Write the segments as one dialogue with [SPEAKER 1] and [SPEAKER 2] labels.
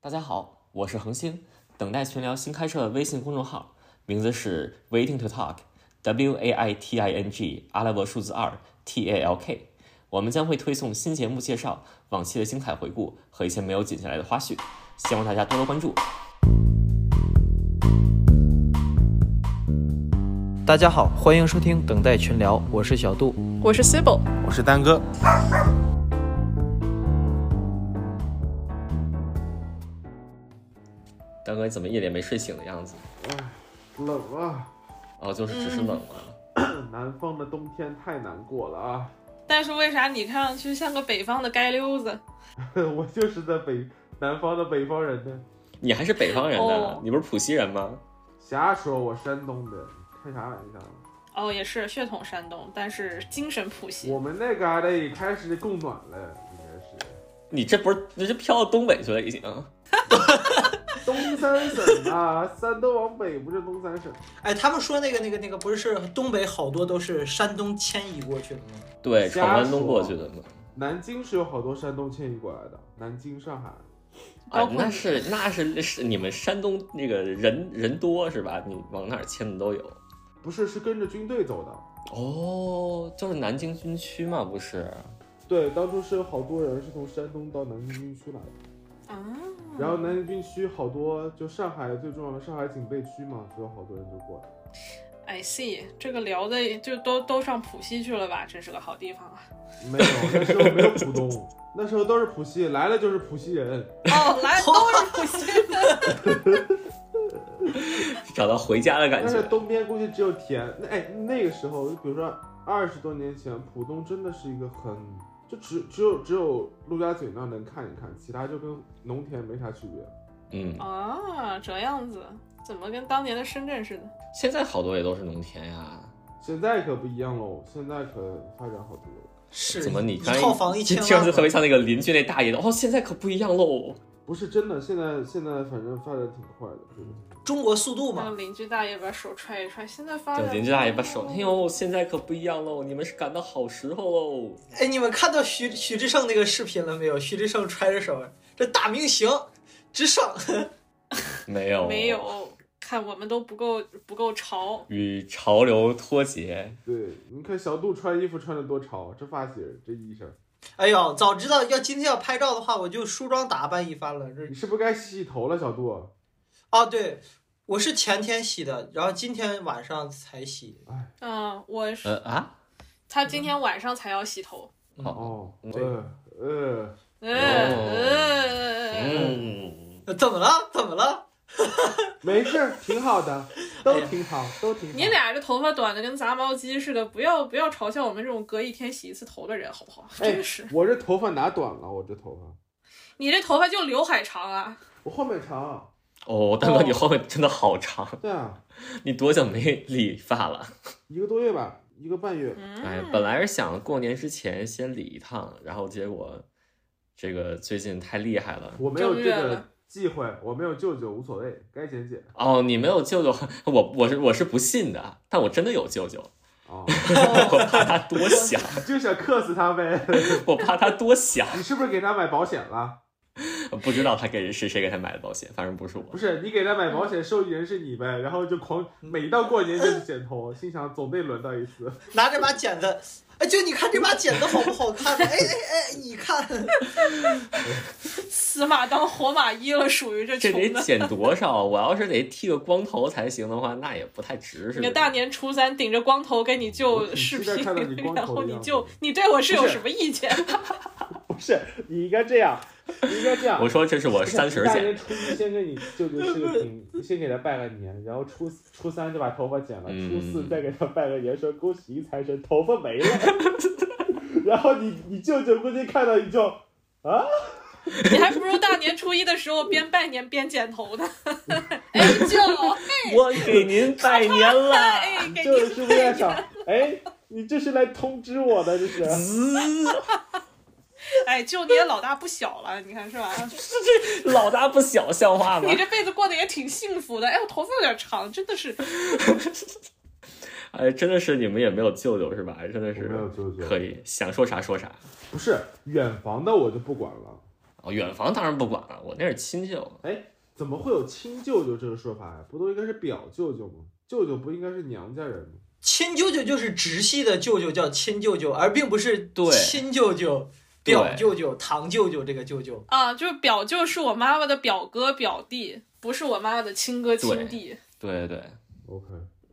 [SPEAKER 1] 大家好，我是恒星，等待群聊新开设的微信公众号，名字是 Waiting to Talk，W A I T I N G 阿拉伯数字二 T A L K。我们将会推送新节目介绍、往期的精彩回顾和一些没有剪下来的花絮，希望大家多多关注。
[SPEAKER 2] 大家好，欢迎收听《等待群聊》，我是小杜。
[SPEAKER 3] 我是 Sibyl，
[SPEAKER 4] 我是丹哥，
[SPEAKER 1] 丹哥，你怎么一脸没睡醒的样子？
[SPEAKER 4] 冷啊，
[SPEAKER 1] 哦，就是只是冷了。
[SPEAKER 4] 南方的冬天太难过了啊！
[SPEAKER 3] 但是为啥你看上去像个北方的街溜子？
[SPEAKER 4] 我就是在北南方的北方人呢，
[SPEAKER 1] 你还是北方人呢，
[SPEAKER 3] 哦
[SPEAKER 1] 你不是浦西人吗？
[SPEAKER 4] 瞎说，我山东的，开啥玩笑？啊
[SPEAKER 3] 哦，也是血统山东，但是精神浦西。
[SPEAKER 4] 我们那旮瘩也开始供暖了，应该是
[SPEAKER 1] 你这不是你这飘到东北去了已经？
[SPEAKER 4] 东三省 啊，山东往北不是东三省，
[SPEAKER 5] 哎，他们说那个那个那个不是是东北好多都是山东迁移过去的吗？
[SPEAKER 1] 对，
[SPEAKER 4] 瞎
[SPEAKER 1] 闯关东过去的嘛。
[SPEAKER 4] 南京是有好多山东迁移过来的，南京、上海，
[SPEAKER 3] 包
[SPEAKER 1] 啊，
[SPEAKER 3] 括
[SPEAKER 1] 那是那是是你们山东那个人人多是吧？你往哪儿迁的都有。
[SPEAKER 4] 不是是跟着军队走的。
[SPEAKER 1] 哦，就是南京军区嘛，不是？
[SPEAKER 4] 对，当初是有好多人是从山东到南京军区来的，
[SPEAKER 3] 啊，
[SPEAKER 4] 然后南京军区好多就上海最重要的上海警备区嘛，所以好多人就过来了。
[SPEAKER 3] I see，这个聊的就都都上浦西去了吧？真是个好地方啊！
[SPEAKER 4] 没有，那时候没有浦东，那时候都是浦西，来了就是浦西人。
[SPEAKER 3] 哦，来都是浦西的。
[SPEAKER 1] 找到回家的感
[SPEAKER 4] 但是
[SPEAKER 1] 觉。
[SPEAKER 4] 东边估计只有田。那哎，那个时候，比如说二十多年前，浦东真的是一个很，就只只有只有陆家嘴那能看一看，其他就跟农田没啥区别。
[SPEAKER 1] 嗯，
[SPEAKER 3] 啊，这样子，怎么跟当年的深圳似的？
[SPEAKER 1] 现在好多也都是农田呀。
[SPEAKER 4] 现在可不一样喽，现在可发展好多了。
[SPEAKER 5] 是
[SPEAKER 1] 怎么你
[SPEAKER 5] 一
[SPEAKER 1] 刚
[SPEAKER 5] 套房一千
[SPEAKER 1] 听
[SPEAKER 5] 万
[SPEAKER 1] 着就
[SPEAKER 5] 吗？
[SPEAKER 1] 特别像那个邻居那大爷的？哦，现在可不一样喽。
[SPEAKER 4] 不是真的，现在现在反正发展挺快的，这个
[SPEAKER 5] 中国速度
[SPEAKER 3] 让
[SPEAKER 5] 嘛，
[SPEAKER 3] 邻居大爷把手踹一踹，现在发
[SPEAKER 1] 对，
[SPEAKER 3] 展。
[SPEAKER 1] 邻居大爷把手，哎，呦，现在可不一样喽，你们是赶到好时候 喽。
[SPEAKER 5] 哎，你们看到徐徐志胜那个视频了没有？徐志胜揣着手，这大明星直上，
[SPEAKER 1] 没有，
[SPEAKER 3] 没，有，看我们都不够不够潮。
[SPEAKER 1] 与潮流脱节。
[SPEAKER 4] 对，你看小杜穿衣服穿的多潮，啊这发型，这衣裳，
[SPEAKER 5] 哎呦，早知道要今天要拍照的话，我就梳妆打扮一番了。这
[SPEAKER 4] 你是不是该洗洗头了，小杜？
[SPEAKER 5] 啊，对，我是前天洗的，然后今天晚上才洗。
[SPEAKER 3] 嗯，我是、
[SPEAKER 1] 呃啊，
[SPEAKER 3] 他今天晚上才要洗头。
[SPEAKER 1] 好，
[SPEAKER 4] 哦，
[SPEAKER 1] 对
[SPEAKER 4] 呃呃。
[SPEAKER 3] 嗯嗯嗯
[SPEAKER 1] 嗯，
[SPEAKER 5] 呃怎么了？怎么了？
[SPEAKER 4] 没事儿，挺好的，都挺好，都挺好。
[SPEAKER 3] 你俩这头发短的跟杂毛鸡似的，不要不要嘲笑我们这种隔一天洗一次头的人，好不好？
[SPEAKER 4] 哎
[SPEAKER 3] 真是，
[SPEAKER 4] 我这头发哪短了？我这头发，
[SPEAKER 3] 你这头发就刘海长啊！
[SPEAKER 4] 我后面长。
[SPEAKER 1] 哦，大哥，
[SPEAKER 3] 哦
[SPEAKER 1] 你后面真的好长，
[SPEAKER 4] 对啊，
[SPEAKER 1] 你多久没理发了？
[SPEAKER 4] 一个多月吧，一个半月。
[SPEAKER 3] 嗯
[SPEAKER 1] 哎，本来是想过年之前先理一趟，然后结果这个最近太厉害了。
[SPEAKER 4] 我没有
[SPEAKER 3] 正
[SPEAKER 4] 这
[SPEAKER 3] 月
[SPEAKER 4] 个
[SPEAKER 3] 了
[SPEAKER 4] 忌讳，我没有舅舅，无所谓，该剪剪。
[SPEAKER 1] 哦，你没有舅舅， 我我是我是不信的，但我真的有舅舅，
[SPEAKER 4] 哦，
[SPEAKER 1] 我怕他多想，
[SPEAKER 4] 就想克死他呗。
[SPEAKER 1] 我怕他多想，
[SPEAKER 4] 你是不是给他买保险了？
[SPEAKER 1] 不知道他给人是谁给他买的保险，反正不是我
[SPEAKER 4] 不。是，你给他买保险，受益人是你呗。然后就狂，每到过年就去剪头，心想总得轮到一次。
[SPEAKER 5] 拿这把剪子，哎，就你看这把剪子好不好 看？哎哎哎，你看。
[SPEAKER 3] 死马当活马医了，属于这
[SPEAKER 1] 这
[SPEAKER 3] 穷
[SPEAKER 1] 得
[SPEAKER 3] 的。
[SPEAKER 1] 剪多少？我要是得剃个光头才行的话，那也不太值。是
[SPEAKER 3] 你
[SPEAKER 1] 吧
[SPEAKER 3] 个大年初三顶着光头跟你
[SPEAKER 4] 我
[SPEAKER 3] 舅
[SPEAKER 4] 挺
[SPEAKER 3] 视
[SPEAKER 4] 期待
[SPEAKER 3] 频
[SPEAKER 4] 看到你，光头的
[SPEAKER 3] 然后你
[SPEAKER 4] 样子
[SPEAKER 3] 舅，你对我是有
[SPEAKER 4] 不是
[SPEAKER 3] 什么意见？
[SPEAKER 4] 不 是，你应该这样，你应该这样
[SPEAKER 1] 我说这是我三十
[SPEAKER 4] 大
[SPEAKER 1] 剪，
[SPEAKER 4] 年初一先跟你舅舅视个频，先给他拜个年，然后初四初三就把头发剪了，
[SPEAKER 1] 嗯
[SPEAKER 4] 初四再给他拜个年，说恭喜你财神，头发 没了。 然后你你舅舅估计看到你就
[SPEAKER 3] 你还不如大年初一的时候边拜年边剪头呢。 哎，舅，
[SPEAKER 1] 我给您拜年了。
[SPEAKER 3] 哎，给
[SPEAKER 4] 舅舅
[SPEAKER 3] 你
[SPEAKER 4] 是不是在想，哎，你这是来通知我的，这是。
[SPEAKER 1] 嗯
[SPEAKER 3] 哎，舅你也老大不小了，你看是吧？
[SPEAKER 1] 老大不小，像话吗
[SPEAKER 3] 你？这辈子过得也挺幸福的。哎，我头发有点长，真的是。
[SPEAKER 1] 哎，真的是你们也没有舅舅是吧？真的是
[SPEAKER 4] 舅
[SPEAKER 1] 可以想说啥说啥。
[SPEAKER 4] 不是远房的我就不管了，
[SPEAKER 1] 哦，远房当然不管了，我那是亲舅。
[SPEAKER 4] 怎么会有亲舅舅这个说法呀？不都应该是表舅舅吗？舅舅不应该是娘家人吗？
[SPEAKER 5] 亲舅舅就是直系的舅舅叫亲舅舅，而并不是
[SPEAKER 1] 对
[SPEAKER 5] 亲舅舅、
[SPEAKER 1] 对
[SPEAKER 5] 表舅舅、堂舅舅这个舅舅。
[SPEAKER 3] 啊，就是表舅是我妈妈的表哥表弟，不是我妈妈的亲哥亲弟。
[SPEAKER 1] 对对对，
[SPEAKER 4] OK，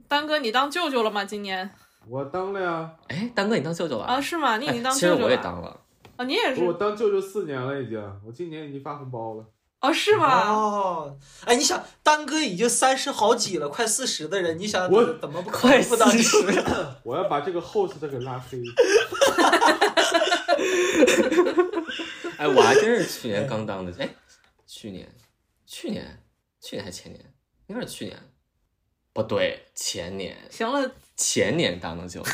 [SPEAKER 3] 丹哥，你当舅舅了吗？今年
[SPEAKER 4] 我当了呀，
[SPEAKER 1] 哎，丹哥你当舅舅了？
[SPEAKER 3] 啊，是吗？你已经
[SPEAKER 1] 哎
[SPEAKER 3] 当
[SPEAKER 1] 其实
[SPEAKER 3] 舅舅
[SPEAKER 1] 我也
[SPEAKER 3] 了
[SPEAKER 1] 当 了，
[SPEAKER 3] 啊？你也是
[SPEAKER 4] 我当舅舅四年了，已经，我今年已经发红包了。
[SPEAKER 3] 哦，是吗？
[SPEAKER 5] 哦，哎，你想，丹哥已经三十好几了，快四十的人，你想
[SPEAKER 4] 我
[SPEAKER 5] 怎么不
[SPEAKER 1] 快
[SPEAKER 5] 不当
[SPEAKER 1] 四
[SPEAKER 5] 舅
[SPEAKER 1] 十
[SPEAKER 5] 舅？
[SPEAKER 4] 我要把这个 host 给拉黑。
[SPEAKER 1] 哎，我还真是去年刚当的，哎，去年，去年，去年还前年，应该是去年，不对，前年，
[SPEAKER 3] 行了，
[SPEAKER 1] 前年当的舅舅。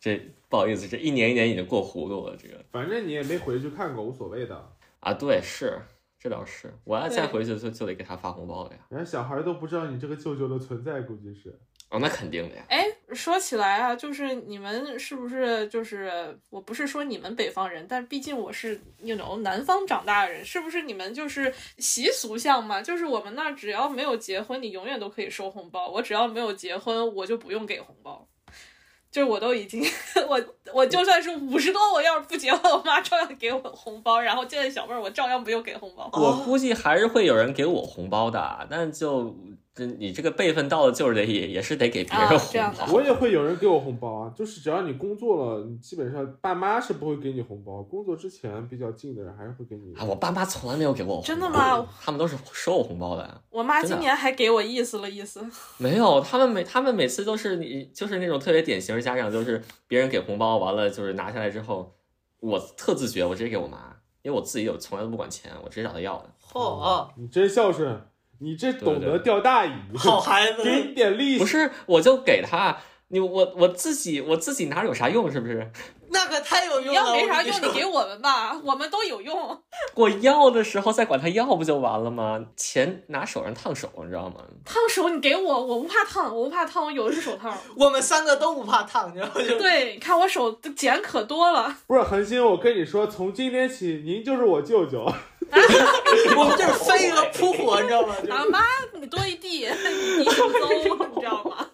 [SPEAKER 1] 这不好意思，这一年一年已经过糊涂了，这个
[SPEAKER 4] 反正你也没回去看过，无所谓的。
[SPEAKER 1] 啊，对，是，这倒是，我要再
[SPEAKER 3] 对
[SPEAKER 1] 回去就就得给他发红包了呀，
[SPEAKER 4] 人家小孩都不知道你这个舅舅的存在，估计是。
[SPEAKER 1] 啊，那肯定的呀，
[SPEAKER 3] 哎，说起来啊，就是你们是不是就是我不是说你们北方人，但毕竟我是 you know 南方长大的人，是不是你们就是习俗像嘛？就是我们那儿只要没有结婚，你永远都可以收红包。我只要没有结婚，我就不用给红包。就是我都已经， 我我就算是五十多，我要是不结婚，我妈照样给我红包。然后见小妹儿，我照样不用给红包。
[SPEAKER 1] 我估计还是会有人给我红包的，但就这你这个辈分到了，就是得也也是得给别人
[SPEAKER 3] 啊
[SPEAKER 1] 红
[SPEAKER 3] 这样的
[SPEAKER 1] 包。
[SPEAKER 4] 我也会有人给我红包啊，就是只要你工作了，你基本上爸妈是不会给你红包。工作之前比较近的人还是会给你。
[SPEAKER 1] 啊，我爸妈从来没有给过我红包
[SPEAKER 3] 真的吗？
[SPEAKER 1] 他们都是收我红包的，
[SPEAKER 3] 我妈
[SPEAKER 1] 真的
[SPEAKER 3] 今年还给我意思了意思。
[SPEAKER 1] 没有。他们每他们每次都是你就是那种特别典型的家长，就是别人给红包完了，就是拿下来之后，我特自觉，我直接给我妈，因为我自己有从来都不管钱，我直接找她要的。
[SPEAKER 5] 哦，
[SPEAKER 4] 你真孝顺，你这懂
[SPEAKER 1] 对对
[SPEAKER 4] 得钓大鱼，
[SPEAKER 5] 好孩子，
[SPEAKER 4] 给你点利
[SPEAKER 1] 不
[SPEAKER 4] 息。
[SPEAKER 1] 是，我就给她，你我我自己我自己哪有啥用是不是？
[SPEAKER 5] 那可太有用
[SPEAKER 3] 你
[SPEAKER 5] 了。
[SPEAKER 3] 要没啥
[SPEAKER 5] 我跟
[SPEAKER 3] 用，
[SPEAKER 5] 说
[SPEAKER 3] 你给我们吧，我们都有用。
[SPEAKER 1] 我要的时候再管他要不就完了吗？钱拿手上烫手，你知道吗？
[SPEAKER 3] 烫手你给我，我不怕烫，我不怕烫，我有的是手 套。
[SPEAKER 5] 我们三个都不怕烫，你知道吗？就
[SPEAKER 3] 对，看我手的茧可 多了，
[SPEAKER 4] 不是恒星，我跟你说，从今天起您就是我舅舅。
[SPEAKER 5] 我们就是飞蛾扑火，你知道吗？就
[SPEAKER 3] 啊妈，你多一地，你手邹，你知道 吗？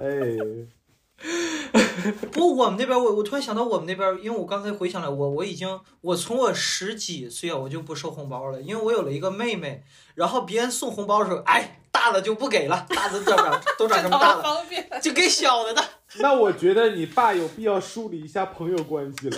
[SPEAKER 4] 哎，
[SPEAKER 5] 不过我们那边，我我突然想到我们那边，因为我刚才回想了，我我已经我从我十几岁啊，我就不收红包了，因为我有了一个妹妹，然后别人送红包的时候，哎，大的就不给了，大的都长都长这
[SPEAKER 3] 这
[SPEAKER 5] 么
[SPEAKER 3] 倒
[SPEAKER 5] 大
[SPEAKER 3] 是
[SPEAKER 5] 了，
[SPEAKER 3] 方便。
[SPEAKER 5] 就给小的的。
[SPEAKER 4] 那我觉得你爸有必要梳理一下朋友关系了。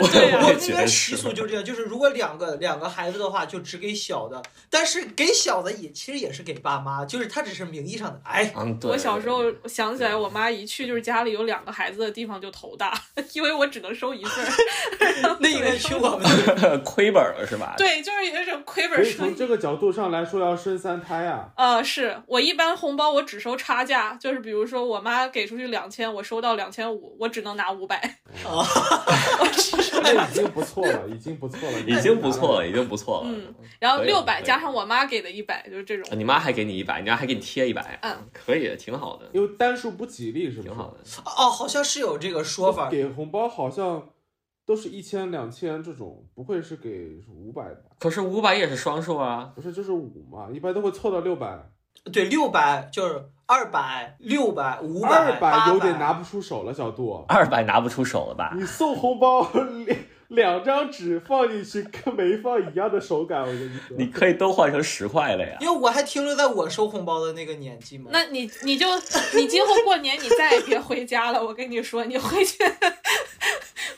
[SPEAKER 1] 我
[SPEAKER 3] 对啊
[SPEAKER 5] 我
[SPEAKER 1] 也
[SPEAKER 5] 们那
[SPEAKER 1] 觉得
[SPEAKER 5] 边
[SPEAKER 1] 是。
[SPEAKER 5] 习俗就这样，就是如果两个两个孩子的话，就只给小的，但是给小的也其实也是给爸妈，就是他只是名义上的，哎，
[SPEAKER 1] 嗯，对。
[SPEAKER 3] 我小时候想起来，我妈一去就是家里有两个孩子的地方就头大， 因为我只能收 一份儿。
[SPEAKER 5] 那应该去我们
[SPEAKER 1] 亏本了是吧？
[SPEAKER 3] 对，就是有一种亏
[SPEAKER 4] 所
[SPEAKER 3] 本
[SPEAKER 4] 以
[SPEAKER 3] 生
[SPEAKER 4] 从
[SPEAKER 3] 意。
[SPEAKER 4] 这个角度上来说，要生三 胎啊。
[SPEAKER 3] 呃，是我一般红包我只收差价，就是比如说我妈给出去两千，我收到两千五，我只能拿五百。
[SPEAKER 4] 那已经不错了，已经不错了，
[SPEAKER 1] 已经不错了，已经不错了。
[SPEAKER 3] 嗯然后
[SPEAKER 1] 可以
[SPEAKER 3] 六
[SPEAKER 1] 可
[SPEAKER 3] 百
[SPEAKER 1] 以啊
[SPEAKER 3] 加上我妈给的一百，就是这种。
[SPEAKER 1] 你妈还给你一百，你妈还给你贴一百，
[SPEAKER 3] 嗯，
[SPEAKER 1] 可以，挺好的，
[SPEAKER 4] 因为单数不吉利，是不
[SPEAKER 1] 挺
[SPEAKER 4] 是？
[SPEAKER 1] 好的。
[SPEAKER 5] 哦，好像是有这个说法，
[SPEAKER 4] 给红包好像都是一千、两千这种，不会是给五百吧？
[SPEAKER 1] 可是五百也是双数啊，
[SPEAKER 4] 不是，就是五嘛，一般都会凑到六百，
[SPEAKER 5] 对，六百就是二百、六百、五
[SPEAKER 4] 二
[SPEAKER 5] 百
[SPEAKER 4] 百有点拿不出手了，小杜，
[SPEAKER 1] 二百拿不出手了吧？
[SPEAKER 4] 你送红包 两两张纸放进去，跟没放一样的手感，我跟你说。
[SPEAKER 1] 你可以都换成十块了呀。
[SPEAKER 5] 因为我还停留在我收红包的那个年纪嘛。
[SPEAKER 3] 那你你就你今后过年你再也别回家了，我跟你说，你回去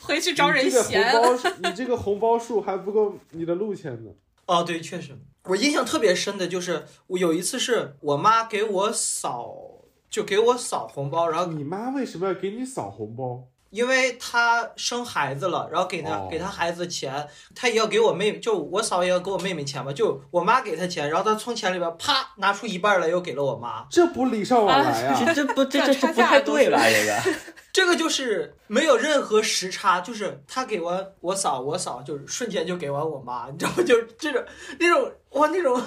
[SPEAKER 3] 回去招人
[SPEAKER 4] 你这个
[SPEAKER 3] 嫌。
[SPEAKER 4] 红包，你这个红包数还不够你的路钱呢。
[SPEAKER 5] 哦，对，确实，我印象特别深的就是我有一次是我妈给我嫂就给我嫂红包，
[SPEAKER 3] 啊
[SPEAKER 5] 然后
[SPEAKER 4] 你妈为什么要给你扫红包？
[SPEAKER 5] 因为她生孩子了，然后给她
[SPEAKER 4] 哦
[SPEAKER 5] 给她孩子钱，她也要给我妹，就我嫂也要给我妹妹钱嘛，就我妈给她钱，然后她从钱里边啪拿出一半来又给了我妈，
[SPEAKER 4] 这不礼尚往来啊！
[SPEAKER 1] 这这不这
[SPEAKER 3] 这
[SPEAKER 1] 这
[SPEAKER 3] 差
[SPEAKER 1] 这
[SPEAKER 3] 价
[SPEAKER 1] 不太对吧？这个
[SPEAKER 5] 这个就是没有任何时差，就是他给完我嫂，我嫂就是瞬间就给完我妈，你知道吗？就是这 种那种哇，那种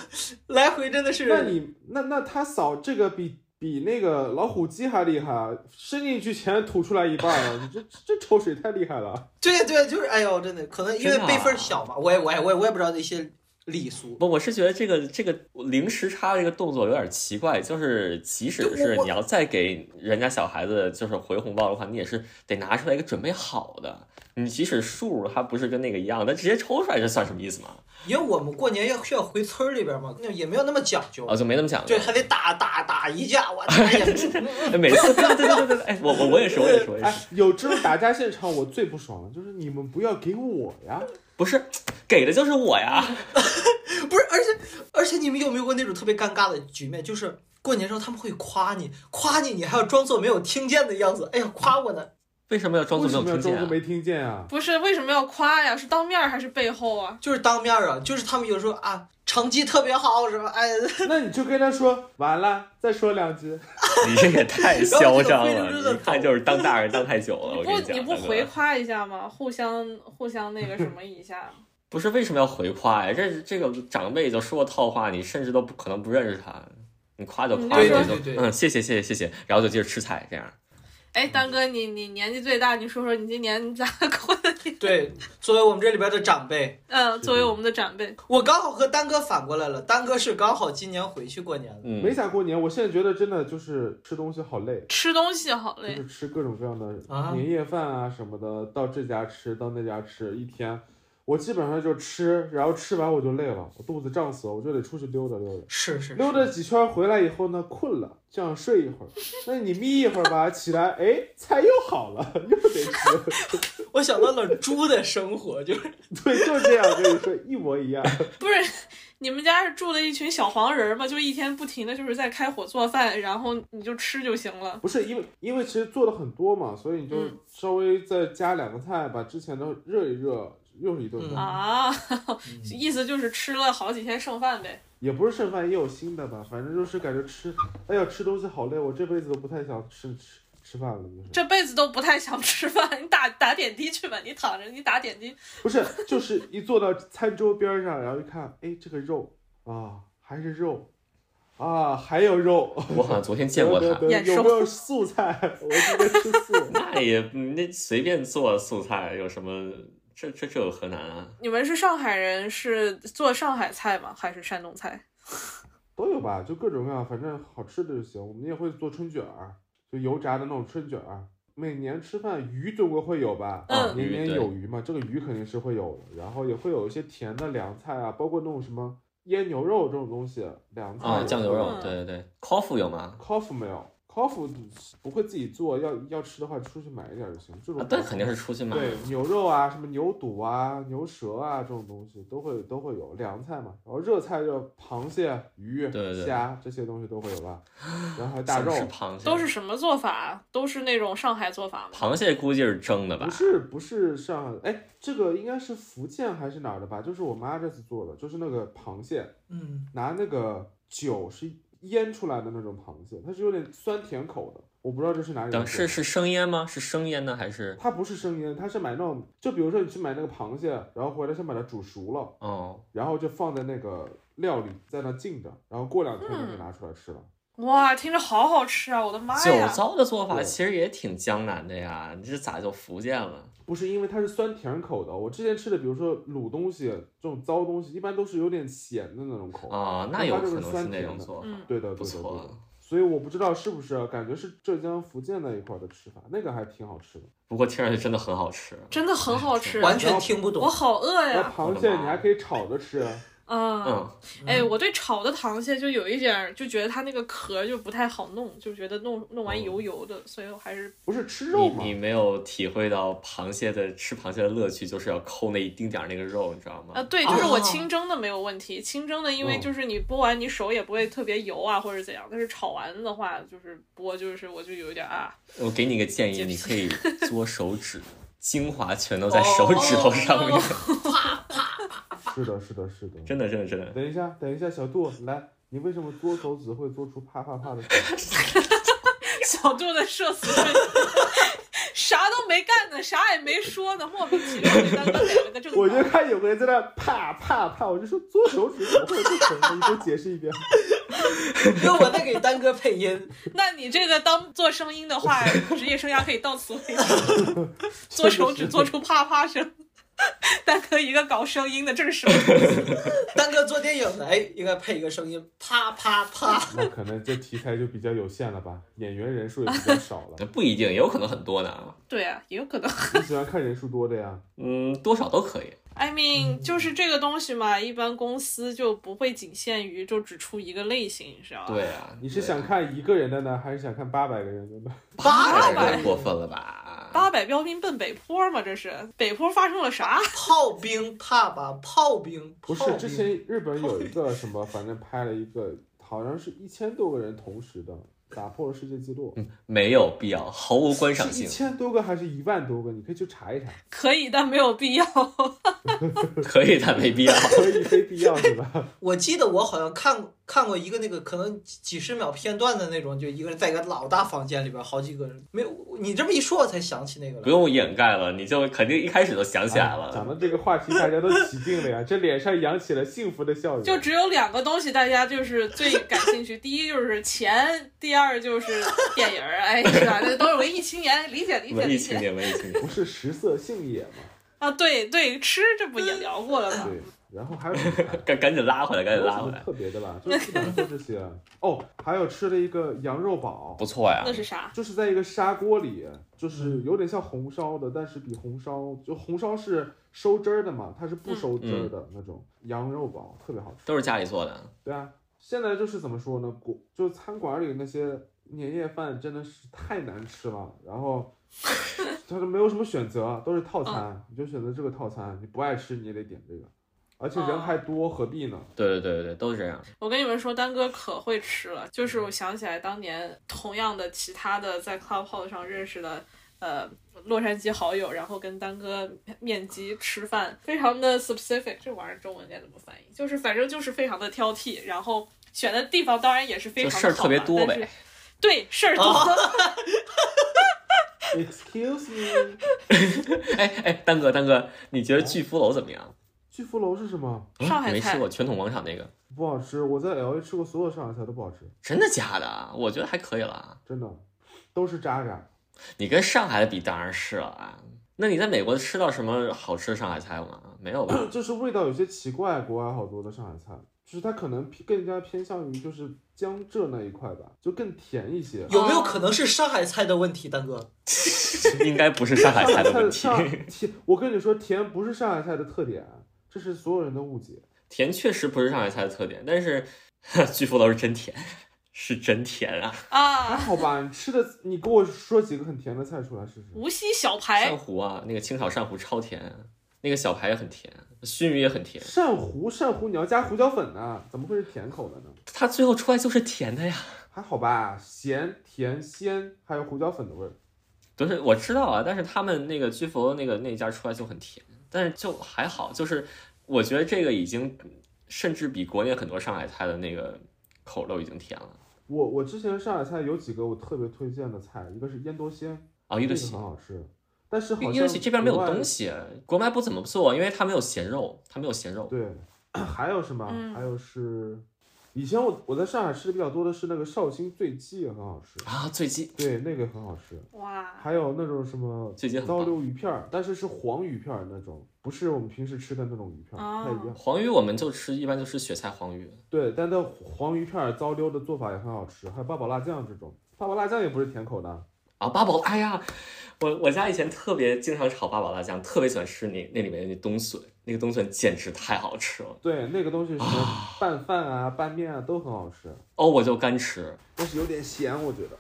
[SPEAKER 5] 来回真的
[SPEAKER 4] 那
[SPEAKER 5] 是
[SPEAKER 4] 你那那他扫这个比比那个老虎机还厉害啊，伸进去前吐出来一半儿，你这这抽水太厉害了。
[SPEAKER 5] 对对，就是哎呦，真的，可能因为
[SPEAKER 1] 真的啊
[SPEAKER 5] 辈分小嘛，我也我也我也我也不知道一些礼俗。
[SPEAKER 1] 不，我是觉得这个这个零时差这个动作有点奇怪，就是即使是
[SPEAKER 5] 我我
[SPEAKER 1] 你要再给人家小孩子就是回红包的话，你也是得拿出来一个准备好的。你即使数它不是跟那个一样，但直接抽出来这算什么意思嘛？
[SPEAKER 5] 因为我们过年要需要回村儿里边嘛，那也没有那么讲究
[SPEAKER 1] 啊，，就没那么讲究
[SPEAKER 5] 对，。还得打打打一架，我打也
[SPEAKER 1] 哎，每次对对对对对对，哎，我我我也是，我也是，我也
[SPEAKER 4] 哎
[SPEAKER 1] 是，，
[SPEAKER 4] 有这种打架现场我最不爽了，就是你们不要给我呀，
[SPEAKER 1] 不是给的就是我呀。
[SPEAKER 5] 不是，而且而且你们有没有过那种特别尴尬的局面？就是过年时候他们会夸你，夸你，你还要装作没有听见的样子。哎呀，夸我呢，
[SPEAKER 1] 为什么要装
[SPEAKER 4] 为
[SPEAKER 1] 作
[SPEAKER 4] 什
[SPEAKER 1] 没
[SPEAKER 4] 么
[SPEAKER 1] 有听
[SPEAKER 4] 要装
[SPEAKER 1] 见、
[SPEAKER 4] 作
[SPEAKER 1] 啊？
[SPEAKER 4] 没听见啊？
[SPEAKER 3] 不是为什么要夸呀？是当面儿还是背后啊？
[SPEAKER 5] 就是当面啊，就是他们有时候啊，成绩特别好什么， 哎，
[SPEAKER 4] 那你就跟他说完了，再说两句。
[SPEAKER 1] 你这也太嚣张
[SPEAKER 5] 然后就非常
[SPEAKER 1] 了！
[SPEAKER 5] 地
[SPEAKER 1] 一看就是当大人当太久了。
[SPEAKER 3] 你
[SPEAKER 1] 我跟
[SPEAKER 3] 不
[SPEAKER 1] 讲，
[SPEAKER 3] 你不
[SPEAKER 1] 大哥
[SPEAKER 3] 回夸一下吗？互相互相那个什么 一下，
[SPEAKER 1] 不是为什么要回夸呀？这这个长辈就说套话，你甚至都不可能不认识他，你夸就夸，
[SPEAKER 3] 嗯
[SPEAKER 1] 你
[SPEAKER 3] 对
[SPEAKER 1] 就
[SPEAKER 5] 对对对
[SPEAKER 1] 嗯，谢谢谢谢谢谢，然后就接着吃菜这样。
[SPEAKER 3] 哎，丹哥，你你年纪最大，你说说你今年咋过的？
[SPEAKER 5] 对，作为我们这里边的长辈，
[SPEAKER 3] 嗯，作为我们的长辈，
[SPEAKER 5] 我刚好和丹哥反过来了，丹哥是刚好今年回去过年了。
[SPEAKER 1] 嗯，
[SPEAKER 4] 没咋过年，我现在觉得真的就是吃东西好累。
[SPEAKER 3] 吃东西好
[SPEAKER 4] 就
[SPEAKER 3] 累
[SPEAKER 4] 是，吃各种各样的
[SPEAKER 5] 啊
[SPEAKER 4] 年夜饭啊什么的，到这家吃，到那家吃，一天我基本上就吃，然后吃完我就累了，我肚子胀死了，我就得出去溜达溜达。
[SPEAKER 5] 是是，
[SPEAKER 4] 溜达几圈回来以后呢，困了，就想睡一会儿。那你眯一会儿吧，起来，哎，菜又好了， 又得吃。
[SPEAKER 5] 我想到了猪的生活，就是
[SPEAKER 4] 对，就这样，我跟你说一模一样。
[SPEAKER 3] 不是？你们家是住了一群小黄人儿吗？就一天不停的就是在开火做饭，然后你就吃就行了。
[SPEAKER 4] 不是因为因为其实做的很多嘛，所以你就
[SPEAKER 3] 嗯
[SPEAKER 4] 稍微再加两个菜，把之前的热一热，又是一顿
[SPEAKER 5] 嗯
[SPEAKER 4] 饭。
[SPEAKER 3] 啊， 意思就是吃了好几天剩饭呗。
[SPEAKER 4] 也不是剩饭，也有新的吧，反正就是感觉吃，哎呀，吃东西好累，我这辈子都不太想吃吃吃饭了，就是
[SPEAKER 3] 这辈子都不太想吃饭，你打打点滴去吧，你躺着，你打点滴。
[SPEAKER 4] 不是就是一坐到餐桌边上，然后一看，哎，这个肉啊，还是肉，啊，还有肉，
[SPEAKER 1] 我好像昨天见过
[SPEAKER 4] 得
[SPEAKER 1] 他，
[SPEAKER 4] 得得
[SPEAKER 3] 眼熟
[SPEAKER 4] 有没有素菜？我今天吃素，
[SPEAKER 1] 那也那随便做素菜有什么？这这这有何难啊？
[SPEAKER 3] 你们是上海人，是做上海菜吗？还是山东菜？
[SPEAKER 4] 都有吧，就各种各样，反正好吃的就行。我们也会做春卷儿，就油炸的那种春卷儿。每年吃饭鱼总归会有吧，
[SPEAKER 3] 嗯
[SPEAKER 4] 年年
[SPEAKER 1] 鱼对
[SPEAKER 4] 啊有余嘛，这个鱼肯定是会有的。然后也会有一些甜的凉菜啊，包括那种什么腌牛肉这种东西，凉菜
[SPEAKER 3] 嗯
[SPEAKER 1] 啊，
[SPEAKER 4] 也
[SPEAKER 1] 酱牛
[SPEAKER 4] 会有
[SPEAKER 1] 肉，对对对，coff 有吗？
[SPEAKER 4] ，coff 没有，coff 不会自己做，要要吃的话出去买一点就行。这种
[SPEAKER 1] 啊，但肯定是出去买。
[SPEAKER 4] 对牛肉啊，什么牛肚啊、牛舌啊这种东西都会都会有凉菜嘛，然后热菜就螃蟹、鱼、
[SPEAKER 1] 对对
[SPEAKER 4] 虾这些东西都会有吧，然后还有大
[SPEAKER 1] 想
[SPEAKER 4] 肉
[SPEAKER 1] 吃，螃蟹，
[SPEAKER 3] 都是什么做法？啊都是那种上海做法吗？
[SPEAKER 1] 螃蟹，估计是蒸的吧
[SPEAKER 4] 不？是不是上海，哎，这个应该是福建还是哪儿的吧？就是我妈这次做的，就是那个螃蟹，
[SPEAKER 5] 嗯，
[SPEAKER 4] 拿那个酒是腌出来的那种螃蟹，它是有点酸甜口的，我不知道这是哪里来
[SPEAKER 1] 等
[SPEAKER 4] 的。
[SPEAKER 1] 是是生腌吗？是生腌呢还是？
[SPEAKER 4] 它不是生腌，它是买那种，就比如说你去买那个螃蟹，然后回来先把它煮熟了，
[SPEAKER 1] 哦，
[SPEAKER 4] 然后就放在那个料里，在那浸着，然后过两天就可以拿出来吃了。
[SPEAKER 1] 嗯
[SPEAKER 3] 哇，听着好好吃啊！我的妈
[SPEAKER 4] 哎
[SPEAKER 1] 酒
[SPEAKER 3] 呀！
[SPEAKER 1] 糟的做法
[SPEAKER 4] 对
[SPEAKER 1] 其实也挺江南的呀，你这咋就福建了？
[SPEAKER 4] 不是因为它是酸甜口的，我之前吃的，比如说卤东西这种糟东西，一般都是有点咸的那种口。
[SPEAKER 1] 哦，那
[SPEAKER 4] 一
[SPEAKER 1] 有
[SPEAKER 4] 般
[SPEAKER 1] 可
[SPEAKER 4] 都是
[SPEAKER 1] 能是
[SPEAKER 4] 酸
[SPEAKER 1] 那
[SPEAKER 4] 甜
[SPEAKER 1] 种
[SPEAKER 4] 的
[SPEAKER 1] 做法，
[SPEAKER 3] 嗯
[SPEAKER 4] 对的，
[SPEAKER 1] 不
[SPEAKER 4] 对的，对
[SPEAKER 1] 错
[SPEAKER 4] 的。。所以我不知道是不是啊，感觉是浙江、福建那一块的吃法，那个还挺好吃的。
[SPEAKER 1] 不过听上去真的很好吃。
[SPEAKER 3] 真的很好吃，
[SPEAKER 5] 嗯完全听不懂
[SPEAKER 3] 我。好饿
[SPEAKER 4] 那
[SPEAKER 3] 呀！
[SPEAKER 4] 螃蟹你还可以炒着吃，啊
[SPEAKER 3] 嗯，
[SPEAKER 1] 嗯，
[SPEAKER 3] 哎，我对炒的螃蟹就有一点儿，就觉得它那个壳就不太好弄，就觉得弄弄
[SPEAKER 5] 哦
[SPEAKER 3] 完油油的，所以我还是
[SPEAKER 4] 不是吃肉吗
[SPEAKER 1] 你你？没有体会到螃蟹的吃螃蟹的乐趣，就是要抠那一丁点儿那个肉，你知道吗？
[SPEAKER 4] 呃
[SPEAKER 3] 啊，对，就是我
[SPEAKER 5] 哦
[SPEAKER 3] 清蒸的没有问题，清蒸的因为
[SPEAKER 4] 嗯
[SPEAKER 3] 就是你剥完你手也不会特别油啊或者怎样，但是炒完的话就是剥就是我就有一点儿啊，
[SPEAKER 1] 我给你一个建议，
[SPEAKER 3] 就是
[SPEAKER 1] 你可以嘬手指，精华全
[SPEAKER 4] 哦
[SPEAKER 1] 都在手指头上面。
[SPEAKER 4] 是的，是的，是的。
[SPEAKER 1] 真的，真的，真的。
[SPEAKER 4] 等一下，等一下，小杜来，你为什么嘬手指会嘬出啪啪啪的声音？
[SPEAKER 3] 小杜的社死 瞬间，啥都没干呢，啥也没说呢，莫名其妙就当当脸了个正
[SPEAKER 4] 我就
[SPEAKER 3] 着。
[SPEAKER 4] 看有个人在那啪啪啪，我就说嘬手指怎么会有这声音？你给我解释一遍。
[SPEAKER 5] 因为我在给丹哥配 音，
[SPEAKER 3] 那你这个当做声音的话，职业生涯可以到此为止。 做手指做出啪啪声， 丹哥一个搞声音的正手，
[SPEAKER 5] 丹哥做电影的，哎，应该配一个声音，啪啪啪。
[SPEAKER 4] 那可能这题材就比较有限了吧，演员人数也比较少 了。
[SPEAKER 1] 不一定，也有可能很多呢。
[SPEAKER 3] 对啊，也有可能。
[SPEAKER 4] 你喜欢看人数多的呀？
[SPEAKER 1] 嗯，多少都可以。
[SPEAKER 3] I
[SPEAKER 1] 嗯
[SPEAKER 3] mean，就是这个东西嘛，一般公司就不会仅限于就只出一个类型，你知道吧？
[SPEAKER 1] 对啊，
[SPEAKER 4] 你是
[SPEAKER 1] 对啊
[SPEAKER 4] 想看一个人的呢，还是想看八百个人的呢？
[SPEAKER 5] 八
[SPEAKER 1] 太
[SPEAKER 5] 百
[SPEAKER 3] 个人
[SPEAKER 1] 过分了吧？
[SPEAKER 3] 八百标兵奔北坡嘛，这是北坡发生了啥？
[SPEAKER 5] 炮兵怕吧，炮兵炮
[SPEAKER 4] 不
[SPEAKER 5] 兵
[SPEAKER 4] 是，之前日本有一个什么，反正拍了一个，好像是一千多个人同时的，打破了世界纪录。
[SPEAKER 1] 没有必要，毫无观赏
[SPEAKER 4] 是一
[SPEAKER 1] 性，
[SPEAKER 4] 千多个还是一万多个？你可以去查一查，
[SPEAKER 3] 可以，但没有必要。
[SPEAKER 1] 可以但没必要。
[SPEAKER 4] 可以非必要 是吧？
[SPEAKER 5] 我记得我好像看看过一个那个可能几几十秒片段的那种，就一个人在一个老大房间里边，好几个人没有。你这么一说，我才想起那个
[SPEAKER 1] 不
[SPEAKER 5] 来。
[SPEAKER 1] 用掩盖了，你就肯定一开始就想起来
[SPEAKER 4] 哎讲
[SPEAKER 1] 了。
[SPEAKER 4] 到这个话题，大家都起劲 了呀，这脸上扬起了幸福的笑容。
[SPEAKER 3] 就只有两个东西，大家就是最感兴趣， 第一就是钱，第二就是电影儿。哎，是吧？这都是文艺青年，理解理解
[SPEAKER 1] 文艺
[SPEAKER 3] 理
[SPEAKER 1] 青
[SPEAKER 3] 解。
[SPEAKER 1] 年，文艺青年，
[SPEAKER 4] 不是食色性也嘛？
[SPEAKER 3] 啊，对对，吃这不也聊过了吗？
[SPEAKER 4] 对，然后还有什么看？
[SPEAKER 1] 赶赶紧拉回来，赶
[SPEAKER 4] 没
[SPEAKER 1] 紧
[SPEAKER 4] 有
[SPEAKER 1] 拉回
[SPEAKER 4] 什么
[SPEAKER 1] 来。
[SPEAKER 4] 特别的吧，就基本上就这些。哦，还有吃了一个羊肉堡，
[SPEAKER 1] 不错呀
[SPEAKER 3] 那，是啥？
[SPEAKER 4] 就是在一个砂锅里，就是有点像红烧的，但是比红烧就红烧是收汁儿的嘛，它是不收汁儿的那种、羊肉堡，特别好吃。
[SPEAKER 1] 都是家里做的。
[SPEAKER 4] 对啊，现在就是怎么说呢，国就餐馆里那些年夜饭真的是太难吃了，然后它就没有什么选择，都是套餐，你就选择这个套餐，你不爱吃你也得点这个，而且人
[SPEAKER 3] 哦
[SPEAKER 4] 还多，何必呢？
[SPEAKER 1] 对对对对对，都是这样。
[SPEAKER 3] 我跟你们说，丹哥可会吃了。
[SPEAKER 1] 嗯
[SPEAKER 3] 就是我想起来当年同样的其他的在 Clubhouse 上认识的，呃，洛杉矶好友，然后跟丹哥面基吃饭，非常的 specific。这玩意儿中文该怎么翻译？就是反正就是非常的挑剔，然后选的地方当然也是非常
[SPEAKER 1] 就
[SPEAKER 3] 的
[SPEAKER 1] 事儿
[SPEAKER 3] 好
[SPEAKER 1] 特别
[SPEAKER 3] 玩
[SPEAKER 1] 多。
[SPEAKER 3] 但
[SPEAKER 1] 呗啊
[SPEAKER 3] 是对，事儿多。
[SPEAKER 4] Excuse me，
[SPEAKER 1] 哎哎，丹哥丹哥，你觉得巨福楼怎么样？
[SPEAKER 4] 巨福楼是什么？
[SPEAKER 1] 嗯
[SPEAKER 3] 上海
[SPEAKER 1] 没
[SPEAKER 3] 菜
[SPEAKER 1] 吃过，全统广场那个，
[SPEAKER 4] 不好吃，我在 L A 吃过所有上海菜都不好吃，
[SPEAKER 1] 真的假的？我觉得还可以啦。
[SPEAKER 4] 真的，都是渣渣。？
[SPEAKER 1] 你跟上海的比当然是了啊。那你在美国吃到什么好吃的上海菜吗？没有吧
[SPEAKER 4] 就是味道有些奇怪，国外好多的上海菜，就是它可能偏更加偏向于就是江浙那一块吧，就更甜一些。
[SPEAKER 5] 有没
[SPEAKER 3] 哦
[SPEAKER 5] 有可能是上海菜的问题，丹哥？
[SPEAKER 1] 应该不是上海菜的问题
[SPEAKER 4] 上。海菜上甜，我跟你说，甜不是上海菜的特点，这是所有人的误解。
[SPEAKER 1] 甜确实不是上海菜的特点，但是 巨福楼是真甜， 是真甜啊！
[SPEAKER 4] 还
[SPEAKER 3] 啊，
[SPEAKER 4] 好吧，你吃的，你给我说几个很甜的菜出来试试。
[SPEAKER 3] 无锡
[SPEAKER 1] 扇
[SPEAKER 3] 小排，
[SPEAKER 1] 糊啊，那个清炒扇糊超甜，那个小排也很甜，熏鱼也很甜，
[SPEAKER 4] 扇糊，扇糊你要加胡椒粉呢、怎么会是甜口的呢？
[SPEAKER 1] 它最后出来就是甜的呀。
[SPEAKER 4] 还好吧，咸、甜、鲜，还有胡椒粉的味儿。
[SPEAKER 1] 不是我知道啊，但是他们那个居服那个那家出来就很甜，但是就还好，就是我觉得这个已经甚至比国内很多上海菜的那个口都已经甜了
[SPEAKER 4] 我我之前上海菜有几个我特别推荐的菜，一个是腌多鲜，
[SPEAKER 1] 啊！伊
[SPEAKER 4] 这
[SPEAKER 1] 德
[SPEAKER 4] 个
[SPEAKER 1] 西
[SPEAKER 4] 很，好吃，但是好像
[SPEAKER 1] 伊德西这边没有
[SPEAKER 4] 国外
[SPEAKER 1] 东西，国外不怎么做，因为它没有咸肉，它没有咸肉。
[SPEAKER 4] 对，还有什么？
[SPEAKER 3] 嗯
[SPEAKER 4] 还有是，以前我我在上海吃的比较多的是那个绍兴醉鸡也很好吃，
[SPEAKER 1] 啊，醉鸡
[SPEAKER 4] 对，那个很好吃。
[SPEAKER 3] 哇，
[SPEAKER 4] 还有那种什么
[SPEAKER 1] 醉鸡很
[SPEAKER 4] 糟
[SPEAKER 1] 棒。
[SPEAKER 4] 溜鱼片儿，但是是黄鱼片儿那种，不是我们平时吃的那种鱼片儿，不太一样。
[SPEAKER 1] 黄鱼我们就吃，一般就吃雪菜黄鱼，
[SPEAKER 4] 对，但它黄鱼片儿糟溜的做法也很好吃，还有八宝辣酱这种，八宝辣酱也不是甜口的。
[SPEAKER 1] 啊，八宝，哎呀，我我家以前特别经常炒八宝辣酱，特别喜欢吃那那里面的那冬笋，那个冬笋简直太好吃了，
[SPEAKER 4] 对，那个东西是拌饭啊、拌面啊都很好吃，
[SPEAKER 1] 哦，我就干吃，
[SPEAKER 4] 但是有点咸，我觉得。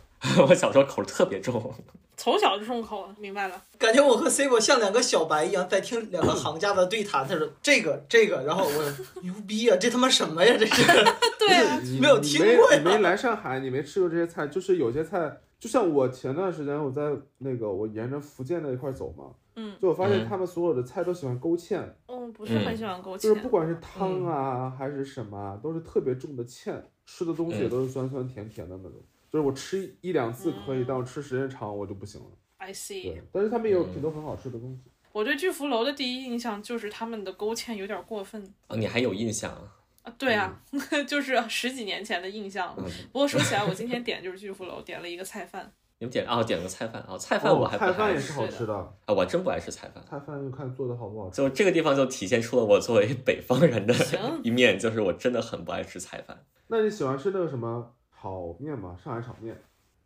[SPEAKER 1] 我小时候口儿特别重，
[SPEAKER 3] 从小就重口，明白了。
[SPEAKER 5] 感觉我和 C 罗像两个小白一样，在听两个行家的对谈。他说这个这个，然后我牛逼啊，这他妈什么呀？这是
[SPEAKER 3] 对 啊，
[SPEAKER 4] 你
[SPEAKER 5] 没有
[SPEAKER 4] 你
[SPEAKER 5] 听过呀
[SPEAKER 4] 你没来上海，你没吃过这些菜，就是有些菜，就像我前段时间我在那个我沿着福建那一块走嘛，
[SPEAKER 3] 嗯
[SPEAKER 4] 就我发现
[SPEAKER 1] 嗯
[SPEAKER 4] 他们所有的菜都喜欢勾芡，
[SPEAKER 3] 嗯，不是很喜欢勾
[SPEAKER 4] 就是
[SPEAKER 3] 芡
[SPEAKER 4] 不。管是汤啊还是什么啊，都是特别重的芡，吃的东西
[SPEAKER 1] 嗯
[SPEAKER 4] 也都是酸酸甜甜的那种。就是我吃一两次可以，但我吃时间长我就不行了。
[SPEAKER 3] I see
[SPEAKER 4] 对。，但是他们
[SPEAKER 1] 嗯
[SPEAKER 4] 也有挺多很好吃的东西。
[SPEAKER 3] 我对巨福楼的第一印象就是他们的勾芡有点过分。
[SPEAKER 1] 哦，你还有印象啊？
[SPEAKER 3] 对啊， 就是十几年前的印象了。
[SPEAKER 1] 嗯
[SPEAKER 3] 不过说起来，我今天点就是巨富楼，点了一个菜饭。
[SPEAKER 1] 你们点啊、哦，点了个菜饭啊、哦菜饭我还不
[SPEAKER 4] 菜饭
[SPEAKER 1] 太
[SPEAKER 4] 也
[SPEAKER 1] 爱
[SPEAKER 4] 是
[SPEAKER 1] 吃
[SPEAKER 4] 好吃的，
[SPEAKER 1] 啊，我真不爱吃菜饭。
[SPEAKER 4] 菜饭就看做的好不好吃。
[SPEAKER 1] 就这个地方就体现出了我作为北方人的
[SPEAKER 3] 行
[SPEAKER 1] 一面，就是我真的很不爱吃菜饭。
[SPEAKER 4] 那你喜欢吃那个什么炒面吗？上海炒面，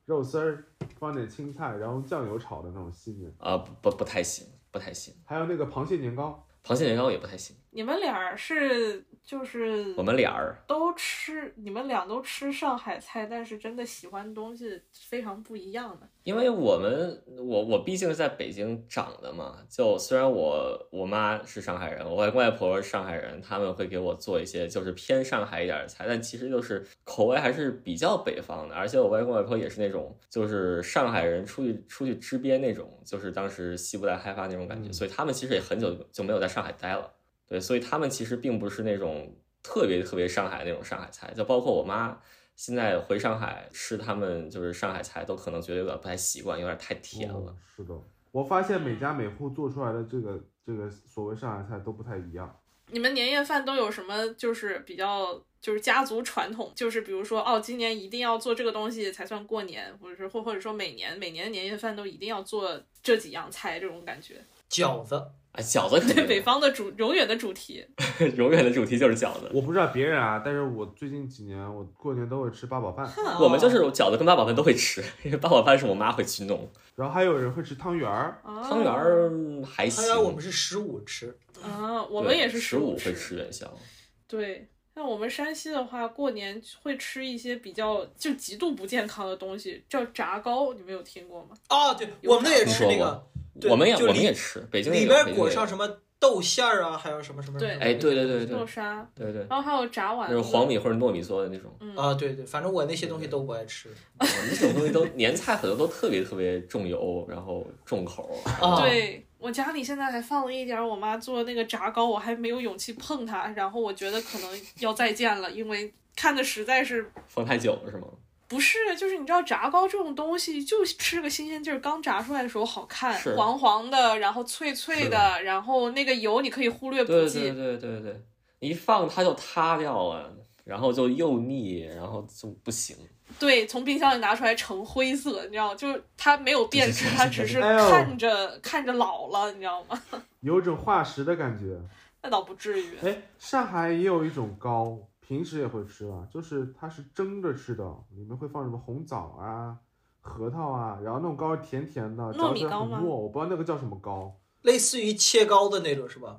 [SPEAKER 4] 肉丝儿放点青菜，然后酱油炒的那种细面，
[SPEAKER 1] 啊，不不不太行，不太行。
[SPEAKER 4] 还有那个螃蟹年糕。
[SPEAKER 1] 螃蟹年糕也不太行。
[SPEAKER 3] 你们俩儿是就是
[SPEAKER 1] 我们俩儿
[SPEAKER 3] 都吃，你们俩都吃上海菜，但是真的喜欢东西非常不一样的。
[SPEAKER 1] 因为我们我我毕竟是在北京长的嘛，就虽然我我妈是上海人，我外外婆是上海人，他们会给我做一些就是偏上海一点的菜，但其实就是口味还是比较北方的。而且我外公外婆也是那种就是上海人出去出去支边那种，就是当时西部大开发那种感觉，
[SPEAKER 4] 嗯
[SPEAKER 1] 所以他们其实也很久就没有在上海待了。对，所以他们其实并不是那种特别特别上海那种上海菜，就包括我妈现在回上海吃他们就是上海菜，都可能觉得有点不太习惯，有点太甜了
[SPEAKER 5] 哦
[SPEAKER 4] 嗯。是的，我发现每家每户做出来的这个这个所谓上海菜都不太一样。
[SPEAKER 3] 你们年夜饭都有什么就是比较就是家族传统，就是比如说哦，今年一定要做这个东西才算过年，或者是或或者说每年每年年夜饭都一定要做这几样菜这种感觉。
[SPEAKER 5] 饺子，
[SPEAKER 1] 啊，饺子肯
[SPEAKER 3] 对
[SPEAKER 1] 定
[SPEAKER 3] 北方的主永远的主题，
[SPEAKER 1] 永远的主题就是饺子。
[SPEAKER 4] 我不知道别人啊，但是我最近几年我过年都会吃八宝饭，
[SPEAKER 5] 哦
[SPEAKER 3] 嗯
[SPEAKER 1] 我们就是饺子跟八宝饭都会吃，因为八宝饭是我妈会去弄，
[SPEAKER 4] 然后还有人会吃汤圆儿，
[SPEAKER 1] 汤圆
[SPEAKER 3] 啊
[SPEAKER 1] 儿嗯还行
[SPEAKER 5] 哦汤。圆我们是十五吃，
[SPEAKER 3] 啊，我
[SPEAKER 1] 我
[SPEAKER 3] 们也是
[SPEAKER 1] 十
[SPEAKER 3] 五
[SPEAKER 1] 会吃元宵，
[SPEAKER 3] 对，像我们山西的话，过年会吃一些比较就极度不健康的东西，叫炸糕，你们有听过吗？
[SPEAKER 5] 哦，对，我们那也吃那
[SPEAKER 1] 听说
[SPEAKER 5] 个，对
[SPEAKER 1] 我们也
[SPEAKER 5] 就
[SPEAKER 1] 我们
[SPEAKER 5] 里
[SPEAKER 1] 也吃，北京也
[SPEAKER 5] 里
[SPEAKER 1] 有
[SPEAKER 5] 边
[SPEAKER 1] 北京
[SPEAKER 5] 裹
[SPEAKER 1] 也有
[SPEAKER 5] 上什嗯么豆馅儿啊，还有什么什么什么。
[SPEAKER 1] 哎，对对对对
[SPEAKER 3] 豆沙，
[SPEAKER 1] 对对，
[SPEAKER 3] 然后还有炸
[SPEAKER 1] 那
[SPEAKER 3] 丸子，
[SPEAKER 1] 种黄米或者糯米做的那种，
[SPEAKER 3] 嗯
[SPEAKER 5] 啊，对对，反正我那些东西都不爱吃。
[SPEAKER 1] 我们呃这种东西都年菜很多都特别特别重油，然后重口，
[SPEAKER 5] 啊
[SPEAKER 3] 对我家里现在还放了一点儿我妈做的那个炸糕，我还没有勇气碰它，然后我觉得可能要再见了，因为看的实在是
[SPEAKER 1] 放太久了是吗？
[SPEAKER 3] 不是，就是你知道炸糕这种东西，就吃个新鲜劲儿，刚炸出来的时候好看
[SPEAKER 1] 是，
[SPEAKER 3] 黄黄的，然后脆脆
[SPEAKER 1] 是
[SPEAKER 3] 的，然后那个油你可以忽略不
[SPEAKER 1] 对对
[SPEAKER 3] 计，
[SPEAKER 1] 对对对，一放它就塌掉了，然后就又腻，然后就不行。
[SPEAKER 3] 对，从冰箱里拿出来成灰色，你知道，就是它没有变质，它只是
[SPEAKER 4] 哎呦
[SPEAKER 3] 看着看着老了，你知道吗？
[SPEAKER 4] 有一种化石的感觉。
[SPEAKER 3] 那倒不至于，
[SPEAKER 4] 哎，上海也有一种糕，平时也会吃啊，就是它是蒸着吃的，里面会放什么红枣啊、核桃啊，然后那种糕是甜甜的，
[SPEAKER 3] 糯
[SPEAKER 4] 嚼
[SPEAKER 3] 米
[SPEAKER 4] 起来
[SPEAKER 3] 糕
[SPEAKER 4] 很
[SPEAKER 3] 吗
[SPEAKER 4] 糯，我不知道那个叫什么糕。
[SPEAKER 5] 类似于切糕的那种是吧？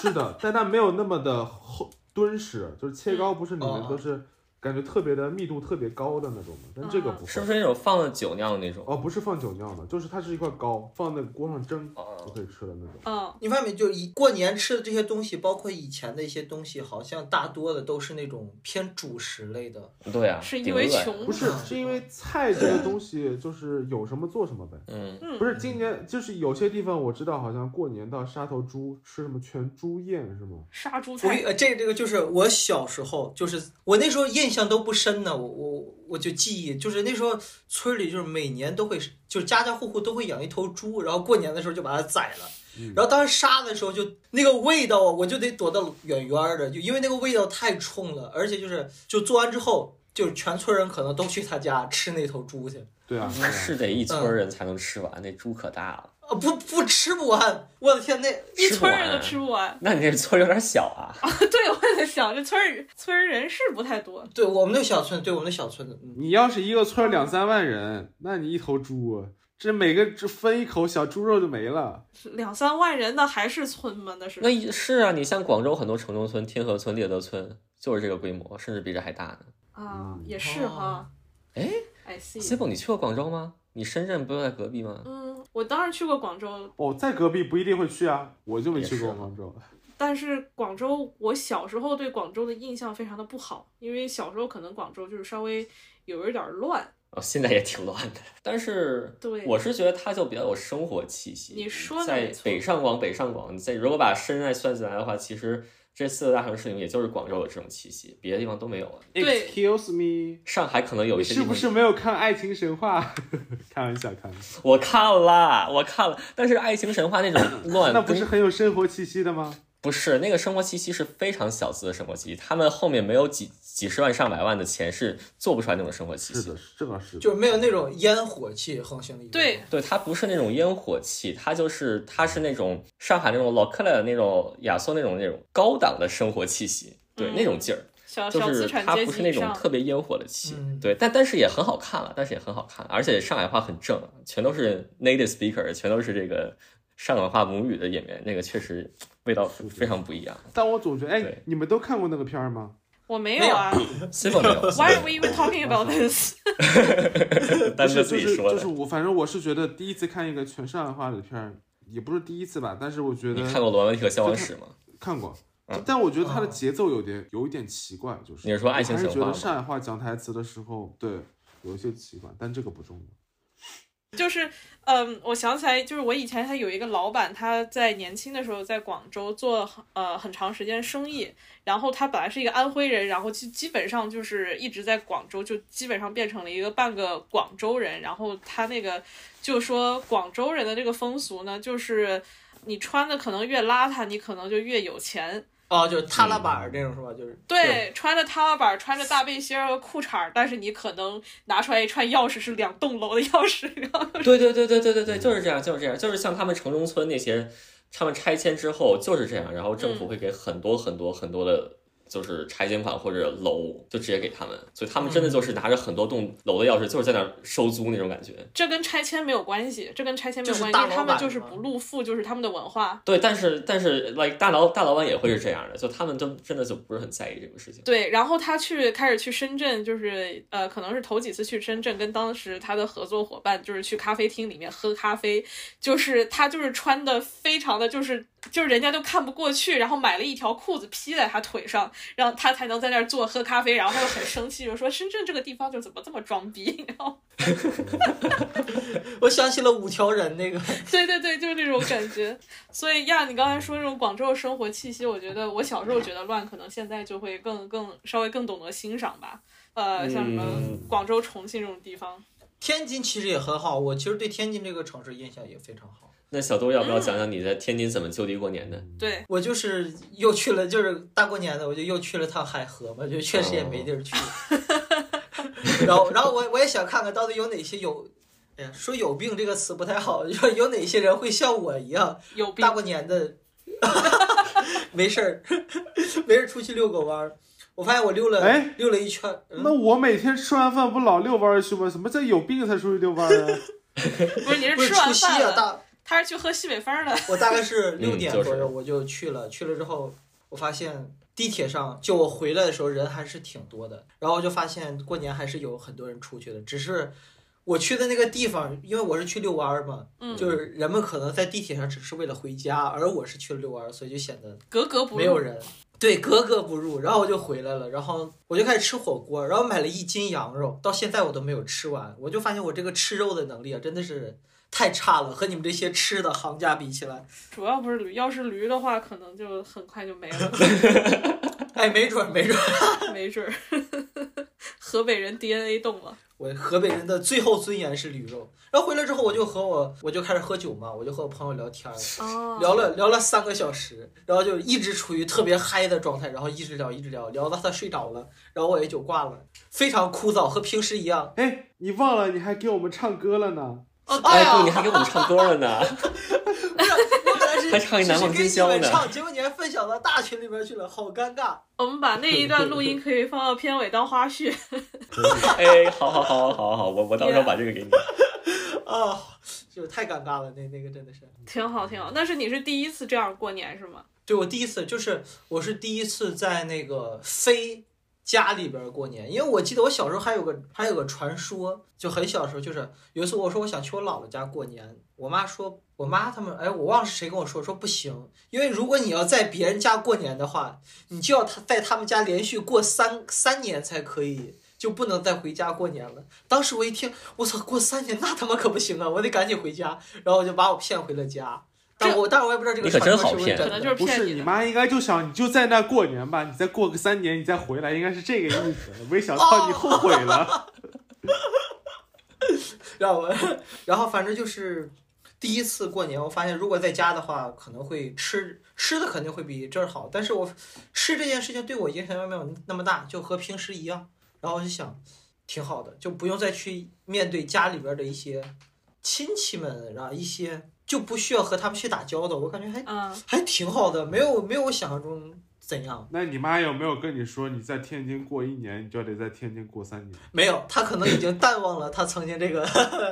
[SPEAKER 4] 是的，但它没有那么的厚敦实，就是切糕不是里
[SPEAKER 5] 哦
[SPEAKER 4] 面都是感觉特别的密度特别高的那种吗？但这个
[SPEAKER 3] 嗯
[SPEAKER 4] 不
[SPEAKER 1] 是
[SPEAKER 4] 是
[SPEAKER 1] 不。是那种放了酒酿的那种？
[SPEAKER 4] 哦，不是放酒酿的，就是它是一块糕，放在锅上蒸就
[SPEAKER 1] 哦，
[SPEAKER 4] 可以吃的那种。
[SPEAKER 3] 嗯，
[SPEAKER 5] 你发现没？就是以过年吃的这些东西，包括以前的一些东西，好像大多的都是那种偏主食类的。
[SPEAKER 1] 对啊，
[SPEAKER 3] 是因
[SPEAKER 1] 顶
[SPEAKER 3] 为
[SPEAKER 1] 饿呀
[SPEAKER 3] 穷
[SPEAKER 4] 不是，是因为菜这个东西就是有什么做什么呗。
[SPEAKER 1] 嗯，
[SPEAKER 3] 嗯
[SPEAKER 4] 不是今年，就是有些地方我知道，好像过年到杀头猪吃什么全猪宴是吗？
[SPEAKER 3] 杀猪
[SPEAKER 5] 我
[SPEAKER 3] 菜，
[SPEAKER 5] 呃，这个这个就是我小时候，就是我那时候印象都不深呢，我我我就记忆，就是那时候村里就是每年都会，就是家家户户都会养一头猪，然后过年的时候就把它宰了，
[SPEAKER 4] 嗯
[SPEAKER 5] 然后当时杀的时候就那个味道啊，我就得躲到远远的，就因为那个味道太冲了，而且就是就做完之后，就是全村人可能都去他家吃那头猪去，
[SPEAKER 4] 对啊，
[SPEAKER 1] 那嗯是得一村儿人才能吃完，那猪可大了，
[SPEAKER 5] 啊不不吃不完，我的天，那
[SPEAKER 3] 一
[SPEAKER 1] 吃不
[SPEAKER 3] 村儿人都
[SPEAKER 1] 完
[SPEAKER 3] 吃不完。
[SPEAKER 1] 那你这村儿有点小啊。
[SPEAKER 3] 对，我也在想，这村儿村儿人是不太多，
[SPEAKER 5] 对我们那小村，对我们那小村子，嗯。
[SPEAKER 4] 你要是一个村儿两三万人，那你一头猪，这每个只分一口小猪肉就没了。
[SPEAKER 3] 两三万人那还是村吗？那是
[SPEAKER 1] 那也是啊，你像广州很多城中村、天河村、猎德村，就是这个规模，甚至比这还大呢。
[SPEAKER 3] 啊
[SPEAKER 4] 嗯，
[SPEAKER 3] 也是哈。
[SPEAKER 1] 哎
[SPEAKER 3] ，I see。
[SPEAKER 1] 西凤，你去过广州吗？你深圳不就在隔壁吗？
[SPEAKER 3] 嗯，我当然去过广州，
[SPEAKER 4] 哦，在隔壁不一定会去啊，我就没去过
[SPEAKER 1] 也是
[SPEAKER 4] 广州。
[SPEAKER 3] 但是广州，我小时候对广州的印象非常的不好，因为小时候可能广州就是稍微有一点儿乱。
[SPEAKER 1] 哦，现在也挺乱的，但是
[SPEAKER 3] 对
[SPEAKER 1] 我是觉得它就比较有生活气息。
[SPEAKER 3] 你说的
[SPEAKER 1] 在
[SPEAKER 3] 没错
[SPEAKER 1] 北上广，北上广，你在如果把深圳算进来的话，其实这四个大城市里面，也就是广州有这种气息，别的地方都没有了。
[SPEAKER 3] 对
[SPEAKER 4] Excuse me，
[SPEAKER 1] 上海可能有一
[SPEAKER 4] 你
[SPEAKER 1] 些
[SPEAKER 4] 是
[SPEAKER 1] 地
[SPEAKER 4] 不
[SPEAKER 1] 方，
[SPEAKER 4] 是没有看《爱情神话》？ 开玩笑，开玩笑。
[SPEAKER 1] 我看了，我看了，但是《爱情神话》那种乱，
[SPEAKER 4] 那不
[SPEAKER 1] 跟
[SPEAKER 4] 是很有生活气息的吗？
[SPEAKER 1] 不是那个生活气息是非常小资的生活气息，他们后面没有几几十万上百万的钱是做不出来那种生活气
[SPEAKER 4] 是
[SPEAKER 1] 息
[SPEAKER 4] 的，是这个是的
[SPEAKER 5] 就是没有那种烟火气横行的一个
[SPEAKER 3] 对
[SPEAKER 5] 地方。
[SPEAKER 1] 对，它不是那种烟火气，它就是它是那种上海那种老克莱的那种亚索那种那种高档的生活气息，对、
[SPEAKER 3] 嗯
[SPEAKER 1] 那种劲儿，
[SPEAKER 3] 小
[SPEAKER 1] 就
[SPEAKER 3] 小
[SPEAKER 1] 是
[SPEAKER 3] 资产
[SPEAKER 1] 它
[SPEAKER 3] 阶
[SPEAKER 1] 不是
[SPEAKER 3] 级
[SPEAKER 1] 那
[SPEAKER 3] 以
[SPEAKER 1] 种
[SPEAKER 3] 上，
[SPEAKER 1] 特别烟火的气，
[SPEAKER 5] 嗯
[SPEAKER 1] 对，但但是也很好看了，但是也很好看，而且上海话很正，啊全都是 native speaker，全都是这个上海话母语的演员，那个确实味道
[SPEAKER 4] 是的
[SPEAKER 1] 非常不一样。
[SPEAKER 4] 但我总觉得，哎
[SPEAKER 1] 对，
[SPEAKER 4] 你们都看过那个片儿吗？
[SPEAKER 3] 我没
[SPEAKER 5] 没
[SPEAKER 3] 有
[SPEAKER 5] 有
[SPEAKER 3] 啊
[SPEAKER 1] 西凤没 有，西
[SPEAKER 3] ，Why
[SPEAKER 1] 凤
[SPEAKER 3] are we even talking about this？
[SPEAKER 1] 丹
[SPEAKER 4] 不
[SPEAKER 1] 哥
[SPEAKER 4] 是，
[SPEAKER 1] 自己
[SPEAKER 4] 就是
[SPEAKER 1] 说
[SPEAKER 4] 就
[SPEAKER 1] 的
[SPEAKER 4] 是。我，反正我是觉得第一次看一个全上海话的片儿，也不是第一次吧，但是我觉
[SPEAKER 1] 你
[SPEAKER 4] 得
[SPEAKER 1] 看过《罗文和消亡史》吗？
[SPEAKER 4] 看过
[SPEAKER 1] 嗯
[SPEAKER 4] 就但我觉得
[SPEAKER 3] 哦
[SPEAKER 4] 它的节奏有点有一点奇怪，就是
[SPEAKER 1] 你是说爱情
[SPEAKER 4] 我还是
[SPEAKER 1] 神
[SPEAKER 4] 觉
[SPEAKER 1] 话
[SPEAKER 4] 得
[SPEAKER 1] 吗
[SPEAKER 4] 上海话讲台词的时候，对有一些奇怪，但这个不重要。
[SPEAKER 3] 就是，嗯，我想起来，就是我以前还有一个老板，他在年轻的时候在广州做呃很长时间生意，然后他本来是一个安徽人，然后就基本上就是一直在广州，就基本上变成了一个半个广州人。然后他那个就说广州人的这个风俗呢，就是你穿的可能越邋遢，你可能就越有钱。
[SPEAKER 5] 哦，就是踏拉板儿那种是吧？就是
[SPEAKER 3] 对，穿着踏拉板，穿着大背心儿和裤衩儿，但是你可能拿出来一串钥匙是两栋楼的钥匙，然后
[SPEAKER 1] 对对对对对对对，就是这样，就是这样，就是像他们城中村那些，他们拆迁之后就是这样，然后政府会给很多很多很多的，就是拆迁款或者楼，就直接给他们，所以他们真的就是拿着很多栋楼的钥匙，就是在那儿收租那种感觉。
[SPEAKER 3] 这跟拆迁没有关系，这跟拆迁没有关
[SPEAKER 5] 就是
[SPEAKER 3] 系，
[SPEAKER 5] 大
[SPEAKER 3] 因为他
[SPEAKER 5] 老板
[SPEAKER 3] 们就是
[SPEAKER 5] 嘛
[SPEAKER 3] 不入富，就是他们的文化。
[SPEAKER 1] 对，但是但是，like 大老大老板也会是这样的，就他们就真的就不是很在意这个事情。
[SPEAKER 3] 对，然后他去开始去深圳，就是呃，可能是头几次去深圳，跟当时他的合作伙伴就是去咖啡厅里面喝咖啡，就是他就是穿的非常的就是就是人家都看不过去，然后买了一条裤子披在他腿上，让他才能在那儿坐喝咖啡，然后他又很生气，就说深圳这个地方就怎么这么装逼，然后
[SPEAKER 5] 我想起了五条人那个，
[SPEAKER 3] 对对对，就是那种感觉。所以呀，你刚才说那种广州的生活气息，我觉得我小时候觉得乱，可能现在就会更更稍微更懂得欣赏吧。呃，像什么
[SPEAKER 1] 嗯
[SPEAKER 3] 广州、重庆这种地方，
[SPEAKER 5] 天津其实也很好，我其实对天津这个城市印象也非常好。
[SPEAKER 1] 那小杜要不要讲讲你在天津怎么就地过年的？
[SPEAKER 3] 对，
[SPEAKER 5] 我就是又去了，就是大过年的，我就又去了趟海河嘛，就确实也没地儿去。 然后，然后我我也想看看到底有哪些有，哎呀，说有病这个词不太好， 有有哪些人会像我一样，
[SPEAKER 3] 有病
[SPEAKER 5] 大。过年的， 没事儿， 没事儿出去遛个弯儿。我发现我溜了，
[SPEAKER 4] 哎
[SPEAKER 5] 溜了一圈儿，嗯
[SPEAKER 4] 那我每天吃完饭不老遛弯儿去吗？怎么这有病才出去遛弯儿啊？
[SPEAKER 3] 不是你是
[SPEAKER 5] 不是
[SPEAKER 3] 吃
[SPEAKER 5] 除
[SPEAKER 3] 完
[SPEAKER 5] 夕
[SPEAKER 3] 饭
[SPEAKER 5] 啊，
[SPEAKER 3] 了，
[SPEAKER 5] 大
[SPEAKER 3] 他是去喝西北风的。
[SPEAKER 5] 我大概是六
[SPEAKER 1] 嗯
[SPEAKER 5] 点
[SPEAKER 1] 就是
[SPEAKER 5] 左右我就去了，去了之后我发现地铁上就我回来的时候人还是挺多的，然后我就发现过年还是有很多人出去的，只是我去的那个地方，因为我是去遛弯儿嘛，
[SPEAKER 3] 嗯
[SPEAKER 5] 就是人们可能在地铁上只是为了回家，而我是去遛弯儿，所以就显得
[SPEAKER 3] 格格不入。
[SPEAKER 5] 没有人。对，格格不入。然后我就回来了，然后我就开始吃火锅，然后买了一斤羊肉，到现在我都没有吃完。我就发现我这个吃肉的能力啊，真的是太差了，和你们这些吃的行家比起来，
[SPEAKER 3] 主要不是驴，要是驴的话，可能就很快就 没了，
[SPEAKER 5] 哎，没准儿没准儿，
[SPEAKER 3] 没准儿。 河北人 DNA 动了，
[SPEAKER 5] 我河北人的最后尊严是驴肉。然后回来之后，我就和我我就开始喝酒嘛，我就和我朋友聊天儿，
[SPEAKER 3] 哦
[SPEAKER 5] 聊了聊了三个小时，然后就一直处于特别嗨的状态，然后一直聊一直聊，聊到他睡着了，然后我也就挂了，非常枯燥，和平时一样。
[SPEAKER 4] 哎，你忘了你还给我们唱歌了呢？
[SPEAKER 3] 哦，
[SPEAKER 1] 哎
[SPEAKER 3] 对
[SPEAKER 1] 不，你
[SPEAKER 3] 啊，
[SPEAKER 1] 还给我们唱歌了呢。
[SPEAKER 5] 不是，我本来是
[SPEAKER 1] 还唱一难忘今宵呢
[SPEAKER 5] 只是跟你们唱，结果你还分享到大群里边去了，好尴尬。
[SPEAKER 3] 我们把那一段录音可以放到片尾当花絮。
[SPEAKER 1] 哎，好好好好好好，我我到时候把这个给你。
[SPEAKER 5] 啊，就是太尴尬了，那那个真的是。
[SPEAKER 3] 挺好，挺好。但是你是第一次这样过年是吗？
[SPEAKER 5] 对我第一次就是我是第一次在那个非家里边过年，因为我记得我小时候还有个还有个传说，就很小时候就是有一次我说我想去我姥姥家过年，我妈说我妈他们哎我忘了是谁跟我说说不行，因为如果你要在别人家过年的话，你就要他在他们家连续过三三年才可以。就不能再回家过年了。当时我一听，我操，过三年那他妈可不行啊！我得赶紧回家，然后我就把我骗回了家。但我但我也不知道这个
[SPEAKER 1] 你可
[SPEAKER 5] 传
[SPEAKER 1] 真
[SPEAKER 5] 说
[SPEAKER 1] 好
[SPEAKER 5] 是不是
[SPEAKER 1] 骗
[SPEAKER 5] 真
[SPEAKER 3] 可
[SPEAKER 5] 的
[SPEAKER 3] 能就是
[SPEAKER 4] 不
[SPEAKER 3] 骗
[SPEAKER 4] 是，
[SPEAKER 3] 你
[SPEAKER 4] 你
[SPEAKER 3] 的。
[SPEAKER 4] 妈应该就想你就在那过年吧，你再过个三年你再回来，应该是这个意思。没
[SPEAKER 3] 哦
[SPEAKER 4] 想到你后悔了。
[SPEAKER 5] 让我，然后反正就是第一次过年，我发现如果在家的话，可能会吃吃的肯定会比这儿好，但是我吃这件事情对我影响没有那么大，就和平时一样。然后我就想，挺好的，就不用再去面对家里边的一些亲戚们，然后一些就不需要和他们去打交道，我感觉还
[SPEAKER 3] 嗯，
[SPEAKER 5] 还挺好的，没有没有我想象中怎样。
[SPEAKER 4] 那你妈有没有跟你说，你在天津过一年，你就得在天津过三年？
[SPEAKER 5] 没有，他可能已经淡忘了他曾经这个，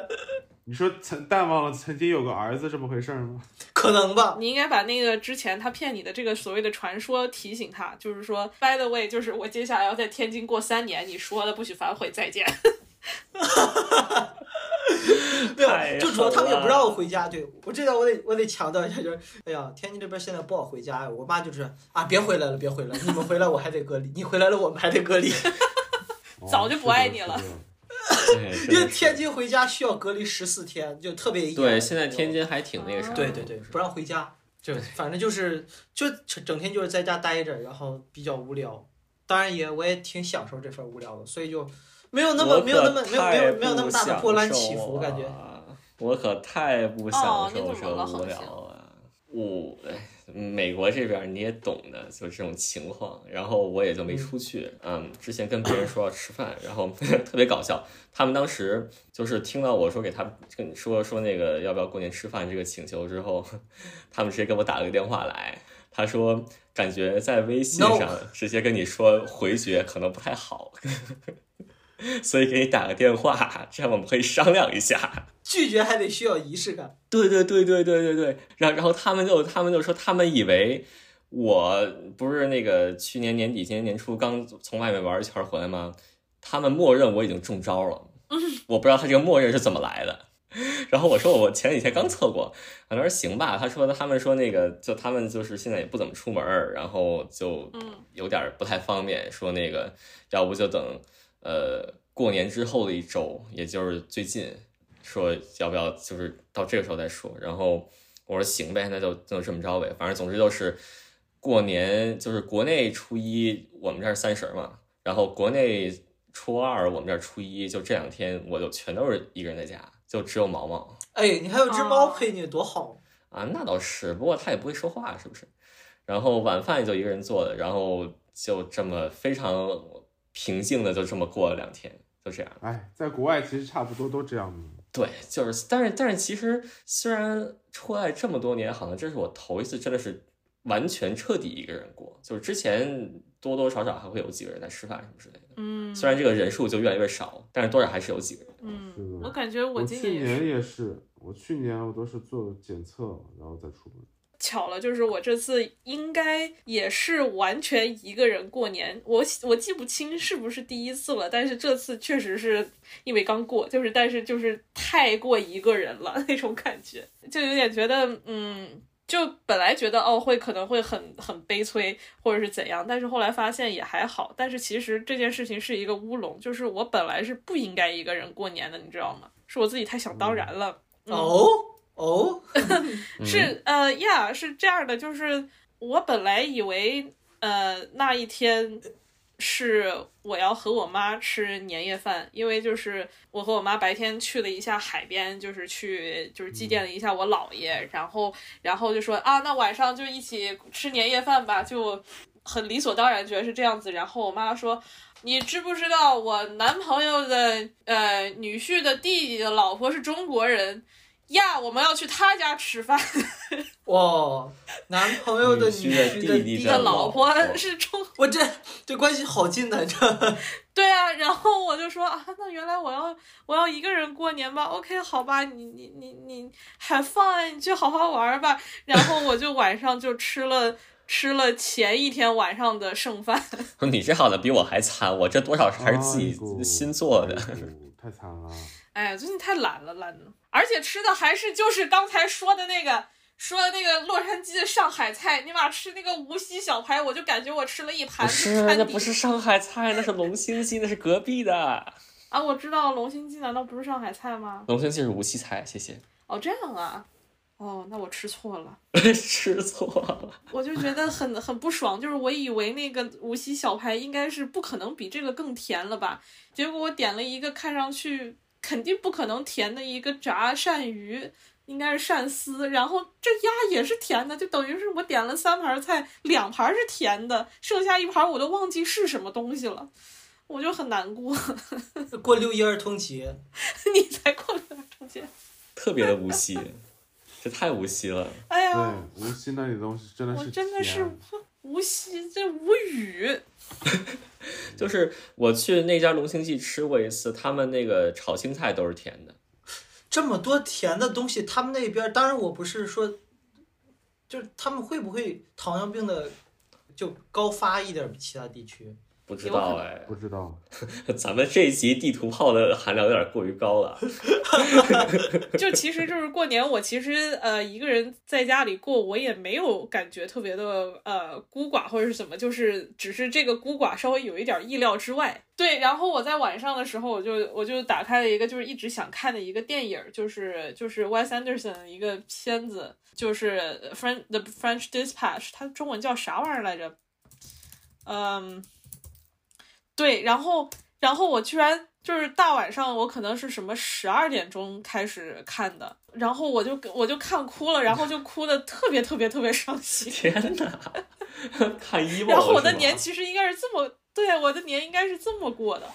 [SPEAKER 4] 你说曾淡忘了曾经有个儿子这么回事儿吗？
[SPEAKER 5] 可能吧。
[SPEAKER 3] 你应该把那个之前他骗你的这个所谓的传说提醒他，就是说，by the way，就是我接下来要在天津过三年，你说的不许反悔，再见。
[SPEAKER 5] 没
[SPEAKER 1] 太
[SPEAKER 5] 有，就主要他们
[SPEAKER 1] 狠
[SPEAKER 5] 也
[SPEAKER 1] 了
[SPEAKER 5] 不让我回家。对我这点我得我得强调一下，就是哎呀，天津这边现在不好回家呀。我妈就是啊，别回来了，别回来了，你们回来我还得隔离，你回来了我们还得隔离，
[SPEAKER 4] 哦
[SPEAKER 3] 早就不爱你了
[SPEAKER 4] 是的是的
[SPEAKER 1] 对，哎真的
[SPEAKER 5] 因为
[SPEAKER 1] 是
[SPEAKER 5] 天津回家需要隔离十四天，就特别严。
[SPEAKER 1] 对现在天津还挺那个啥，
[SPEAKER 5] 对对对，不让回家，就反正就是就整整天就是在家待着，然后比较无聊。当然也我也挺享受这份无聊的，所以就没有那么
[SPEAKER 1] 我
[SPEAKER 5] 没有那么
[SPEAKER 1] 可
[SPEAKER 5] 没有没
[SPEAKER 1] 太
[SPEAKER 5] 有
[SPEAKER 1] 不
[SPEAKER 5] 没有那么大的波澜起
[SPEAKER 1] 享
[SPEAKER 5] 伏，
[SPEAKER 1] 受
[SPEAKER 5] 我感觉。
[SPEAKER 1] 了。我可太不享
[SPEAKER 3] 哦你
[SPEAKER 1] 受
[SPEAKER 3] 怎么了
[SPEAKER 1] 这无
[SPEAKER 3] 恒
[SPEAKER 1] 聊
[SPEAKER 3] 星
[SPEAKER 1] 了。啊我、哎美国这边你也懂的，就这种情况。然后我也就没出去。嗯，之前跟别人说要吃饭，然后 特别搞笑。他们当时就是听到我说给他们跟你说说那个要不要过年吃饭这个请求之后， 他们直接给我打了个电话来，他说感觉在微信
[SPEAKER 5] No
[SPEAKER 1] 上直接跟你说回绝可能不太好， 所以给你打个电话，这样我们可以商量一下。
[SPEAKER 5] 拒绝还得需要仪式感。
[SPEAKER 1] 对对对对对对对，然然后他们就他们就说他们以为我不是那个去年年底今年年初刚从外面玩一圈回来吗？他们默认我已经中招了，我不知道他这个默认是怎么来的。然后我说我前几天刚测过，他说行吧，他说他们说那个就他们就是现在也不怎么出门儿，然后就
[SPEAKER 3] 嗯
[SPEAKER 1] 有点儿不太方便，说那个要不就等呃过年之后的一周，也就是最近，说要不要就是到这个时候再说。然后我说行呗，那就就这么着呗，反正总之就是过年就是国内初一我们这儿三十儿嘛，然后国内初二我们这儿初一，就这两天我就全都是一个人在家，就只有毛毛。
[SPEAKER 5] 哎，你还有只猫
[SPEAKER 3] 哦
[SPEAKER 5] 陪你，多好！
[SPEAKER 1] 啊，那倒是，不过他也不会说话，是不是？然后晚饭就一个人做的，然后就这么非常平静的就这么过了两天，就这样。
[SPEAKER 4] 哎，在国外其实差不多都这样的。
[SPEAKER 1] 对，就是，但是但是其实虽然出来这么多年，好像这是我头一次真的是完全彻底一个人过，就是之前多多少少还会有几个人在吃饭什么之类的，
[SPEAKER 3] 嗯，
[SPEAKER 1] 虽然这个人数就越来越少，但是多少还是有几个人。
[SPEAKER 4] 是
[SPEAKER 3] 嗯
[SPEAKER 4] 的，
[SPEAKER 3] 我感觉我
[SPEAKER 4] 我
[SPEAKER 3] 今
[SPEAKER 4] 去
[SPEAKER 3] 年也是
[SPEAKER 4] 年也是，我去年我都是做检测，然后再出门。
[SPEAKER 3] 巧了，就是我这次应该也是完全一个人过年。我我记不清是不是第一次了，但是这次确实是因为刚过，就是但是就是太过一个人了那种感觉，就有点觉得嗯。就本来觉得哦会可能会很很悲催或者是怎样，但是后来发现也还好。但是其实这件事情是一个乌龙，就是我本来是不应该一个人过年的，你知道吗？是我自己太想当然了。嗯
[SPEAKER 5] 哦哦，
[SPEAKER 3] 是呃呀是这样的，就是我本来以为呃那一天是我要和我妈吃年夜饭，因为就是我和我妈白天去了一下海边，就是去就是祭奠了一下我姥爷，然后然后就说啊那晚上就一起吃年夜饭吧，就很理所当然觉得是这样子。然后我妈说。你知不知道我男朋友的呃女婿的弟弟的老婆是中国人呀？我们要去他家吃饭。
[SPEAKER 5] 哇，男朋友的
[SPEAKER 1] 女
[SPEAKER 5] 女
[SPEAKER 1] 婿的
[SPEAKER 5] 婿
[SPEAKER 1] 弟
[SPEAKER 5] 的
[SPEAKER 1] 弟
[SPEAKER 5] 弟
[SPEAKER 1] 的
[SPEAKER 3] 的
[SPEAKER 1] 老
[SPEAKER 3] 老婆
[SPEAKER 1] 婆
[SPEAKER 3] 是中
[SPEAKER 5] 我这这关系好近的，这
[SPEAKER 3] 对啊，然后我就说啊，那原来我要我要一个人过年吧，OK，好吧，你你你你 have fun，你去好好玩儿吧。然后我就晚上就吃了吃了前一天晚上的剩饭，
[SPEAKER 1] 嗯，你这好的比我还惨，我这多少还是自己
[SPEAKER 4] 哎呦
[SPEAKER 1] 新做的。，
[SPEAKER 4] 哎呦太惨了。
[SPEAKER 3] 哎呀，最近太懒了，懒了，而且吃的还是就是刚才说的那个。说的那个洛杉矶的上海菜，你妈吃那个无锡小排，我就感觉我吃了一盘
[SPEAKER 1] 不
[SPEAKER 3] 子
[SPEAKER 1] 是，
[SPEAKER 3] 摊
[SPEAKER 1] 那
[SPEAKER 3] 底
[SPEAKER 1] 不是上海菜，那是龙兴记，那是隔壁的。
[SPEAKER 3] 啊！我知道龙兴记难道不是上海菜吗？
[SPEAKER 1] 龙兴记是无锡菜，谢 谢。
[SPEAKER 3] 哦，这样啊，哦，那我吃错了。
[SPEAKER 1] 吃错了，
[SPEAKER 3] 我就觉得很很不爽，就是我以为那个无锡小排应该是不可能比这个更甜了吧，结果我点了一个看上去肯定不可能甜的一个炸鳝鱼，应该是鳝丝，然后这鸭也是甜的，就等于是我点了三盘菜，两盘是甜的，剩下一盘我都忘记是什么东西了，我就很难过。
[SPEAKER 5] 过六一儿童节，
[SPEAKER 3] 你才过两中间，
[SPEAKER 1] 特别的无锡，这太无锡了。
[SPEAKER 3] 哎
[SPEAKER 4] 对
[SPEAKER 3] 呀，，
[SPEAKER 4] 无锡那里的东西真的
[SPEAKER 3] 我
[SPEAKER 4] 是啊
[SPEAKER 3] 真的是
[SPEAKER 4] 甜
[SPEAKER 3] 无锡，这无语。
[SPEAKER 1] 就是我去那家龙兴记吃过一次，他们那个炒青菜都是甜的。
[SPEAKER 5] 这么多甜的东西，他们那边当然我不是说，就是他们会不会糖尿病的就高发一点比其他地区？
[SPEAKER 1] 不知道
[SPEAKER 4] 不知道，
[SPEAKER 1] 哎， 咱们这一集地图炮的含量有点过于高 了。
[SPEAKER 3] 就其实就是过年，我其实呃一个人在家里过，我也没有感觉特别的呃孤寡或者是什么，就是只是这个孤寡稍微有一点意料之外。对，然后我在晚上的时候，我就我就打开了一个就是一直想看的一个电影，就是就是 Wes Anderson 的一个片子，就是呃 French The French Dispatch，它中文叫啥玩意儿来着？嗯，对，然后然后我居然就是大晚上，我可能是什么十二点钟开始看的，然后我就我就看哭了，然后就哭的特别特别特别伤 心。
[SPEAKER 1] 天哪， 看 emo
[SPEAKER 3] 然后我的
[SPEAKER 1] 是吗
[SPEAKER 3] 年其实应该是这么，对，我的年应该是这么过的。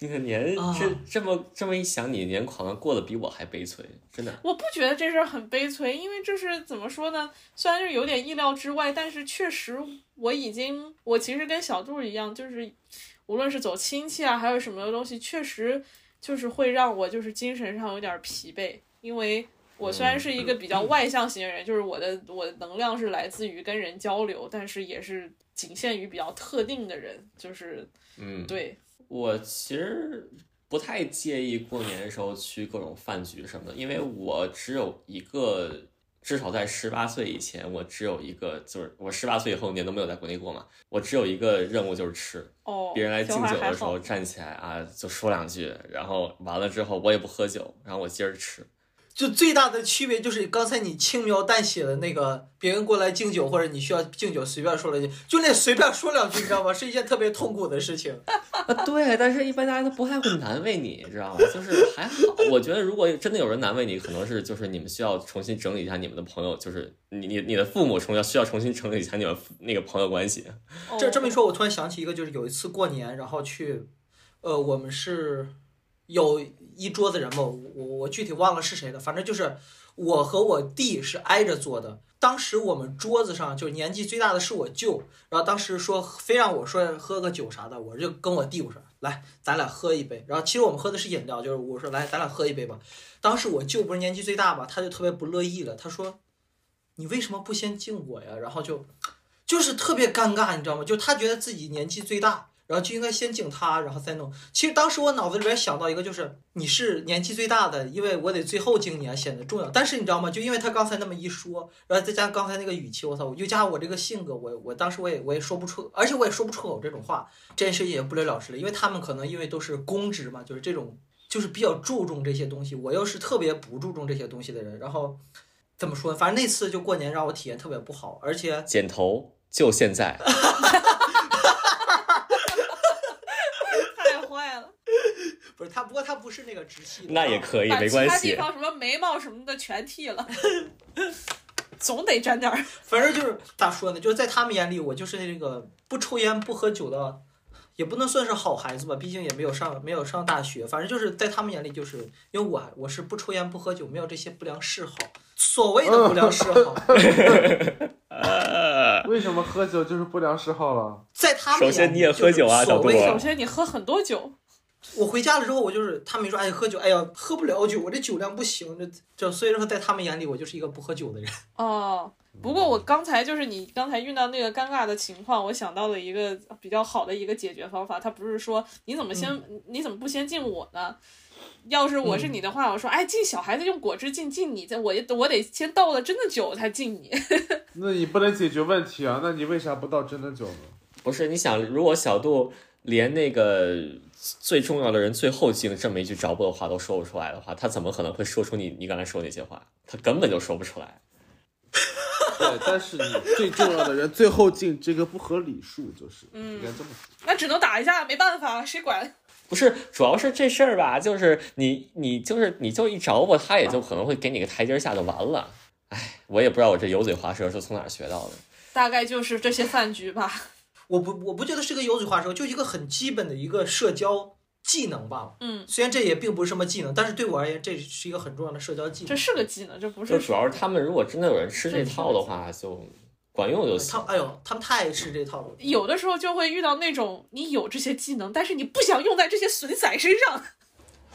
[SPEAKER 1] 你的年
[SPEAKER 5] 啊
[SPEAKER 1] 这这么这么一想，你的年好像过得比我还悲催，真的。
[SPEAKER 3] 我不觉得这事儿很悲催，因为这是怎么说呢？虽然是有点意料之外，但是确实我已经，我其实跟小杜一样，就是无论是走亲戚啊，还有什么东西，确实就是会让我就是精神上有点疲惫，因为我
[SPEAKER 1] 嗯
[SPEAKER 3] 虽然是一个比较外向型的人，就是我的我的能量是来自于跟人交流，但是也是仅限于比较特定的人，就是
[SPEAKER 1] 嗯，
[SPEAKER 3] 对，
[SPEAKER 1] 我其实不太介意过年的时候去各种饭局什么的，因为我只有一个，至少在十八岁以前，我只有一个，就是我十八岁以后年都没有在国内过嘛，我只有一个任务就是吃。
[SPEAKER 3] 哦，
[SPEAKER 1] 别人来敬
[SPEAKER 3] 小孩
[SPEAKER 1] 酒
[SPEAKER 3] 还
[SPEAKER 1] 的时
[SPEAKER 3] 好
[SPEAKER 1] 候站起来啊，就说两句，然后完了之后我也不喝酒，然后我接着吃。
[SPEAKER 5] 就最大的区别就是刚才你轻描淡写的那个，别人过来敬酒或者你需要敬酒，随便说了一句，就那随便说两句，你知道吗？是一件特别痛苦的事情。
[SPEAKER 1] 啊，对，但是一般大家都不太会难为你，知道吗？就是还好，我觉得如果真的有人难为你，可能是就是你们需要重新整理一下你们的朋友，就是你你你的父母重要需要重新整理一下你们那个朋友关系。
[SPEAKER 5] 这这么一
[SPEAKER 3] 哦
[SPEAKER 5] 说，我突然想起一个，就是有一次过年，然后去，呃，我们是有一桌子人吧，我我我具体忘了是谁的，反正就是我和我弟是挨着坐的。当时我们桌子上就是年纪最大的是我舅，然后当时说非让我说喝个酒啥的，我就跟我弟我说来，咱俩喝一杯。然后其实我们喝的是饮料，就是我说来，咱俩喝一杯吧。当时我舅不是年纪最大嘛，他就特别不乐意了，他说你为什么不先敬我呀？然后就就是特别尴尬，你知道吗？就他觉得自己年纪最大，然后就应该先敬他，然后再弄。其实当时我脑子里边想到一个，就是你是年纪最大的，因为我得最后敬你啊，显得重要。但是你知道吗？就因为他刚才那么一说，然后再加上刚才那个语气，我操，我又加上我这个性格，我我当时我也我也说不出，而且我也说不出口这种话，这件事情也不了了之了。因为他们可能因为都是公职嘛，就是这种就是比较注重这些东西，我又是特别不注重这些东西的人，然后。怎么说？反正那次就过年让我体验特别不好，而且
[SPEAKER 1] 剪头就现在，
[SPEAKER 3] 太坏了。
[SPEAKER 5] 不是他，不过他不是那个直系的，
[SPEAKER 1] 那也可以，
[SPEAKER 3] 把
[SPEAKER 1] 没
[SPEAKER 3] 其
[SPEAKER 1] 关
[SPEAKER 3] 他地
[SPEAKER 1] 系。
[SPEAKER 3] 方什么眉毛什么的全剃 了，总得沾点儿。
[SPEAKER 5] 反正就是咋说呢，就是在他们眼里，我就是那个不抽烟不喝酒的，也不能算是好孩子吧，毕竟也没有上没有上大学。反正就是在他们眼里，就是因为我还我是不抽烟不喝酒，没有这些不良嗜好，所谓的不良嗜好，
[SPEAKER 1] 呃，
[SPEAKER 4] 为什么喝酒就是不良嗜好了？
[SPEAKER 5] 在他们眼里
[SPEAKER 1] 首先你也喝酒啊
[SPEAKER 5] 就是所谓
[SPEAKER 1] 小杜啊
[SPEAKER 5] 的
[SPEAKER 3] 首先你喝很多酒，
[SPEAKER 5] 我回家了之后，我就是他们一说，哎，喝酒，哎呀，喝不了酒，我这酒量不行，这这，所以说在他们眼里，我就是一个不喝酒的人。
[SPEAKER 3] 哦，不过我刚才就是你刚才遇到那个尴尬的情况，我想到了一个比较好的一个解决方法。他不是说你怎么先、
[SPEAKER 1] 嗯
[SPEAKER 3] 你怎么不先敬我呢？要是我是你的
[SPEAKER 1] 嗯
[SPEAKER 3] 话，我说哎敬小孩子用果汁敬敬你，这我也我得先倒了真的酒才敬你。
[SPEAKER 4] 那你不能解决问题啊？那你为啥不倒真的酒呢？
[SPEAKER 1] 不是，你想，如果小杜连那个最重要的人最后敬这么一句着不的话都说不出来的话，他怎么可能会说出你你刚才说那些话？他根本就说不出来。
[SPEAKER 4] 对，但是你最重要的人最后进这个不合理数，就是
[SPEAKER 3] 嗯
[SPEAKER 4] 应该这么说。
[SPEAKER 3] 那只能打一架，没办法，谁管？
[SPEAKER 1] 不是，主要是这事儿吧，就是你你就是你就一着吧，他也就可能会给你个台阶下就完了。哎，我也不知道我这油嘴滑舌是从哪儿学到的。
[SPEAKER 3] 大概就是这些饭局吧。
[SPEAKER 5] 我不我不觉得是个油嘴滑舌，就一个很基本的一个社交技能吧。
[SPEAKER 3] 嗯，
[SPEAKER 5] 虽然这也并不是什么技能，但是对我而言，这是一个很重要的社交技
[SPEAKER 3] 这
[SPEAKER 5] 能。
[SPEAKER 3] 是个技能，这不
[SPEAKER 1] 就是主要是他们如果真的有人吃这套的话，就管用就行。
[SPEAKER 5] 他哎呦，他们太吃这套了。
[SPEAKER 3] 有的时候就会遇到那种你有这些技能，但是你不想用在这些损仔身上。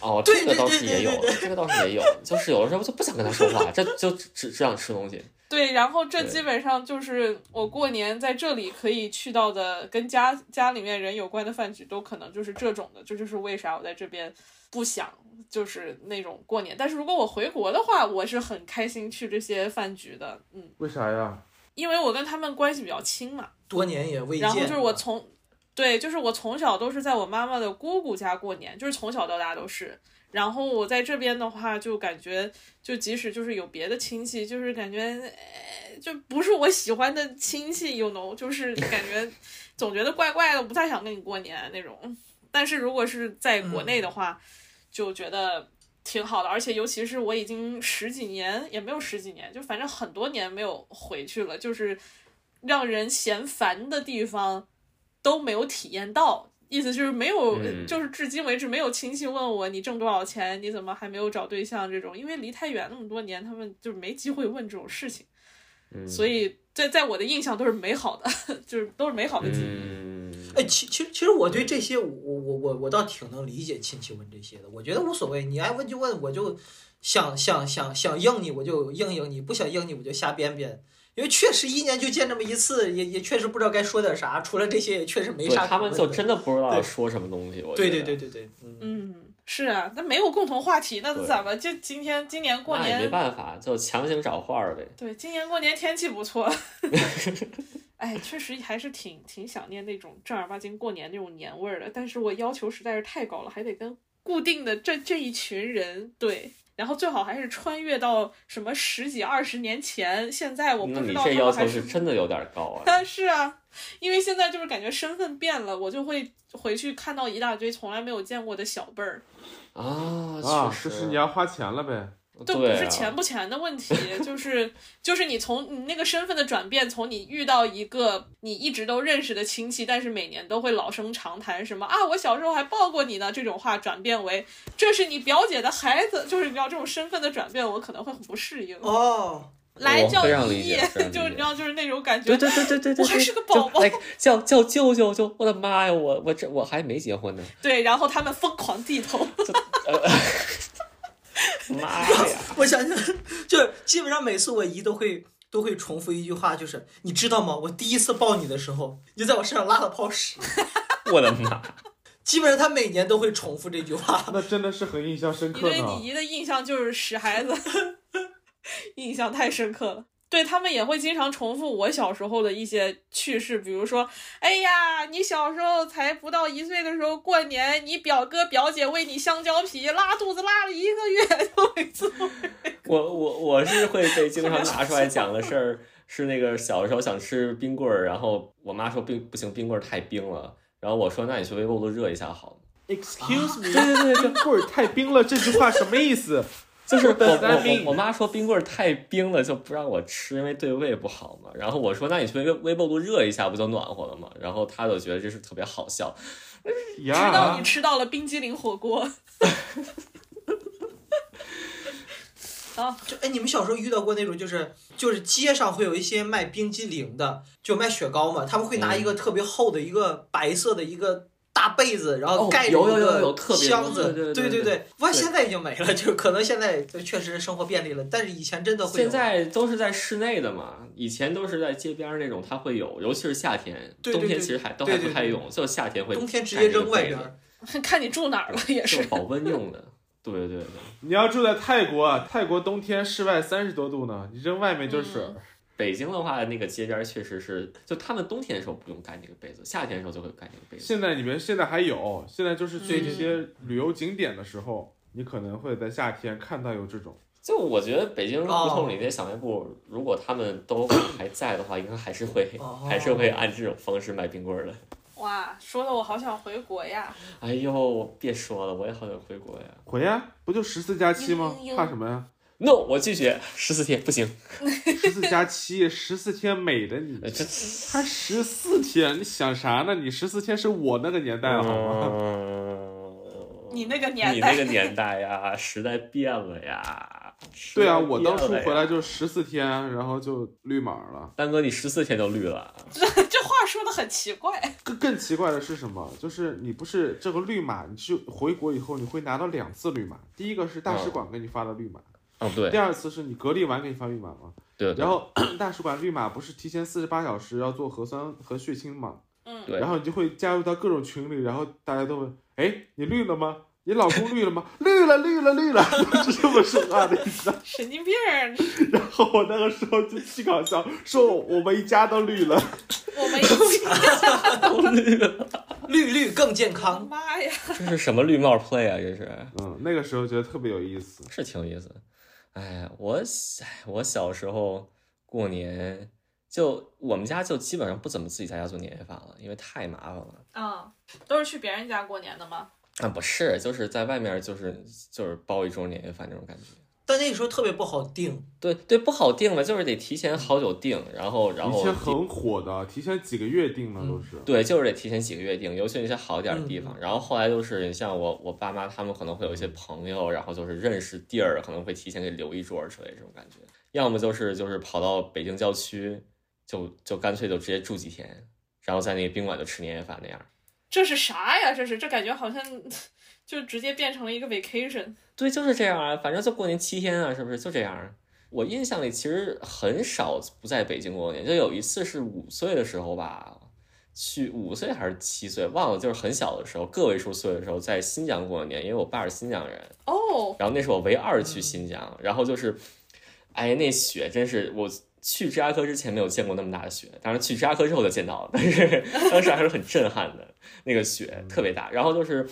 [SPEAKER 1] 哦，
[SPEAKER 5] 对
[SPEAKER 1] 这个
[SPEAKER 5] 对
[SPEAKER 1] 倒
[SPEAKER 5] 对
[SPEAKER 1] 是
[SPEAKER 5] 对
[SPEAKER 1] 也有
[SPEAKER 5] 对，对
[SPEAKER 1] 这个倒是也有，就是有的时候就不想跟他说话，这就只只只想吃东西。
[SPEAKER 3] 对，然后这
[SPEAKER 1] 对
[SPEAKER 3] 基本上就是我过年在这里可以去到的，跟家家里面人有关的饭局，都可能就是这种的。这就是为啥我在这边不想就是那种过年。但是如果我回国的话，我是很开心去这些饭局的，嗯，
[SPEAKER 4] 为啥呀？
[SPEAKER 3] 因为我跟他们关系比较亲嘛。
[SPEAKER 5] 多年也未见。
[SPEAKER 3] 然后就是我从，对，就是我从小都是在我妈妈的姑姑家过年，就是从小到大都是。然后我在这边的话，就感觉就即使就是有别的亲戚，就是感觉，呃就不是我喜欢的亲戚，you know，就 是感觉总觉得怪怪的，不太想跟你过年那种。但是如果是在国
[SPEAKER 5] 嗯
[SPEAKER 3] 内的话，就觉得挺好的，而且尤其是我已经十几年也没有十几年，就反正很多年没有回去了，就是让人嫌烦的地方都没有体验到。意思就是没有，
[SPEAKER 1] 嗯
[SPEAKER 3] 就是至今为止没有亲戚问我你挣多少钱，你怎么还没有找对象这种，因为离太远那么多年，他们就没机会问这种事情，
[SPEAKER 1] 嗯，
[SPEAKER 3] 所以在在我的印象都是美好的， 就是都是美好的记忆。
[SPEAKER 1] 嗯，
[SPEAKER 5] 哎，其其实其实我对这些，我我我我倒挺能理解亲戚问这些的，我觉得无所谓，你爱问就问，我就想想想想应你我就应应你，不想应你我就瞎编编，因为确实一年就见这么一次，也也确实不知道该说点啥，除了这些也确实没
[SPEAKER 1] 对
[SPEAKER 5] 啥可问的。
[SPEAKER 1] 他们就真的不知道
[SPEAKER 5] 对
[SPEAKER 1] 说什么东西。我
[SPEAKER 5] 对
[SPEAKER 1] 觉
[SPEAKER 5] 对
[SPEAKER 1] 得
[SPEAKER 5] 对对对，嗯，
[SPEAKER 3] 嗯，是啊，那没有共同话题，那
[SPEAKER 1] 对
[SPEAKER 3] 怎么就今天今年过
[SPEAKER 1] 那也没
[SPEAKER 3] 年？
[SPEAKER 1] 办法，就强行找话儿呗。
[SPEAKER 3] 对，今年过年天气不错。 哎，确实还是挺挺想念那种正儿八经过年那种年味儿的，但是我要求实在是太高了，还得跟固定的这这一群人对，然后最好还是穿越到什么十几二十年前，现在我
[SPEAKER 1] 那
[SPEAKER 3] 不知
[SPEAKER 1] 你
[SPEAKER 3] 道他
[SPEAKER 1] 这要
[SPEAKER 3] 们还
[SPEAKER 1] 求
[SPEAKER 3] 是
[SPEAKER 1] 是真的有点高 啊。
[SPEAKER 3] 但是啊，因为现在就是感觉身份变了，我就会回去看到一大堆从来没有见过的小辈儿，
[SPEAKER 1] 啊，
[SPEAKER 4] 啊，
[SPEAKER 1] 确
[SPEAKER 4] 就
[SPEAKER 1] 实
[SPEAKER 4] 是你要花钱了呗。
[SPEAKER 3] 都不
[SPEAKER 1] 对
[SPEAKER 3] 是
[SPEAKER 1] 啊
[SPEAKER 3] 钱不钱的问题，就是就是你从你那个身份的转变，从你遇到一个你一直都认识的亲戚，但是每年都会老生常谈什么啊，我小时候还抱过你呢这种话，转变为这是你表姐的孩子，就是你知道这种身份的转变，我可能会很不适应。
[SPEAKER 5] 哦，
[SPEAKER 3] 来
[SPEAKER 1] 我
[SPEAKER 3] 叫
[SPEAKER 1] 非常
[SPEAKER 3] 爷
[SPEAKER 1] 理解
[SPEAKER 3] 爷
[SPEAKER 1] 非常，理
[SPEAKER 3] 就是你
[SPEAKER 1] 解
[SPEAKER 3] 知道，就是那种感
[SPEAKER 1] 对
[SPEAKER 3] 觉。
[SPEAKER 1] 对对对对对，
[SPEAKER 3] 我还
[SPEAKER 1] 对
[SPEAKER 3] 是个宝
[SPEAKER 1] 就
[SPEAKER 3] 宝
[SPEAKER 1] like，叫叫舅舅就，我的妈呀，我我这我还没结婚呢，
[SPEAKER 3] 对，然后他们疯狂低头。
[SPEAKER 1] 妈呀！
[SPEAKER 5] 我想想， 就是基本上每次我姨都会都会重复一句话，就是你知道吗？我第一次抱你的时候，你就在我身上拉了泡屎。
[SPEAKER 1] 我的 妈！
[SPEAKER 5] 基本上她每年都会重复这句话。
[SPEAKER 4] 那真的是很印象深
[SPEAKER 3] 你
[SPEAKER 4] 刻
[SPEAKER 3] 对你
[SPEAKER 4] 呢。
[SPEAKER 3] 姨的印象就是屎孩子， 印象太深刻了。对他们也会经常重复我小时候的一些趣事，比如说，哎呀，你小时候才不到一岁的时候过年，你表哥表姐喂你香蕉皮，拉肚子拉了一个月，就每次都
[SPEAKER 1] 我我我是会被经常拿出来讲的事儿，是那个小的时候想吃冰棍儿，然后我妈说冰不行，冰棍儿太冰了，然后我说那你去微波炉热一下好了。
[SPEAKER 4] Excuse me，
[SPEAKER 1] 对对对对，
[SPEAKER 4] 冰棍儿太冰了，这句话什么意思？
[SPEAKER 1] 就是我
[SPEAKER 4] What does that
[SPEAKER 1] 我
[SPEAKER 4] mean？
[SPEAKER 1] 我我妈说冰棍儿太冰了，就不让我吃，因为对胃不好嘛。然后我说那你去微微波炉热一下，不就暖和了嘛？然后她就觉得这是特别好笑，
[SPEAKER 4] 呀，
[SPEAKER 3] 直到你吃到了冰激凌火锅。 啊，
[SPEAKER 5] 就哎，你们小时候遇到过那种就是就是街上会有一些卖冰激凌的，就卖雪糕嘛，他们会拿
[SPEAKER 1] 嗯
[SPEAKER 5] 一个特别厚的一个白色的一个。大被子，然后
[SPEAKER 1] 哦
[SPEAKER 5] 盖着
[SPEAKER 1] 有有
[SPEAKER 5] 一
[SPEAKER 1] 有有
[SPEAKER 5] 个
[SPEAKER 1] 特别
[SPEAKER 5] 箱子，
[SPEAKER 1] 对对对
[SPEAKER 5] 对
[SPEAKER 1] 对
[SPEAKER 5] 对。不过
[SPEAKER 1] 对
[SPEAKER 5] 现在已经没了，就是可能现在就确实生活便利了，但是以前真的会有。
[SPEAKER 1] 现在都是在室内的嘛，以前都是在街边儿那种，它会有，尤其是夏天，
[SPEAKER 5] 对对
[SPEAKER 1] 冬天
[SPEAKER 5] 对
[SPEAKER 1] 其实还都
[SPEAKER 5] 对
[SPEAKER 1] 还
[SPEAKER 5] 对
[SPEAKER 1] 不太
[SPEAKER 5] 对
[SPEAKER 1] 用，就夏天会
[SPEAKER 5] 冬天直
[SPEAKER 1] 盖
[SPEAKER 5] 接
[SPEAKER 1] 那个
[SPEAKER 5] 扔外
[SPEAKER 1] 被
[SPEAKER 5] 边
[SPEAKER 1] 子
[SPEAKER 5] 儿，
[SPEAKER 3] 看你住哪儿了，也。
[SPEAKER 1] 就是保温用的。对对对，
[SPEAKER 4] 你要住在泰国，啊泰国冬天室外三十多度呢，你扔外面就是水。
[SPEAKER 3] 嗯
[SPEAKER 1] 北京的话，那个街边儿确实是，就他们冬天的时候不用盖那个被子，夏天的时候就会盖那个被子。
[SPEAKER 4] 现在你们现在还有，现在就是去
[SPEAKER 3] 嗯
[SPEAKER 4] 一些旅游景点的时候，你可能会在夏天看到有这种。
[SPEAKER 1] 就我觉得北京胡
[SPEAKER 5] 哦
[SPEAKER 1] 同里那小卖部，如 果他们都还在的话，应该还是会
[SPEAKER 5] 哦
[SPEAKER 1] 还是会按这种方式卖冰棍儿的。
[SPEAKER 3] 哇，说的我好想回国呀！
[SPEAKER 1] 哎呦，别说了，我也好想回国呀。
[SPEAKER 4] 回呀、不就十四加七吗
[SPEAKER 3] 你你？
[SPEAKER 4] 怕什么呀？
[SPEAKER 1] No，我拒绝，十四天不行。
[SPEAKER 4] 十四加七，十四天美的你
[SPEAKER 1] 呃，这
[SPEAKER 4] 还十四天，你想啥呢？你十四天是我那个年代好吗？
[SPEAKER 1] 嗯
[SPEAKER 3] 你那个年
[SPEAKER 1] 你
[SPEAKER 3] 代
[SPEAKER 1] 那个年代呀， 时代变了呀。时代
[SPEAKER 4] 对啊，我当初
[SPEAKER 1] 变了呀
[SPEAKER 4] 回来就十四天，然后就绿码了。
[SPEAKER 1] 丹哥，你十四天都绿了，
[SPEAKER 3] 这话说的很奇怪。
[SPEAKER 4] 更更奇怪的是什么？就是你不是这个绿码，你去回国以后你会拿到两次绿码，第一个是大使馆给你发的绿码，
[SPEAKER 1] 嗯，对
[SPEAKER 4] 第二次是你隔离完给你发绿码嘛。
[SPEAKER 1] 对对
[SPEAKER 4] 然后 大使馆绿码不是提前四十八小时要做核酸和血清嘛？
[SPEAKER 3] 嗯
[SPEAKER 1] 对
[SPEAKER 4] 然后你就会加入到各种群里，然后大家都问：哎，你绿了吗？你老公绿了吗？绿了，绿了，绿 了，就是这么说话的，你知道？
[SPEAKER 3] 神经病 儿，
[SPEAKER 4] 然后我那个时候就巨搞笑，说我们一家都绿了。
[SPEAKER 3] 我们一起，
[SPEAKER 5] 绿绿更健康。
[SPEAKER 3] 妈呀！
[SPEAKER 1] 这是什么绿帽 play 啊？这是
[SPEAKER 4] 嗯，那个时候觉得特别有意思。
[SPEAKER 1] 是挺有意思的。哎，我小哎我小时候过年就我们家就基本上不怎么自己在家做年夜饭了，因为太麻烦了。
[SPEAKER 3] 嗯，都是去别人家过年的吗？
[SPEAKER 1] 啊，不是，就是在外面就是就是包一桌年夜饭这种感觉。
[SPEAKER 5] 但那个时候特别不好定，
[SPEAKER 1] 对对，不好定了，就是得提前好久定，然后然
[SPEAKER 4] 以
[SPEAKER 1] 后嗯
[SPEAKER 4] 前很火的，提前几个月定的都是。
[SPEAKER 1] 对，就是得提前几个月定，尤其那些好一点的地方。
[SPEAKER 5] 嗯
[SPEAKER 1] 然后后来就是你像我我爸妈他们可能会有一些朋友，然后就是认识地儿，可能会提前给留一桌儿之类这种感觉。要么就是就是跑到北京郊区，就就干脆就直接住几天，然后在那个宾馆就吃年夜饭那样。
[SPEAKER 3] 这是啥呀？这是这感觉好像就直接变成了一个 vacation。
[SPEAKER 1] 对，就是这样啊，反正就过年七天啊，是不是就这样啊？我印象里其实很少不在北京过年，就有一次是五岁的时候吧，去五岁还是七岁忘了，就是很小的时候，个位数岁的时候在新疆过年，因为我爸是新疆人，
[SPEAKER 3] 哦，
[SPEAKER 1] 然后那是我唯二去新疆，然后就是，哎，那雪真是我去芝加哥之前没有见过那么大的雪，当然去芝加哥之后就见到了，但是当时还是很震撼的，那个雪特别大。然后就是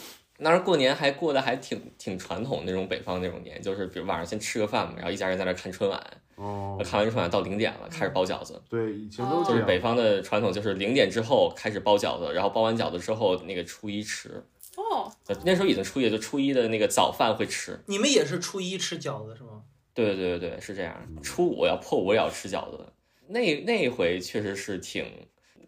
[SPEAKER 1] 当时过年还过得还挺挺传统那种北方那种年，就是比如晚上先吃个饭嘛，然后一家人在那儿看春晚，
[SPEAKER 4] 哦，嗯
[SPEAKER 1] 看完春晚到零点了开始包饺子。
[SPEAKER 4] 对，以前都
[SPEAKER 3] 哦
[SPEAKER 4] 这
[SPEAKER 1] 就
[SPEAKER 4] 样。
[SPEAKER 1] 是北方的传统，就是零点之后开始包饺子，然后包完饺子之后，那个初一吃。
[SPEAKER 3] 哦，
[SPEAKER 1] 呃那时候已经初一了，就初一的那个早饭会吃，
[SPEAKER 5] 你们也是初一吃饺子是吗？
[SPEAKER 1] 对对对对，是这样。初五要破五也要吃饺子的，那那一回确实是挺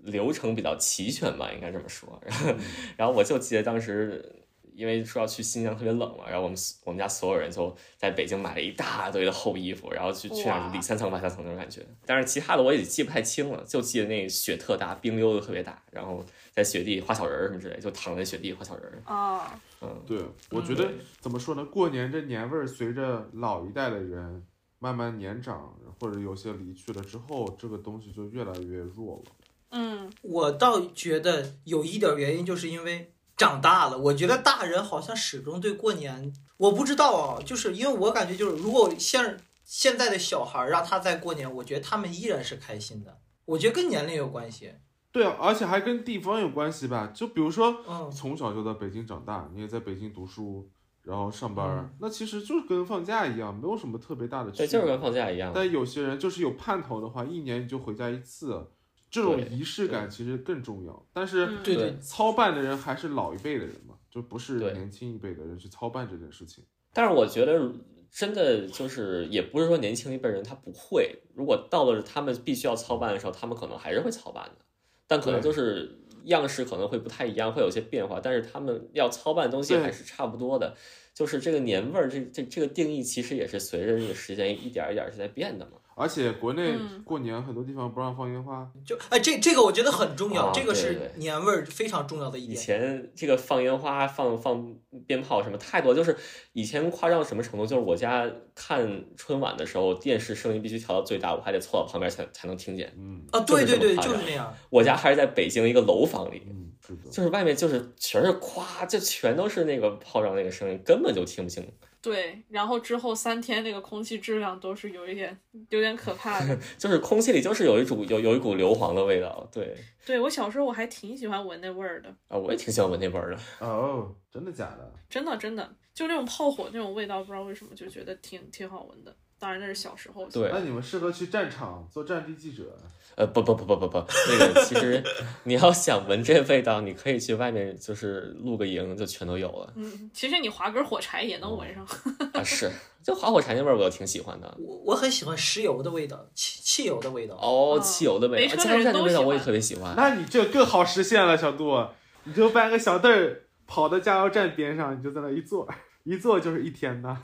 [SPEAKER 1] 流程比较齐全吧，应该这么说。 然后，然后我就记得当时。因为说要去新疆特别冷嘛，然后我们我们家所有人就在北京买了一大堆的厚衣服，然后去去那儿
[SPEAKER 3] 哇
[SPEAKER 1] 里三层外三层那种感觉。但是其他的我也记不太清了，就记得那雪特大，冰溜的特别大，然后在雪地画小人儿什么之类，就躺在雪地画小人儿。
[SPEAKER 3] 啊，
[SPEAKER 1] 嗯，
[SPEAKER 4] 对，我觉得怎么说呢？过年这年味儿，随着老一代的人慢慢年长，或者有些离去了之后，这个东西就越来越弱了。
[SPEAKER 3] 嗯，
[SPEAKER 5] 我倒觉得有一点原因，就是因为长大了。我觉得大人好像始终对过年，我不知道啊，就是因为我感觉就是，如果现现在的小孩儿让他在过年，我觉得他们依然是开心的。我觉得跟年龄有关系。
[SPEAKER 4] 对啊，而且还跟地方有关系吧？就比如说，
[SPEAKER 5] 嗯，
[SPEAKER 4] 从小就在北京长大，你也在北京读书，然后上班，
[SPEAKER 5] 嗯
[SPEAKER 4] 那其实就是跟放假一样，没有什么特别大的区
[SPEAKER 1] 对，
[SPEAKER 4] 别。
[SPEAKER 1] 就是跟放假一样。
[SPEAKER 4] 但有些人就是有盼头的话，一年你就回家一次，这种
[SPEAKER 1] 对
[SPEAKER 4] 仪式感其实更重要。但是
[SPEAKER 3] 嗯
[SPEAKER 5] 对
[SPEAKER 1] 对
[SPEAKER 5] 对，
[SPEAKER 4] 操办的人还是老一辈的人嘛，就不是
[SPEAKER 1] 对
[SPEAKER 4] 年轻一辈的人去操办这件事情。
[SPEAKER 1] 但是我觉得真的就是，也不是说年轻一辈人他不会，如果到了他们必须要操办的时候，他们可能还是会操办的，但可能
[SPEAKER 4] 对
[SPEAKER 1] 就是样式可能会不太一样，会有些变化，但是他们要操办的东西
[SPEAKER 4] 对
[SPEAKER 1] 还是差不多的。就是这个年味儿，这这这个定义其实也是随着这个时间一点儿一点儿是在变的嘛。
[SPEAKER 4] 而且国内
[SPEAKER 3] 嗯
[SPEAKER 4] 过年很多地方不让放烟花，
[SPEAKER 5] 就哎，这这个我觉得很重要，
[SPEAKER 1] 啊
[SPEAKER 5] 这个
[SPEAKER 1] 对对
[SPEAKER 5] 是
[SPEAKER 1] 对
[SPEAKER 5] 年味儿非常重要的一
[SPEAKER 1] 以
[SPEAKER 5] 点。
[SPEAKER 1] 前这个放烟花、放放鞭炮什么太多，就是以前夸张到什么程度？就是我家看春晚的时候，电视声音必须调到最大，我还得凑到旁边才才能听见。
[SPEAKER 4] 嗯
[SPEAKER 5] 啊，对
[SPEAKER 1] 就是
[SPEAKER 5] 对
[SPEAKER 1] 这么夸
[SPEAKER 5] 对，就是
[SPEAKER 1] 张
[SPEAKER 5] 那样。
[SPEAKER 1] 我家还是在北京一个楼房里，
[SPEAKER 4] 嗯，是的，
[SPEAKER 1] 就是外面就是全是夸，就全都是那个炮仗那个声音，根本就听不清。
[SPEAKER 3] 对。然后之后三天那个空气质量都是有一点有点可怕的。
[SPEAKER 1] 就是空气里就是有一股有有一股硫磺的味道。对
[SPEAKER 3] 对我小时候我还挺喜欢闻那味儿的，
[SPEAKER 1] 啊，我也挺喜欢闻那味儿的。
[SPEAKER 4] 哦，真的假的？
[SPEAKER 3] 真的真的，就那种炮火那种味道，不知道为什么就觉得挺挺好闻的。当然那是小时候。
[SPEAKER 1] 对
[SPEAKER 4] 那你们适合去战场做战地记者，
[SPEAKER 1] 呃，不不不不不不，那个其 实你要想闻这味道，你可以去外面就是露个营，就全都有了
[SPEAKER 3] 嗯，其实你划根火柴也能闻上。
[SPEAKER 1] 啊。是，就划火柴那味儿我挺喜欢的。
[SPEAKER 5] 我我很喜欢石油的味道，汽汽油的味道。
[SPEAKER 1] 哦，
[SPEAKER 3] 嗯
[SPEAKER 1] 汽油的味
[SPEAKER 3] 没
[SPEAKER 1] 道，
[SPEAKER 3] 车的
[SPEAKER 1] 加油
[SPEAKER 3] 人
[SPEAKER 1] 站的
[SPEAKER 3] 都
[SPEAKER 1] 味道
[SPEAKER 3] 喜
[SPEAKER 1] 我也
[SPEAKER 3] 欢
[SPEAKER 1] 特别喜欢。
[SPEAKER 4] 那你这更好实现了，小杜，你就搬个小凳儿，跑到加油站边上，你就在那一坐， 一坐就是一天呐。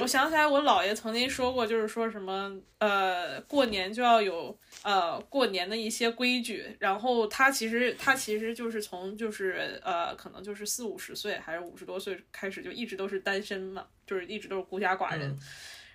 [SPEAKER 3] 我想起来，我姥爷曾经说过，就是说什么呃，过年就要有呃过年的一些规矩。然后他其实他其实就是从就是呃，可能就是四五十岁还是五十多岁开始，就一直都是单身嘛，就是一直都是孤家寡人。
[SPEAKER 5] 嗯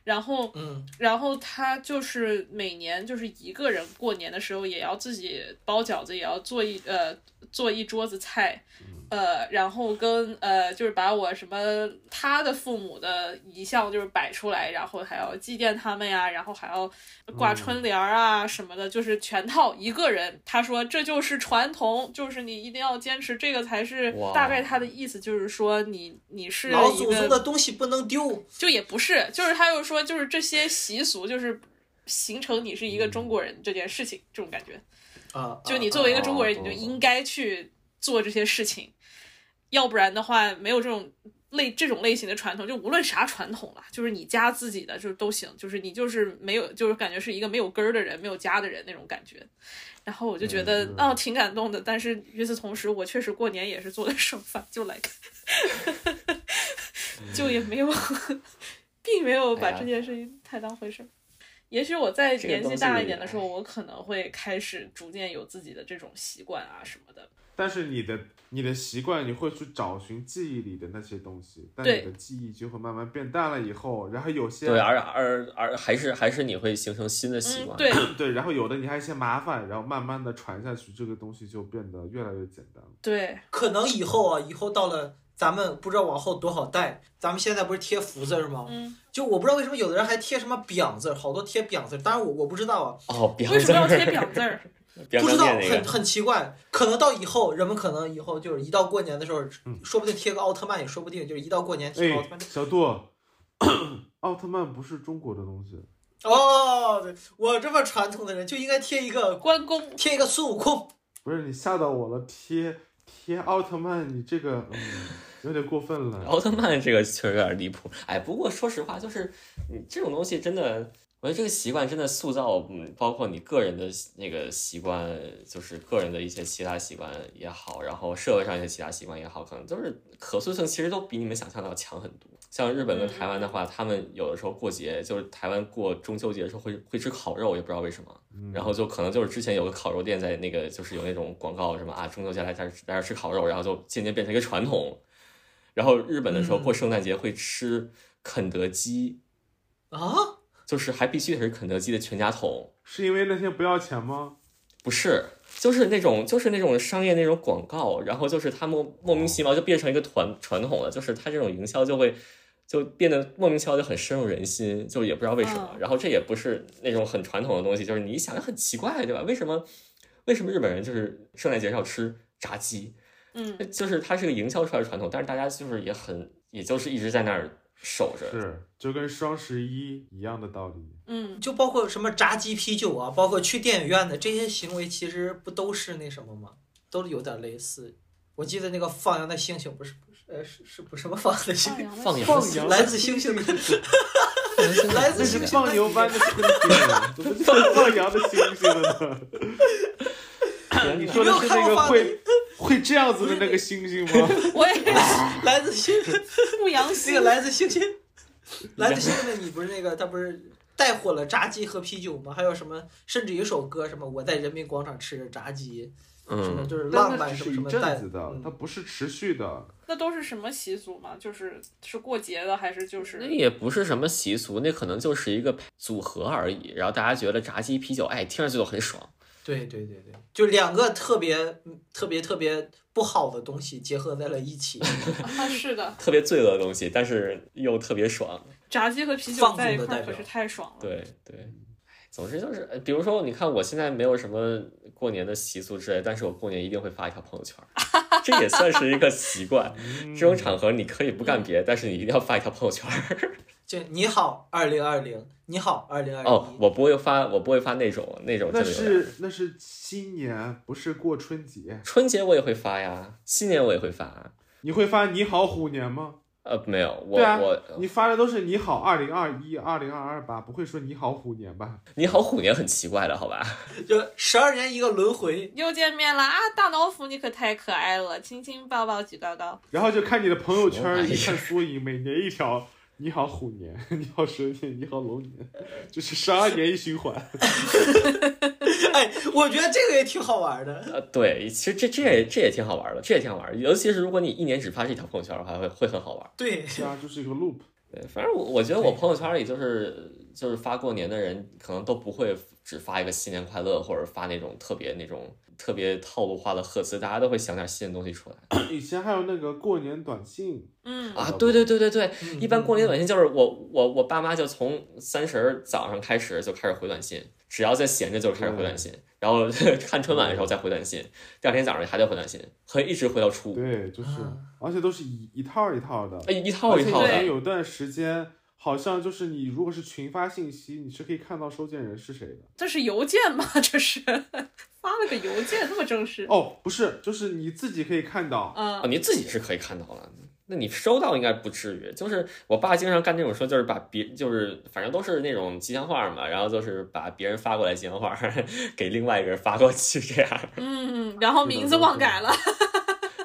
[SPEAKER 3] 然后
[SPEAKER 5] 嗯，
[SPEAKER 3] 然后他就是每年就是一个人过年的时候，也要自己包饺子，也要做一呃做一桌子菜，
[SPEAKER 5] 嗯
[SPEAKER 3] 呃，然后跟呃就是把我什么他的父母的遗像就是摆出来，然后还要祭奠他们呀，然后还要
[SPEAKER 5] 嗯
[SPEAKER 3] 挂春联儿啊什么的，就是全套一个人。他说这就是传统，就是你一定要坚持这个才是
[SPEAKER 1] 哇
[SPEAKER 3] 大概他的意思，就是说你你是
[SPEAKER 5] 老
[SPEAKER 3] 一
[SPEAKER 5] 祖
[SPEAKER 3] 个
[SPEAKER 5] 宗的东西不能丢。
[SPEAKER 3] 就也不是，就是他又说，就是这些习俗，就是形成你是一个中国人这件事情，这种感觉。
[SPEAKER 5] 啊，
[SPEAKER 3] 就你作为一个中国人，
[SPEAKER 1] 哦
[SPEAKER 3] 你就应该去做这些事情，要不然的话，没有这种类这种类型的传统，就无论啥传统了，就是你家自己的就都行，就是你就是没有，就是感觉是一个没有根儿的人，没有家的人那种感觉。然后我就觉得，
[SPEAKER 4] 嗯
[SPEAKER 3] 啊，挺感动的。但是与此同时，我确实过年也是做的剩饭，就来看， 就也没有， 并没有
[SPEAKER 1] 嗯
[SPEAKER 3] 把
[SPEAKER 1] 哎呀
[SPEAKER 3] 这件事情太当回事儿。也许我在
[SPEAKER 1] 这个
[SPEAKER 3] 年
[SPEAKER 1] 东
[SPEAKER 3] 纪
[SPEAKER 1] 西
[SPEAKER 3] 大一点的时候，我可能会开始逐渐有自己的这种习惯啊什么的。
[SPEAKER 4] 但是你的你的习惯，你会去找寻记忆里的那些东西，但你
[SPEAKER 3] 对
[SPEAKER 4] 的记忆就会慢慢变淡了。以后，然后有些
[SPEAKER 1] 对，而而而还是还是你会形成新的习
[SPEAKER 3] 啊嗯，
[SPEAKER 1] 惯。
[SPEAKER 3] 对，
[SPEAKER 4] 对然后有的你还嫌麻烦，然后慢慢的传下去，这个东西就变得越来越简单了。
[SPEAKER 3] 对，
[SPEAKER 5] 可能以后啊，以后到了咱们不知道往后多少代，咱们现在不是贴福字儿吗？
[SPEAKER 3] 嗯，
[SPEAKER 5] 就我不知道为什么有的人还贴什么婊字儿，好多贴婊字儿。当然我我不知道啊，
[SPEAKER 1] 哦，
[SPEAKER 3] 为
[SPEAKER 1] 表
[SPEAKER 3] 什么要
[SPEAKER 1] 字
[SPEAKER 3] 贴
[SPEAKER 1] 儿
[SPEAKER 3] 表字儿？
[SPEAKER 1] 表
[SPEAKER 5] 不知
[SPEAKER 1] 字
[SPEAKER 5] 道
[SPEAKER 1] 儿那
[SPEAKER 5] 很
[SPEAKER 1] 个
[SPEAKER 5] 很奇怪。可能到以后，人们可能以后就是一到过年的时候，说不定贴个奥特曼也说不定，就是一到过年贴个奥特
[SPEAKER 4] 哎
[SPEAKER 5] 曼。，
[SPEAKER 4] 小杜， 奥特曼不是中国的东西，
[SPEAKER 5] 哦，对我这么传统的人就应该贴一个
[SPEAKER 3] 关公
[SPEAKER 5] 贴一个孙悟空。
[SPEAKER 4] 不是你吓到我了，贴贴奥特曼，你这个嗯有点过分了。
[SPEAKER 1] 奥特曼这个确实有点离谱。哎，不过说实话，就是你这种东西真的。我觉得这个习惯真的塑造，嗯，包括你个人的那个习惯，就是个人的一些其他习惯也好，然后社会上一些其他习惯也好，可能都是可塑性其实都比你们想象的要强很多。像日本跟台湾的话，他们有的时候过节，就是台湾过中秋节的时候会会吃烤肉，也不知道为什么。然后就可能就是之前有个烤肉店在那个就是有那种广告什么啊，中秋节来这儿来这儿吃烤肉，然后就渐渐变成一个传统。然后日本的时候过圣诞节会吃肯德基，
[SPEAKER 5] 啊，
[SPEAKER 1] 就是还必须得是肯德基的全家桶，
[SPEAKER 4] 是因为那些不要钱吗？
[SPEAKER 1] 不是。就是那种，就是那种商业那种广告，然后就是他莫莫名其妙就变成一个传传统了，就是他这种营销就会就变得莫名其妙就很深入人心，就也不知道为什么。
[SPEAKER 3] 嗯
[SPEAKER 1] 然后这也不是那种很传统的东西，就是你想很奇怪，对吧？为什么为什么日本人就是圣诞节要吃炸鸡？
[SPEAKER 3] 嗯，
[SPEAKER 1] 就是它是个营销出来的传统，但是大家就是也很，也就是一直在那儿守着。
[SPEAKER 4] 是，就跟双十一一样的道理。
[SPEAKER 3] 嗯，
[SPEAKER 5] 就包括什么炸鸡、啤酒啊，包括去电影院的这些行为，其实不都是那什么吗？都有点类似。我记得那个放羊的星星不是不是呃是是不什么 放羊的星
[SPEAKER 3] 放
[SPEAKER 1] 放
[SPEAKER 5] 星，
[SPEAKER 3] 羊羊，
[SPEAKER 1] 羊
[SPEAKER 4] 放
[SPEAKER 1] 的
[SPEAKER 4] 羊
[SPEAKER 5] 来自星星的 来自
[SPEAKER 4] 那是
[SPEAKER 5] 星星
[SPEAKER 4] 放
[SPEAKER 5] 的
[SPEAKER 4] 牛班的星星，怎么 就放羊的星星了
[SPEAKER 1] 啊
[SPEAKER 4] 呢？
[SPEAKER 1] 嗯
[SPEAKER 4] 你说的是那个会会这样子的那个星星吗？
[SPEAKER 3] 我也
[SPEAKER 5] 来自星星
[SPEAKER 3] 不养
[SPEAKER 5] 那
[SPEAKER 3] 心
[SPEAKER 5] 个。来自星星， 来自星星的你不是那个他不是带火了炸鸡和啤酒吗？还有什么甚至有一首歌什么我在人民广场吃着炸鸡，什么
[SPEAKER 1] 嗯，
[SPEAKER 5] 就是浪
[SPEAKER 4] 但那
[SPEAKER 5] 漫
[SPEAKER 4] 只
[SPEAKER 5] 什
[SPEAKER 4] 是
[SPEAKER 5] 么什
[SPEAKER 4] 一
[SPEAKER 5] 么带
[SPEAKER 4] 阵子的
[SPEAKER 5] 嗯，
[SPEAKER 4] 它不是持续的。
[SPEAKER 3] 那都是什么习俗嘛？就是是过节的，还是就
[SPEAKER 1] 那
[SPEAKER 3] 是
[SPEAKER 1] 也不是什么习俗，那可能就是一个组合而已。然后大家觉得炸鸡、啤酒，哎，听上去就很爽。
[SPEAKER 5] 对对对对，就两个特别嗯特别特别不好的东西结合在了一起，
[SPEAKER 3] 啊？是的，
[SPEAKER 1] 特别罪恶的东西，但是又特别爽。
[SPEAKER 3] 炸鸡和啤
[SPEAKER 5] 放
[SPEAKER 3] 酒
[SPEAKER 5] 纵
[SPEAKER 3] 在一
[SPEAKER 5] 的
[SPEAKER 3] 块儿
[SPEAKER 5] 代
[SPEAKER 3] 可
[SPEAKER 5] 表
[SPEAKER 3] 是太爽了。
[SPEAKER 1] 对
[SPEAKER 4] 嗯
[SPEAKER 1] 对，总之就是，呃比如说，你看我现在没有什么过年的习俗之类，但是我过年一定会发一条朋友圈，这也
[SPEAKER 4] 嗯
[SPEAKER 1] 算是一个习惯。这种场合你可以不干别的，但是你一定要发一条朋友圈。
[SPEAKER 5] 这你好二零二零，你好二零二
[SPEAKER 1] 哦，
[SPEAKER 5] 一，
[SPEAKER 1] 我不会发，我不会发那种那种
[SPEAKER 4] 嗯那
[SPEAKER 1] 真的有点
[SPEAKER 4] 是那是新年，不是过春节。
[SPEAKER 1] 春节我也会发呀，新年我也会发。
[SPEAKER 4] 你会发“你好虎年”吗？
[SPEAKER 1] 呃，没有，我、
[SPEAKER 4] 对啊
[SPEAKER 1] 我
[SPEAKER 4] 你发的都是“你好二零二一”“二零二二”吧？不会说“你好虎年”吧？
[SPEAKER 1] 你好虎年很奇怪的，好吧？
[SPEAKER 5] 就十二年一个轮回，
[SPEAKER 3] 又见面了啊！大老虎，你可太可爱了，亲亲抱抱举高高。
[SPEAKER 4] 然后就看你的朋友圈
[SPEAKER 1] 什么玩
[SPEAKER 4] 儿，
[SPEAKER 1] 意儿
[SPEAKER 4] 一看缩影，每年一条“你好虎年”“ 你好蛇年”“你好龙年”，就是十二年一循环。
[SPEAKER 5] 哎，我觉得这个也挺好玩的。
[SPEAKER 1] 呃，对，其实这这也这也挺好玩的，这也挺好玩的。尤其是如果你一年只发这条朋友圈的话，会会很好玩。
[SPEAKER 5] 对，
[SPEAKER 4] 对啊，就是一个 loop。
[SPEAKER 1] 对，反正我我觉得我朋友圈里就是就是发过年的人，可能都不会只发一个新年快乐，或者发那种特别那种特别套路化的贺词，大家都会想点新的东西出来
[SPEAKER 4] 以前还有那个过年短信，
[SPEAKER 3] 嗯，
[SPEAKER 1] 啊！对对对对对，
[SPEAKER 5] 嗯
[SPEAKER 1] 一般过年短信就是我我我爸妈就从三十儿早上开始就开始回短信，只要在闲着就开始回短信，然后 看春晚的时候再回短信，第二天早上还在回短信，可以一直回到初五，
[SPEAKER 4] 对，就是
[SPEAKER 5] 啊，
[SPEAKER 4] 而且都是一一套儿一套儿的。
[SPEAKER 1] 哎，一套一套
[SPEAKER 4] 而且以前
[SPEAKER 1] 的。
[SPEAKER 4] 有段时间，好像就是你如果是群发信息，你是可以看到收件人是谁的。
[SPEAKER 3] 这是邮件吗？ 这是发了个邮件，那么正式。
[SPEAKER 4] 哦，不是，就是你自己可以看到。
[SPEAKER 1] 哦，
[SPEAKER 3] 嗯，
[SPEAKER 1] 你自己是可以看到的。那你收到应该不至于，就是我爸经常干这种事，就是把别就是反正都是那种吉祥话嘛，然后就是把别人发过来吉祥话 给另外一个人发过去，这样
[SPEAKER 3] 嗯，然后名字忘改了。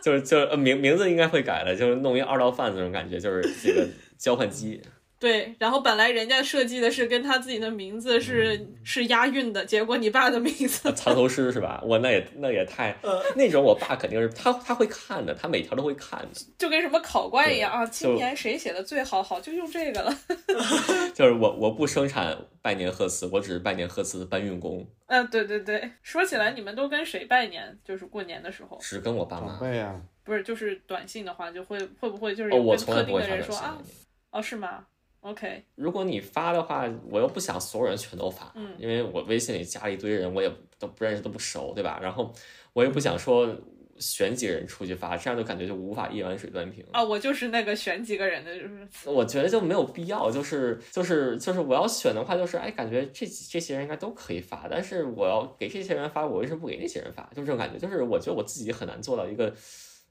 [SPEAKER 1] 就是就是呃名名字应该会改的，就是弄一二道贩子那种感觉，就是这个交换机。
[SPEAKER 3] 对，然后本来人家设计的是跟他自己的名字是
[SPEAKER 1] 嗯
[SPEAKER 3] 是押韵的，结果你爸的名字，
[SPEAKER 1] 呃藏头诗是吧？我那也那也太
[SPEAKER 5] 呃，
[SPEAKER 1] 那种，我爸肯定是他他会看的，他每条都会看的。
[SPEAKER 3] 就跟什么考官一样啊，
[SPEAKER 1] 就
[SPEAKER 3] 今年谁写的最好，好就用这个了。
[SPEAKER 1] 就是我我不生产拜年贺词，我只是拜年贺词的搬运工，
[SPEAKER 3] 嗯、对对对，说起来你们都跟谁拜年？就是过年的时候，
[SPEAKER 1] 只跟我爸妈
[SPEAKER 4] 长。辈啊，
[SPEAKER 3] 不是就是短信的话，就会会不会就是
[SPEAKER 1] 哦，
[SPEAKER 3] 有
[SPEAKER 1] 我
[SPEAKER 3] 跟
[SPEAKER 1] 从来
[SPEAKER 3] 特
[SPEAKER 1] 不
[SPEAKER 3] 定
[SPEAKER 1] 会
[SPEAKER 3] 的
[SPEAKER 1] 发
[SPEAKER 3] 人
[SPEAKER 1] 短
[SPEAKER 3] 说
[SPEAKER 1] 信。
[SPEAKER 3] 啊？哦，是吗？OK，
[SPEAKER 1] 如果你发的话，我又不想所有人全都发，
[SPEAKER 3] 嗯
[SPEAKER 1] 因为我微信里加了一堆人，我也都不认识，都不熟，对吧？然后我也不想说选几个人出去发，这样就感觉就无法一碗水端平。
[SPEAKER 3] 啊，我就是那个选几个人的，就是
[SPEAKER 1] 我觉得就没有必要，就是就是就是我要选的话，就是哎，感觉这几这些人应该都可以发，但是我要给这些人发，我为什么不给那些人发？就这种感觉，就是我觉得我自己很难做到一个，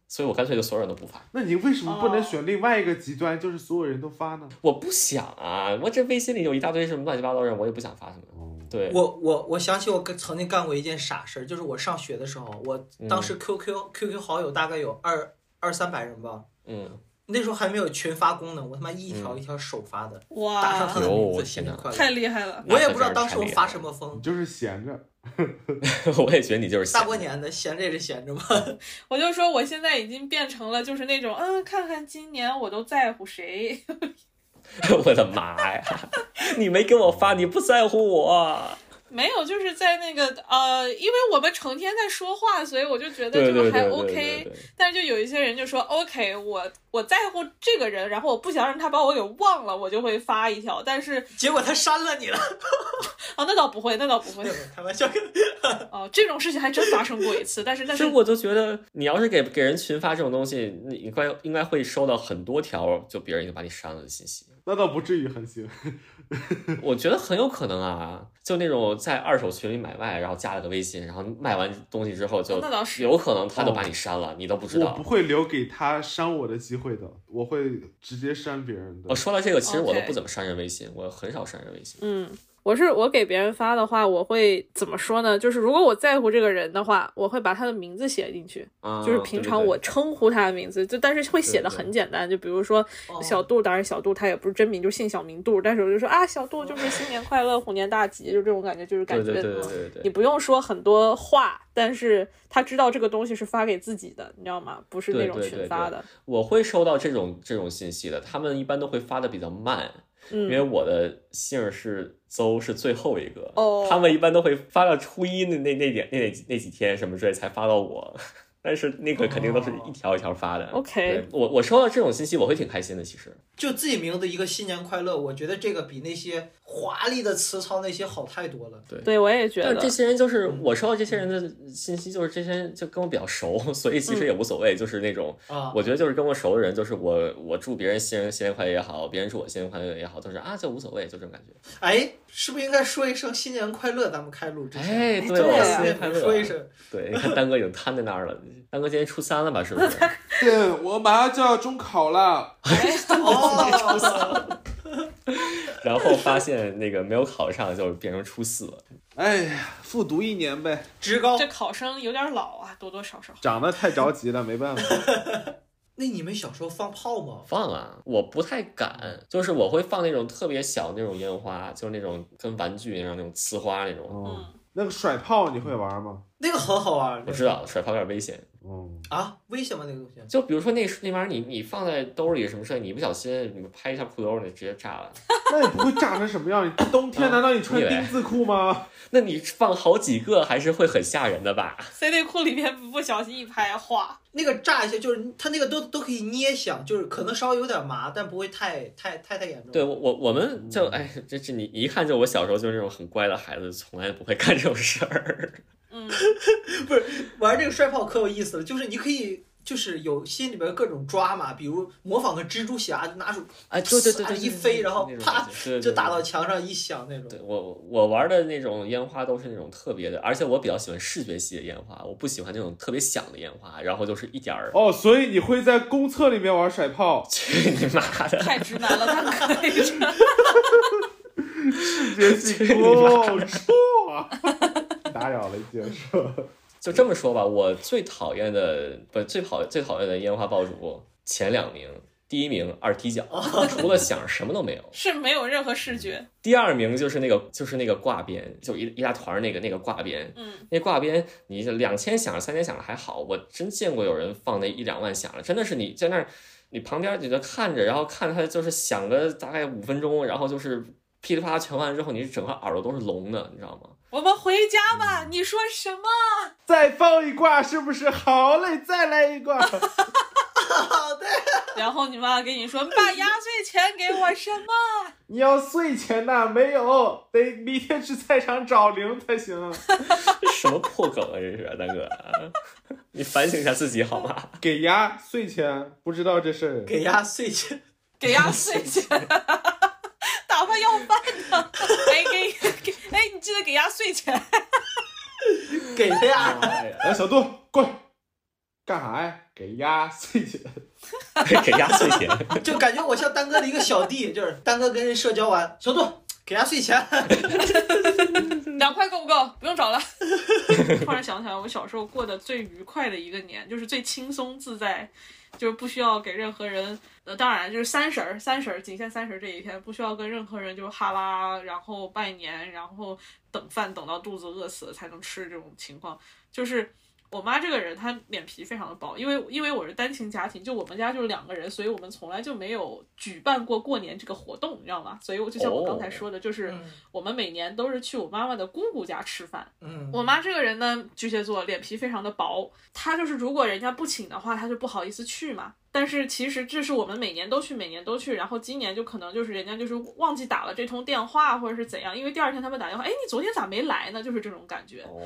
[SPEAKER 1] 所以我干脆就所有人都不发。
[SPEAKER 4] 那你为什么不
[SPEAKER 3] 哦
[SPEAKER 4] 能选另外一个极端，就是所有人都发呢？
[SPEAKER 1] 我不想啊，我这微信里有一大堆什么乱七八糟的人，我也不想发他们。
[SPEAKER 4] 哦，
[SPEAKER 1] 对，
[SPEAKER 5] 我我我想起我跟曾经干过一件傻事儿，就是我上学的时候，我
[SPEAKER 1] 嗯
[SPEAKER 5] 当时 QQ QQ 好友大概有二二三百人吧，
[SPEAKER 1] 嗯，
[SPEAKER 5] 那时候还没有群发功能，我他妈一条一条手发的，打上他
[SPEAKER 3] 哇，
[SPEAKER 5] 的名
[SPEAKER 1] 哟
[SPEAKER 5] 字，生
[SPEAKER 1] 天
[SPEAKER 5] 日
[SPEAKER 1] 哪
[SPEAKER 5] 快
[SPEAKER 3] 太
[SPEAKER 5] 乐。
[SPEAKER 3] 厉害了。
[SPEAKER 5] 我也不知道当时我发什么疯
[SPEAKER 4] 你，就是闲着，
[SPEAKER 1] 我也觉得你就是
[SPEAKER 5] 大
[SPEAKER 1] 闲
[SPEAKER 5] 过年的闲着也是闲着嘛。
[SPEAKER 3] 我就说我现在已经变成了就是那种，嗯，看看今年我都在乎谁，
[SPEAKER 1] 我的妈呀！你没给我发，你不在乎我。
[SPEAKER 3] 没有，就是在那个呃，因为我们成天在说话，所以我就觉得
[SPEAKER 1] 对
[SPEAKER 3] 这
[SPEAKER 1] 对对
[SPEAKER 3] 个还
[SPEAKER 1] 对
[SPEAKER 3] OK，
[SPEAKER 1] 对对，
[SPEAKER 3] 但是就有一些人就说 OK，我我在乎这个人，然后我不想让他把我给忘了，我就会发一条，但是
[SPEAKER 5] 结果他删了你了，
[SPEAKER 3] 啊，那倒不会，那倒不会
[SPEAKER 5] 没，有开玩笑。
[SPEAKER 3] 哦，这种事情还真发生过一次，但是但
[SPEAKER 1] 所
[SPEAKER 3] 是
[SPEAKER 1] 以我就觉得，你要是给给人群发这种东西，你应该应该会收到很多条，就别人已经把你删了的信息。
[SPEAKER 4] 那倒不至于很闲。
[SPEAKER 3] 嗯
[SPEAKER 1] 我觉得很有可能啊，就那种在二手群里买卖，然后加了个微信，然后卖完东西之后就
[SPEAKER 3] 哦那倒是
[SPEAKER 1] 有可能他都把
[SPEAKER 3] 哦
[SPEAKER 1] 你删了，你都不知
[SPEAKER 4] 我
[SPEAKER 1] 道
[SPEAKER 4] 不。会留给他删我的机会的，我会直接删别人的
[SPEAKER 1] 我。哦说到这个，其实我都
[SPEAKER 3] OK
[SPEAKER 1] 不怎么删人微信，我很少删人微信。
[SPEAKER 3] 嗯，我是我给别人发的话，我会怎么说呢？就是如果我在乎这个人的话，我会把他的名字写进去，
[SPEAKER 1] 啊，
[SPEAKER 3] 就是平常我
[SPEAKER 1] 对
[SPEAKER 3] 称呼他的名字，就但是会写的
[SPEAKER 1] 对
[SPEAKER 3] 很简单，就比如说
[SPEAKER 5] 哦
[SPEAKER 3] 小杜，当然小杜他也不是真名，就姓小名杜，但是我就说啊，小杜就是新年快乐，虎年大吉，就这种感觉，就是感
[SPEAKER 1] 对
[SPEAKER 3] 觉嗯
[SPEAKER 1] 对对对对对对
[SPEAKER 3] 你
[SPEAKER 1] 对，
[SPEAKER 3] 不用说很多话，但是他知道这个东西是发给自己的，你知道吗？不是那
[SPEAKER 1] 对
[SPEAKER 3] 种
[SPEAKER 1] 对对
[SPEAKER 3] 群发的。
[SPEAKER 1] 我会收到这种这种信息的，他们一般都会发的比较慢，因为
[SPEAKER 3] 嗯，
[SPEAKER 1] 我的姓儿是邹，是最后一个。
[SPEAKER 3] 哦
[SPEAKER 1] 他们一般都会发到初一那那那点那那那几天什么之类才发到我，但是那个肯定都是一条一条发的。
[SPEAKER 3] 哦 OK
[SPEAKER 1] 对我我收到这种信息我会挺开心的，其实
[SPEAKER 5] 就自己名字一个新年快乐，我觉得这个比那些华丽的辞藻那些好太多了。
[SPEAKER 3] 对，我也觉
[SPEAKER 1] 但
[SPEAKER 3] 得
[SPEAKER 1] 是这些人就是我收到这些人的信息，就是这些人就跟我比较熟，所以其实也
[SPEAKER 3] 嗯
[SPEAKER 1] 无所谓，就是那种
[SPEAKER 3] 哦
[SPEAKER 5] 啊，
[SPEAKER 1] 我觉得就是跟我熟的人，就是我我祝别人新人新年快乐也好，别人祝我新年快乐也好，都是啊就无所谓，就这种感觉。
[SPEAKER 5] 哎，是不是应该说一声新年快乐？咱们开录之前，
[SPEAKER 1] 哎，
[SPEAKER 3] 对
[SPEAKER 1] 我
[SPEAKER 3] 啊
[SPEAKER 1] 新年快乐，
[SPEAKER 5] 说一声。
[SPEAKER 1] 对，你看丹哥已经瘫在那儿了，丹哥今年初三了吧？是不 是？
[SPEAKER 4] 对，我马上就要中考了，
[SPEAKER 5] 哦，
[SPEAKER 1] 然后发现那个没有考上，就是变成初四了。
[SPEAKER 4] 哎呀，复读一年呗，
[SPEAKER 5] 职高
[SPEAKER 3] 这。考生有点老啊，多多少少。
[SPEAKER 4] 长得太着急了，没 办法。
[SPEAKER 5] 那你们小时候放炮吗？
[SPEAKER 1] 放啊，我不太敢，就是我会放那种特别小那种烟花，就是那种跟玩具一样那种呲花那种。
[SPEAKER 4] 哦，
[SPEAKER 3] 嗯，
[SPEAKER 4] 那个甩炮你会玩吗？
[SPEAKER 5] 那个很好玩。
[SPEAKER 1] 我知道甩炮有点危险，
[SPEAKER 4] 哦，
[SPEAKER 5] 啊，危险吗？那个东西？
[SPEAKER 1] 就比如说那那玩意儿，你你放在兜里什么事儿，你不小心你拍一下裤兜，你直接炸了。
[SPEAKER 4] 那也不会炸成什么样。你冬天难道你穿
[SPEAKER 1] 你以为
[SPEAKER 4] 丁字 裤吗？
[SPEAKER 1] 那你放好几个还是会很吓人的吧？
[SPEAKER 3] 塞内裤里面不小心一拍，哗！
[SPEAKER 5] 那个炸一下，就是它那个都都可以捏响，就是可能稍微有点麻，但不会太太太太严重。
[SPEAKER 1] 对我我我
[SPEAKER 5] 嗯
[SPEAKER 1] 们就哎，这是你一看就我小时候就是那种很乖的孩子，从来不会干这种事 儿。
[SPEAKER 3] 嗯，
[SPEAKER 5] 玩这个摔炮可有意思了，就是你可以就是有心里边各种抓嘛，比如模仿个蜘蛛侠，拿手
[SPEAKER 1] 哎，
[SPEAKER 5] 对 对对对对
[SPEAKER 1] 一
[SPEAKER 5] 一飞然后啪就打到
[SPEAKER 1] 到。
[SPEAKER 5] 墙上一响那种。
[SPEAKER 1] 对我我玩的那种烟花都是那种特别的，而且我比较喜欢视觉系的烟花，我不喜欢那种特别响的烟花，然后就是一点儿。
[SPEAKER 4] 哦，所以你会在公厕里面玩甩炮，
[SPEAKER 1] 去你妈的！
[SPEAKER 3] 太直男了，他们可以这样。
[SPEAKER 4] 直接进攻，错，哦 打扰了，结束。
[SPEAKER 1] 就这么说吧，我最讨厌的不最讨最讨厌的烟花爆竹前两名，第一名二踢脚，
[SPEAKER 5] 哦
[SPEAKER 1] 除了响什么都没有。
[SPEAKER 3] 是没有任何视觉。
[SPEAKER 1] 第二名就是那个就是那个挂鞭，就一一大团儿那个那个挂鞭，
[SPEAKER 3] 嗯，
[SPEAKER 1] 那挂鞭你这两千响三千响的还好，我真见过有人放那一两万响的，真的是你在那儿，你旁边你就看着，然后看它就是响个大概五分钟，然后就是噼里啪啦全完之后，你整个耳朵都是聋的，你知道吗？
[SPEAKER 3] 我们回家吧。你说什么？
[SPEAKER 4] 再放一挂是不是？好嘞，再来一挂。
[SPEAKER 5] 好的，
[SPEAKER 3] 然后你妈跟你说，你把压岁钱给我什么？
[SPEAKER 4] 你要碎钱呐？没 有，得明天去菜场找零才行。
[SPEAKER 1] 什么破梗啊，这是丹哥，啊 你反省一下自己好吗？
[SPEAKER 4] 给丫碎钱，不知道这事儿。
[SPEAKER 5] 给压碎钱，
[SPEAKER 3] 给压岁钱， 打发要饭的。 哎，给给，哎，你记得给压岁钱。
[SPEAKER 5] 给他
[SPEAKER 4] 啊
[SPEAKER 5] 呀！
[SPEAKER 1] 哎呀
[SPEAKER 4] 来，小杜过来，干啥呀？给丫碎 钱。
[SPEAKER 1] 给压岁钱，
[SPEAKER 5] 就感觉我像丹哥的一个小弟，就是丹哥跟人社交完，小杜给压岁钱，
[SPEAKER 3] 两块够不够？不用找了。突然想起来，我小时候过得最愉快的一个年，就是最轻松自在，就是不需要给任何人。呃，当然就是三十儿，三十儿仅限三十儿这一天，不需要跟任何人就是哈拉，然后拜年，然后等饭等到肚子饿死了才能吃这种情况，就是。我妈这个人，她脸皮非常的薄，因为因为我是单亲家庭，就我们家就是两个人，所以我们从来就没有举办过过年这个活动，你知道吗？所以我就像我刚才说的，就是
[SPEAKER 5] 嗯
[SPEAKER 3] 我们每年都是去我妈妈的姑姑家吃饭。
[SPEAKER 5] 嗯，
[SPEAKER 3] 我妈这个人呢，巨蟹座，脸皮非常的薄，她就是如果人家不请的话，她就不好意思去嘛。但是其实这是我们每年都去，每年都去，然后今年就可能就是人家就是忘记打了这通电话，或者是怎样，因为第二天他们打电话，哎，你昨天咋没来呢？就是这种感觉。
[SPEAKER 1] 哦，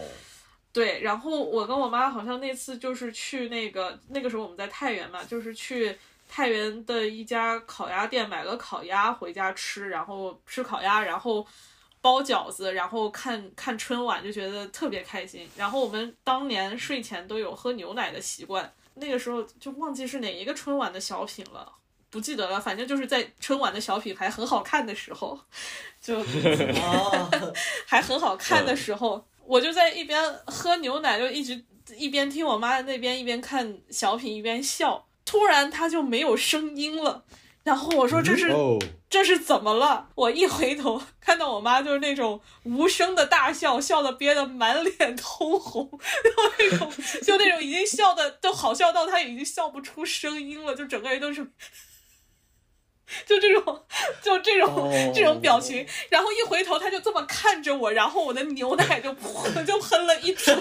[SPEAKER 3] 对，然后我跟我妈好像那次就是去那个那个时候我们在太原嘛，就是去太原的一家烤鸭店买了烤鸭回家吃，然后吃烤鸭，然后包饺子，然后看看春晚，就觉得特别开心。然后我们当年睡前都有喝牛奶的习惯，那个时候就忘记是哪一个春晚的小品了。不记得了，反正就是在春晚的小品还很好看的时候，就
[SPEAKER 5] 哦，
[SPEAKER 3] 还很好看的时候，我就在一边喝牛奶，就一直一边听我妈那边一边看小品一边笑。突然她就没有声音了，然后我说这是、
[SPEAKER 4] 哦，
[SPEAKER 3] 这是怎么了？我一回头看到我妈就是那种无声的大笑，笑的憋得满脸通红，然后那种就那种已经笑的都好笑到她已经笑不出声音了，就整个人都是就这种就这种、这种表情，然后一回头她就这么看着我，然后我的牛奶就 噗就喷了一整。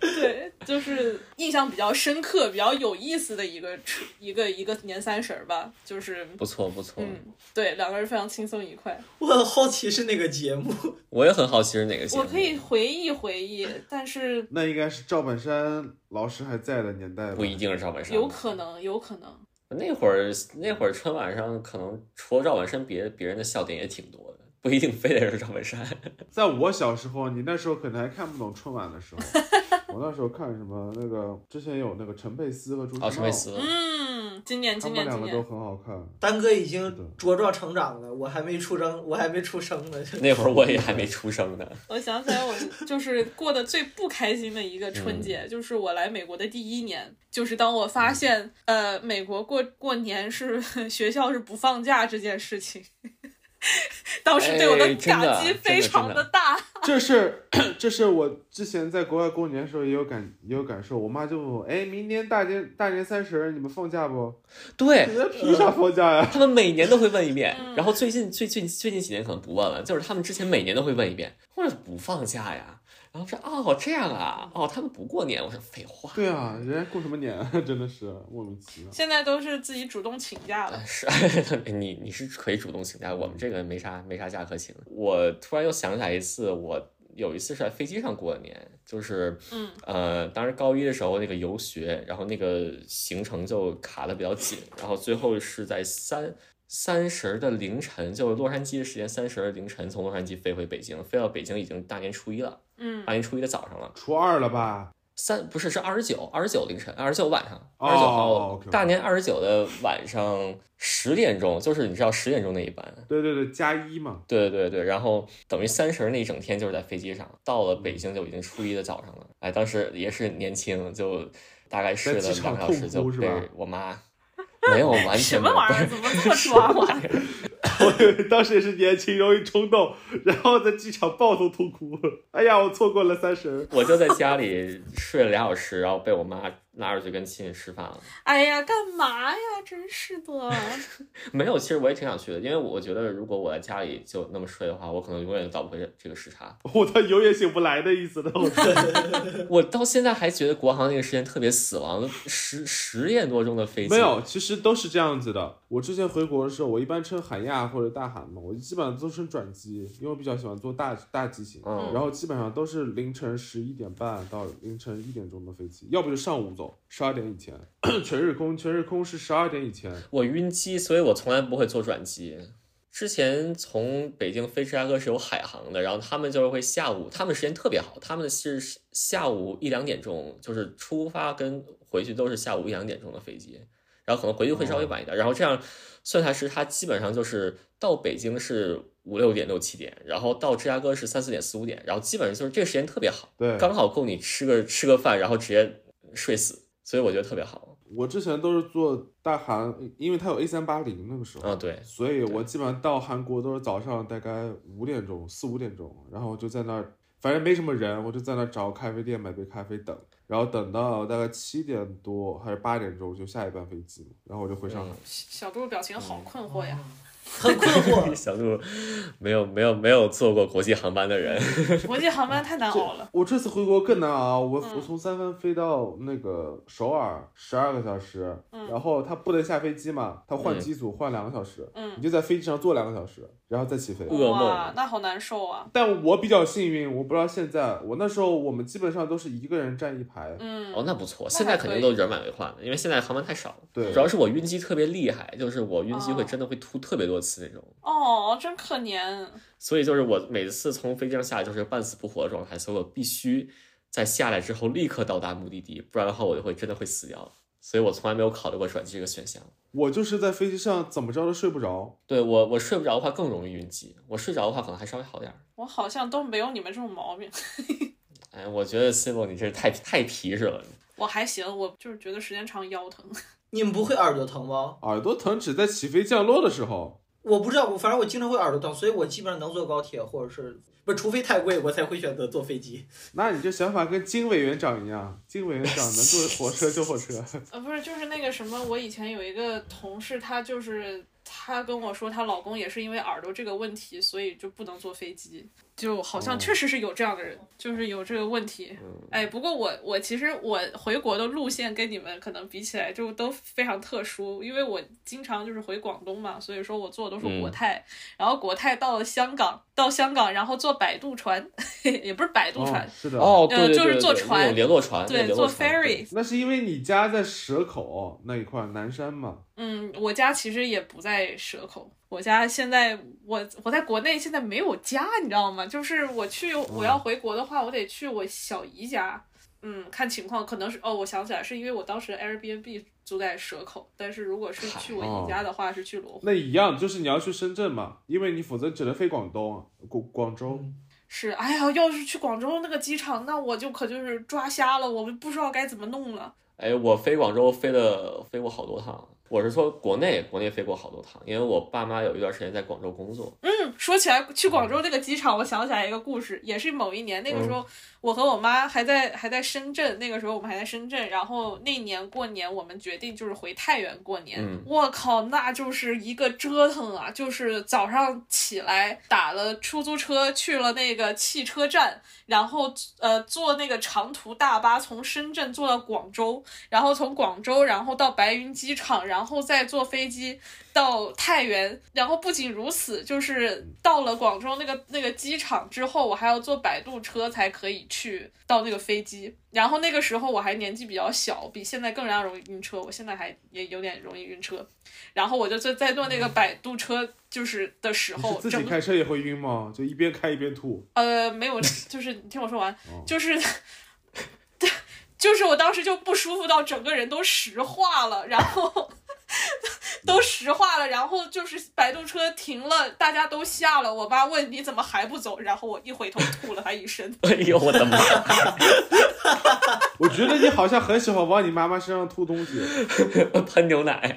[SPEAKER 3] 对，就是印象比较深刻、比较有意思的一个吃一个一个年三十儿吧，就是
[SPEAKER 1] 不错不错，
[SPEAKER 3] 嗯，对，两个人非常轻松愉快。
[SPEAKER 5] 我很好奇是哪个节目，
[SPEAKER 1] 我也很好奇是哪个节目。
[SPEAKER 3] 我可以回忆回忆，但是
[SPEAKER 4] 那应该是赵本山老师还在的年代吧？
[SPEAKER 1] 不一定是赵本山，
[SPEAKER 3] 有可能，有可能，
[SPEAKER 1] 那会儿那会儿春晚上可能除了赵本山，别别人的笑点也挺多的，不一定非得是赵本山。
[SPEAKER 3] 嗯
[SPEAKER 4] 在我小时候，你那时候可能还看不懂春晚 的时候，我那时候看什么那个之前有那个陈佩斯和朱
[SPEAKER 1] 哦，
[SPEAKER 4] 时
[SPEAKER 1] 陈佩
[SPEAKER 4] 茂，
[SPEAKER 1] 斯，
[SPEAKER 3] 嗯，今年，
[SPEAKER 4] 他
[SPEAKER 3] 今
[SPEAKER 4] 们
[SPEAKER 3] 年，今
[SPEAKER 4] 两个都
[SPEAKER 3] 年，
[SPEAKER 4] 很好看。
[SPEAKER 5] 丹哥已经茁壮成长了，我还没出生，我还没出生呢。
[SPEAKER 1] 那会儿我也还没出生呢。
[SPEAKER 3] 我想起来，我就是过得最不开心的一个春
[SPEAKER 1] 嗯
[SPEAKER 3] 节，就是我来美国的第一年，就是当我发现，呃，美国过过年是 学校是不放假这件事情，当时对我
[SPEAKER 1] 哎
[SPEAKER 3] 的
[SPEAKER 1] 真的
[SPEAKER 3] 打击非常
[SPEAKER 1] 真的
[SPEAKER 3] 的大。
[SPEAKER 4] 这是这是我之前在国外过年的时候也有感也有感受，我妈就问我，哎，明年大年大年三十儿你们放假不？
[SPEAKER 1] 对
[SPEAKER 4] 你，们凭啥放假呀？
[SPEAKER 1] 他们每年都会问一遍，
[SPEAKER 3] 嗯
[SPEAKER 1] 然后最近最最最近几年可能不问了，就是他们之前每年都会问一遍，或者不放假呀。然后说哦这样啊，哦他们不过年，我说废话，
[SPEAKER 4] 对啊，人家过什么年啊？ 真的是莫名其妙。
[SPEAKER 3] 现在都是自己主动请假了
[SPEAKER 1] 啊，是， 你你是可以主动请假，我们这个没啥没啥假可请。我突然又想起来一次，我有一次是在飞机上过的年，就是
[SPEAKER 3] 嗯
[SPEAKER 1] 呃，当时高一的时候那个游学，然后那个行程就卡的比较紧，然后最后是在三。三十的凌晨，就洛杉矶的时间，三十的凌晨从洛杉矶飞回北京，飞到北京已经大年初一了，
[SPEAKER 3] 嗯
[SPEAKER 1] 大年初一的早上了。
[SPEAKER 4] 初二了吧？
[SPEAKER 1] 三不是是二十九，二十九凌晨，二十九晚上，
[SPEAKER 4] 哦
[SPEAKER 1] 二十九号
[SPEAKER 4] ，OK，OK
[SPEAKER 1] 大年二十九的晚上十点钟，就是你知道十点钟那一班。
[SPEAKER 4] 对对对，加一嘛。
[SPEAKER 1] 对对对，然后等于三十那一整天就是在飞机上，到了北京就已经初一的早上了。哎，当时也是年轻，就大概睡了
[SPEAKER 4] 在机
[SPEAKER 1] 两
[SPEAKER 4] 场
[SPEAKER 1] 个小时就
[SPEAKER 4] 痛哭是吧
[SPEAKER 1] 被我妈没 有完
[SPEAKER 3] 什
[SPEAKER 1] 全没
[SPEAKER 3] 么
[SPEAKER 1] 有
[SPEAKER 3] 玩意儿？怎么这么啊抓我？
[SPEAKER 4] 我以为当时也是年轻，容易冲动，然后在机场抱头痛哭。 哎呀，我错过了三十。
[SPEAKER 1] 我就在家里睡了俩小时，然后被我妈拉着去跟亲戚吃饭了。
[SPEAKER 3] 哎呀，干嘛呀？真是的，
[SPEAKER 1] 没有，其实我也挺想去的，因为我觉得如果我在家里就那么睡的话，我可能永远倒不回这个时差。
[SPEAKER 4] 我他永远醒不来的意 思呢。我
[SPEAKER 1] 我到现在还觉得国航那个时间特别死亡，十十点多钟的飞机，
[SPEAKER 4] 没有，其实都是这样子的。我之前回国的时候，我一般乘韩亚或者大韩嘛，我基本上都乘转机，因为我比较喜欢坐大大机型。
[SPEAKER 1] 嗯
[SPEAKER 4] 然后基本上都是凌晨十一点半到凌晨一点钟的飞机，要不就上午走，十二点以前。 全日空，全日空是十二点以前。
[SPEAKER 1] 我晕机，所以我从来不会坐转机。之前从北京飞芝加哥是有海航的，然后他们就是会下午，他们时间特别好，他们是下午一两点钟，就是出发跟回去都是下午一两点钟的飞机，然后可能回去会稍微晚一点，然后这样算下时差基本上就是到北京是五六点六七点，然后到芝加哥是三四点四五点，然后基本上就是这个时间特别好，
[SPEAKER 4] 对，
[SPEAKER 1] 刚好够你吃个吃个饭，然后直接睡死，所以我觉得特别好。
[SPEAKER 4] 我之前都是坐大韩，因为它有 A 三八零那个时候。
[SPEAKER 1] 嗯，对，
[SPEAKER 4] 所以我基本上到韩国都是早上大概五点钟，四五点钟，然后我就在那儿，反正没什么人，我就在那儿找咖啡店买杯咖啡等，然后等到大概七点多还是八点钟就下一班飞机嘛，然后我就回
[SPEAKER 3] 嗯
[SPEAKER 4] 上海。
[SPEAKER 3] 小杜表情好困惑呀。
[SPEAKER 5] 很困惑。
[SPEAKER 1] 小鹿没有没有没有坐过国际航班的人，
[SPEAKER 3] 国际航班太 难熬了。
[SPEAKER 4] 我这次回国更难熬，我、
[SPEAKER 3] 嗯
[SPEAKER 4] 我从三藩飞到那个首尔十二个小时，
[SPEAKER 3] 嗯
[SPEAKER 4] 然后他不能下飞机嘛，他换
[SPEAKER 1] 嗯
[SPEAKER 4] 机组换两个小时，
[SPEAKER 3] 嗯
[SPEAKER 4] 你就在飞机上坐两个小时，然后再起飞。
[SPEAKER 1] 噩梦
[SPEAKER 3] 哇，那好难受啊。
[SPEAKER 4] 但我比较幸运，我不知道现在，我那时候我们基本上都是一个人站一排，
[SPEAKER 3] 嗯，
[SPEAKER 1] 哦，那不错，
[SPEAKER 3] 那还
[SPEAKER 1] 现在肯定都人满为患了，因为现在航班太少了。
[SPEAKER 4] 对
[SPEAKER 1] 主要是我晕机特别厉害，就是我晕机会
[SPEAKER 3] 哦
[SPEAKER 1] 真的会吐特别多次那种，
[SPEAKER 3] 哦，真可怜。
[SPEAKER 1] 所以就是我每次从飞机上下来就是半死不活的状态，所以我必须在下来之后立刻到达目的地，不然的话我就会真的会死掉。所以我从来没有考虑过转机这个选项。
[SPEAKER 4] 我就是在飞机上怎么着都睡不着，
[SPEAKER 1] 对我，我睡不着的话更容易晕机，我睡着的话可能还稍微好点儿。
[SPEAKER 3] 我好像都没有你们这种毛病，
[SPEAKER 1] 哎，我觉得 c i b o 你这太太皮实了，
[SPEAKER 3] 我还行，我就是觉得时间长腰疼。
[SPEAKER 5] 你们不会耳朵疼吗？
[SPEAKER 4] 耳朵疼只在起飞降落的时候。
[SPEAKER 5] 我不知道，我反正我经常会耳朵疼，所以我基本上能坐高铁或者是不，除非太贵，我才会选择坐飞机。
[SPEAKER 4] 那你这想法跟金委员长一样，金委员长能坐火车就火车，哦
[SPEAKER 3] 呃，不是，就是那个什么，我以前有一个同事，她就是她跟我说，她老公也是因为耳朵这个问题，所以就不能坐飞机。就好像确实是有这样的人，就是有这个问题。哎，不过我我其实我回国的路线跟你们可能比起来就都非常特殊，因为我经常就是回广东嘛，所以说我坐的都是国泰，然后国泰到了香港，到香港然后坐摆渡船， 也不是摆渡船，
[SPEAKER 4] 哦是的，
[SPEAKER 1] 哦，对
[SPEAKER 3] 呃
[SPEAKER 1] 对对，
[SPEAKER 3] 就是
[SPEAKER 1] 对
[SPEAKER 3] 坐
[SPEAKER 1] 那种
[SPEAKER 3] 船
[SPEAKER 1] 联络船，那种
[SPEAKER 3] 对，
[SPEAKER 1] 联
[SPEAKER 3] 坐
[SPEAKER 1] 络船
[SPEAKER 3] ferry。
[SPEAKER 4] 那是因为你家在蛇口那一块儿南山嘛，
[SPEAKER 3] 嗯，我家其实也不在蛇口，我家现在我我在国内现在没有家，你知道吗？就是我去我要回国的话，我得去我小姨家。嗯，看情况，可能是哦，我想起来是因为我当时 Airbnb 住在蛇口，但是如果是去我姨家的话，是去罗湖。
[SPEAKER 4] 那一样就是你要去深圳嘛，因为你否则只能飞广东啊、广广州。
[SPEAKER 3] 是，哎呀，要是去广州那个机场，那我就可就是抓瞎了，我们不知道该怎么弄了。
[SPEAKER 1] 哎，我飞广州飞了飞过好多趟，我是说国内国内飞过好多趟，因为我爸妈有一段时间在广州工作，
[SPEAKER 3] 嗯，说起来去广州那个机场，我想起来一个故事，也是某一年，那个时候我和我妈还在还在深圳，那个时候我们还在深圳，然后那年过年我们决定就是回太原过年，
[SPEAKER 1] 嗯
[SPEAKER 3] 我靠，那就是一个折腾啊！就是早上起来打了出租车去了那个汽车站，然后呃坐那个长途大巴从深圳坐到广州，然后从广州然后到白云机场，然后再坐飞机到太原，然后不仅如此，就是到了广州那个那个机场之后，我还要坐摆渡车才可以去到那个飞机。然后那个时候我还年纪比较小，比现在更加容易晕车，我现在还也有点容易晕车。然后我就在在坐那个摆渡车就是的时
[SPEAKER 4] 嗯你是
[SPEAKER 3] 候，
[SPEAKER 4] 自己
[SPEAKER 3] 整个
[SPEAKER 4] 开车也会晕吗？就一边开一边吐。
[SPEAKER 3] 呃，没有，就是你听我说完
[SPEAKER 4] 哦，
[SPEAKER 3] 就是，就是我当时就不舒服到整个人都石化了，然后 都石化了，然后就是摆渡车停了，大家都下了，我妈问你怎么还不走，然后我一回头吐了她一身，
[SPEAKER 1] 哎呦我的妈！
[SPEAKER 4] 我觉得你好像很喜欢往你妈妈身上吐东西。
[SPEAKER 1] 喷牛奶，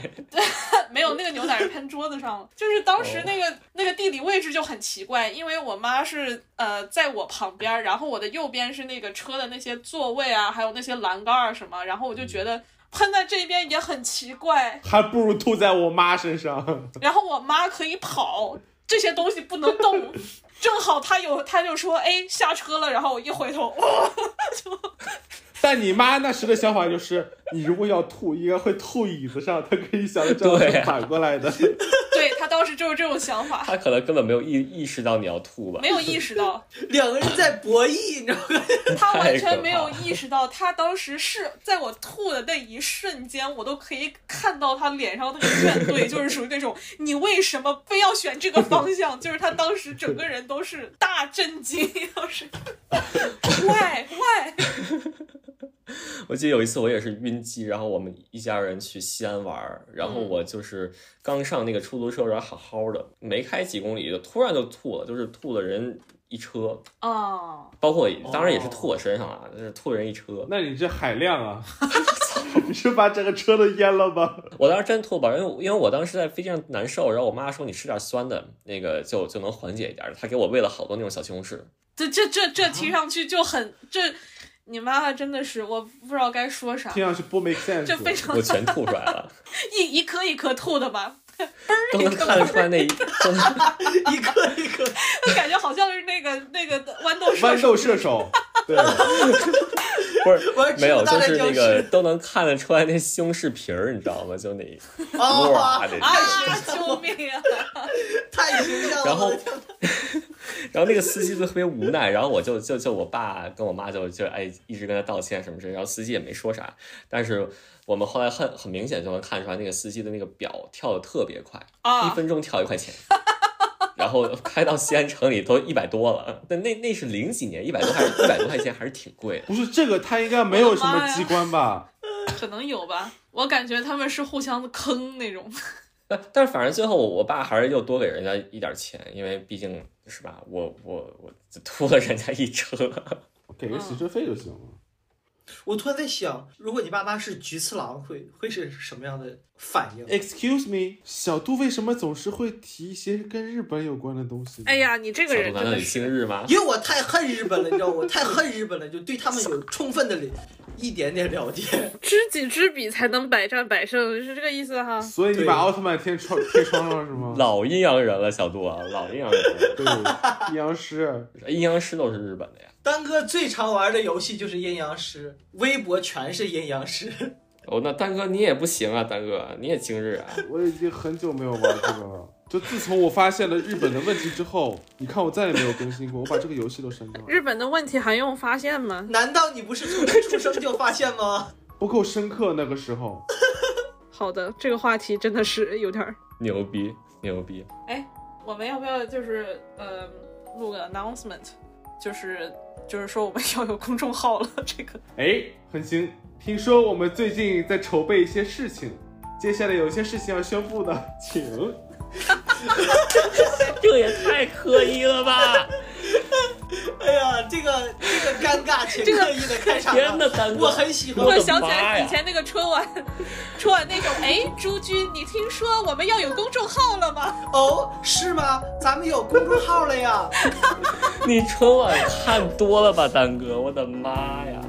[SPEAKER 3] 没有那个牛奶是喷桌子上了， 就是当时那个、那个地理位置就很奇怪，因为我妈是呃在我旁边儿，然后我的右边是那个车的那些座位啊，还有那些栏杆儿什么，然后我就觉得喷在这边也很奇怪，
[SPEAKER 4] 还不如吐在我妈身上。
[SPEAKER 3] 然后我妈可以跑，这些东西不能动。正好她有，她就说：“哎，下车了。”然后我一回头，哦哇、
[SPEAKER 4] 但你妈那时的想法就是，你如果要吐，应该会吐椅子上，她可以想着这样
[SPEAKER 1] 对
[SPEAKER 4] 是
[SPEAKER 1] 啊
[SPEAKER 4] 反过来的。
[SPEAKER 3] 对她当时就是这种想法，
[SPEAKER 1] 他可能根本没有意意识到你要吐吧
[SPEAKER 3] 没？有意识到，
[SPEAKER 5] 两个人在博弈，你知道吗？
[SPEAKER 3] 他完
[SPEAKER 1] 太可
[SPEAKER 3] 全
[SPEAKER 1] 怕
[SPEAKER 3] 没有意识到，他当时是在我吐的那一瞬间，我都可以看到他脸上那个怨怼，就是属于那种你为什么非要选这个方向？就是他当时整个人都是大震惊，要是 why why
[SPEAKER 1] 我记得有一次我也是晕机，然后我们一家人去西安玩儿，然
[SPEAKER 3] 嗯
[SPEAKER 1] 后我就是刚上那个出租车，然后好好的，没开几公里就突然就吐了，就是吐了人一车，
[SPEAKER 3] 啊？
[SPEAKER 1] 包括当然也是吐我身上啊，就是吐人一车。
[SPEAKER 4] 那你这海量啊， 你是把整个车都淹了吗？
[SPEAKER 1] 我当时真吐吧，因为因为我当时在飞机上难受，然后我妈说你吃点酸的，那个就就能缓解一点儿。她给我喂了好多那种小西红柿，
[SPEAKER 3] 这这这这听上去就很这，你妈妈真的是我不知道该说啥
[SPEAKER 4] 听，上去不 make sense。
[SPEAKER 3] 这非常
[SPEAKER 1] 我全吐出来了，
[SPEAKER 3] 一一颗一颗吐的吧，
[SPEAKER 1] 都能看得出来那一都能
[SPEAKER 5] 一个一个，
[SPEAKER 3] 感觉好像是那个那个豌豆射
[SPEAKER 4] 豌
[SPEAKER 3] 手
[SPEAKER 4] 豆射手，对，
[SPEAKER 1] 不是
[SPEAKER 5] 我要吃
[SPEAKER 1] 没有，
[SPEAKER 5] 大
[SPEAKER 1] 就
[SPEAKER 5] 辣
[SPEAKER 1] 是
[SPEAKER 5] 椒
[SPEAKER 1] 那个
[SPEAKER 5] 吃
[SPEAKER 1] 都能看得出来那西红柿皮儿，你知道吗？就那一哇
[SPEAKER 5] 啊，
[SPEAKER 1] 的，
[SPEAKER 3] 啊！救命啊！
[SPEAKER 5] 太形象了。
[SPEAKER 1] 然后
[SPEAKER 5] 我的天哪
[SPEAKER 1] 然后那个司机就特别无奈，然后我就就就我爸跟我妈就就哎一直跟他道歉什么之类，然后司机也没说啥，但是我们后来很很明显就能看出来那个司机的那个表跳的特别快，
[SPEAKER 3] 啊
[SPEAKER 1] 一分钟跳一块钱。 然后开到西安城里都一百多了，那那那是零几年，一百多还是一百多块 钱，还是挺贵的。
[SPEAKER 4] 不是这个，他应该没有什么机 关吧？
[SPEAKER 3] 可能有吧，我感觉他们是互相坑那种。
[SPEAKER 1] 但但是反正最后我爸还是又多给人家一点钱，因为毕竟是吧，我我我吐了人家一车，
[SPEAKER 4] 给个洗车费就行了。
[SPEAKER 5] 我突然在想，如果你爸妈是菊次郎，会会是什么样的反
[SPEAKER 3] 嗯
[SPEAKER 1] 哎
[SPEAKER 5] 应？
[SPEAKER 4] Excuse me，小度为什么总是会提一些跟日本有关的东西？
[SPEAKER 3] 哎，呀，你这个
[SPEAKER 1] 小
[SPEAKER 3] 人
[SPEAKER 1] 杜难
[SPEAKER 3] 真
[SPEAKER 1] 道
[SPEAKER 3] 的
[SPEAKER 1] 你
[SPEAKER 3] 是，
[SPEAKER 1] 姓日吗？
[SPEAKER 5] 因为我太恨日本了，你知道吗，我太恨日本了，就对他们有充分的理一点点了解。
[SPEAKER 3] 知己知彼才能百战百胜，是这个意思哈。
[SPEAKER 4] 所以你
[SPEAKER 5] 对
[SPEAKER 4] 把奥特曼贴窗贴窗上了是吗？
[SPEAKER 1] 老阴阳人了，小杜啊，老阴阳人 了，
[SPEAKER 4] 对，阴阳师，
[SPEAKER 1] 阴阳师都是日本的呀。
[SPEAKER 5] 丹哥最常玩的游戏就是阴阳师，微博全是阴阳师。
[SPEAKER 1] 哦，那丹哥你也不行啊，丹哥你也精致 啊。
[SPEAKER 4] 我已经很久没有玩这个了。就自从我发现了日本的问题之后，你看我再也没有更新过，我把这个游戏都删掉了，
[SPEAKER 3] 日本的问题还用发现吗？
[SPEAKER 5] 难道你不是从一出生就发现吗？
[SPEAKER 4] 不够深刻。那个时候，
[SPEAKER 3] 好的，这个话题真的是有点儿。
[SPEAKER 1] 牛逼牛逼！
[SPEAKER 3] 哎我们要不要就是呃录个 announcement，就是就是说我们要有公众号了，这个
[SPEAKER 4] 哎，恒星，听说我们最近在筹备一些事情，接下来有一些事情要宣布的，请。
[SPEAKER 1] 这也太刻意了吧！
[SPEAKER 5] 哎呀，这个这个尴尬且刻意的开场啊，
[SPEAKER 1] 天哪，丹哥，
[SPEAKER 5] 我很喜欢
[SPEAKER 1] 我。的
[SPEAKER 3] 想起
[SPEAKER 1] 妈呀
[SPEAKER 3] 来以前那个春晚，春晚那种，哎，朱军，你听说我们要有公众号了吗？
[SPEAKER 5] 哦，是吗？咱们有公众号了呀。
[SPEAKER 1] 你春晚看多了吧，丹哥，我的妈呀！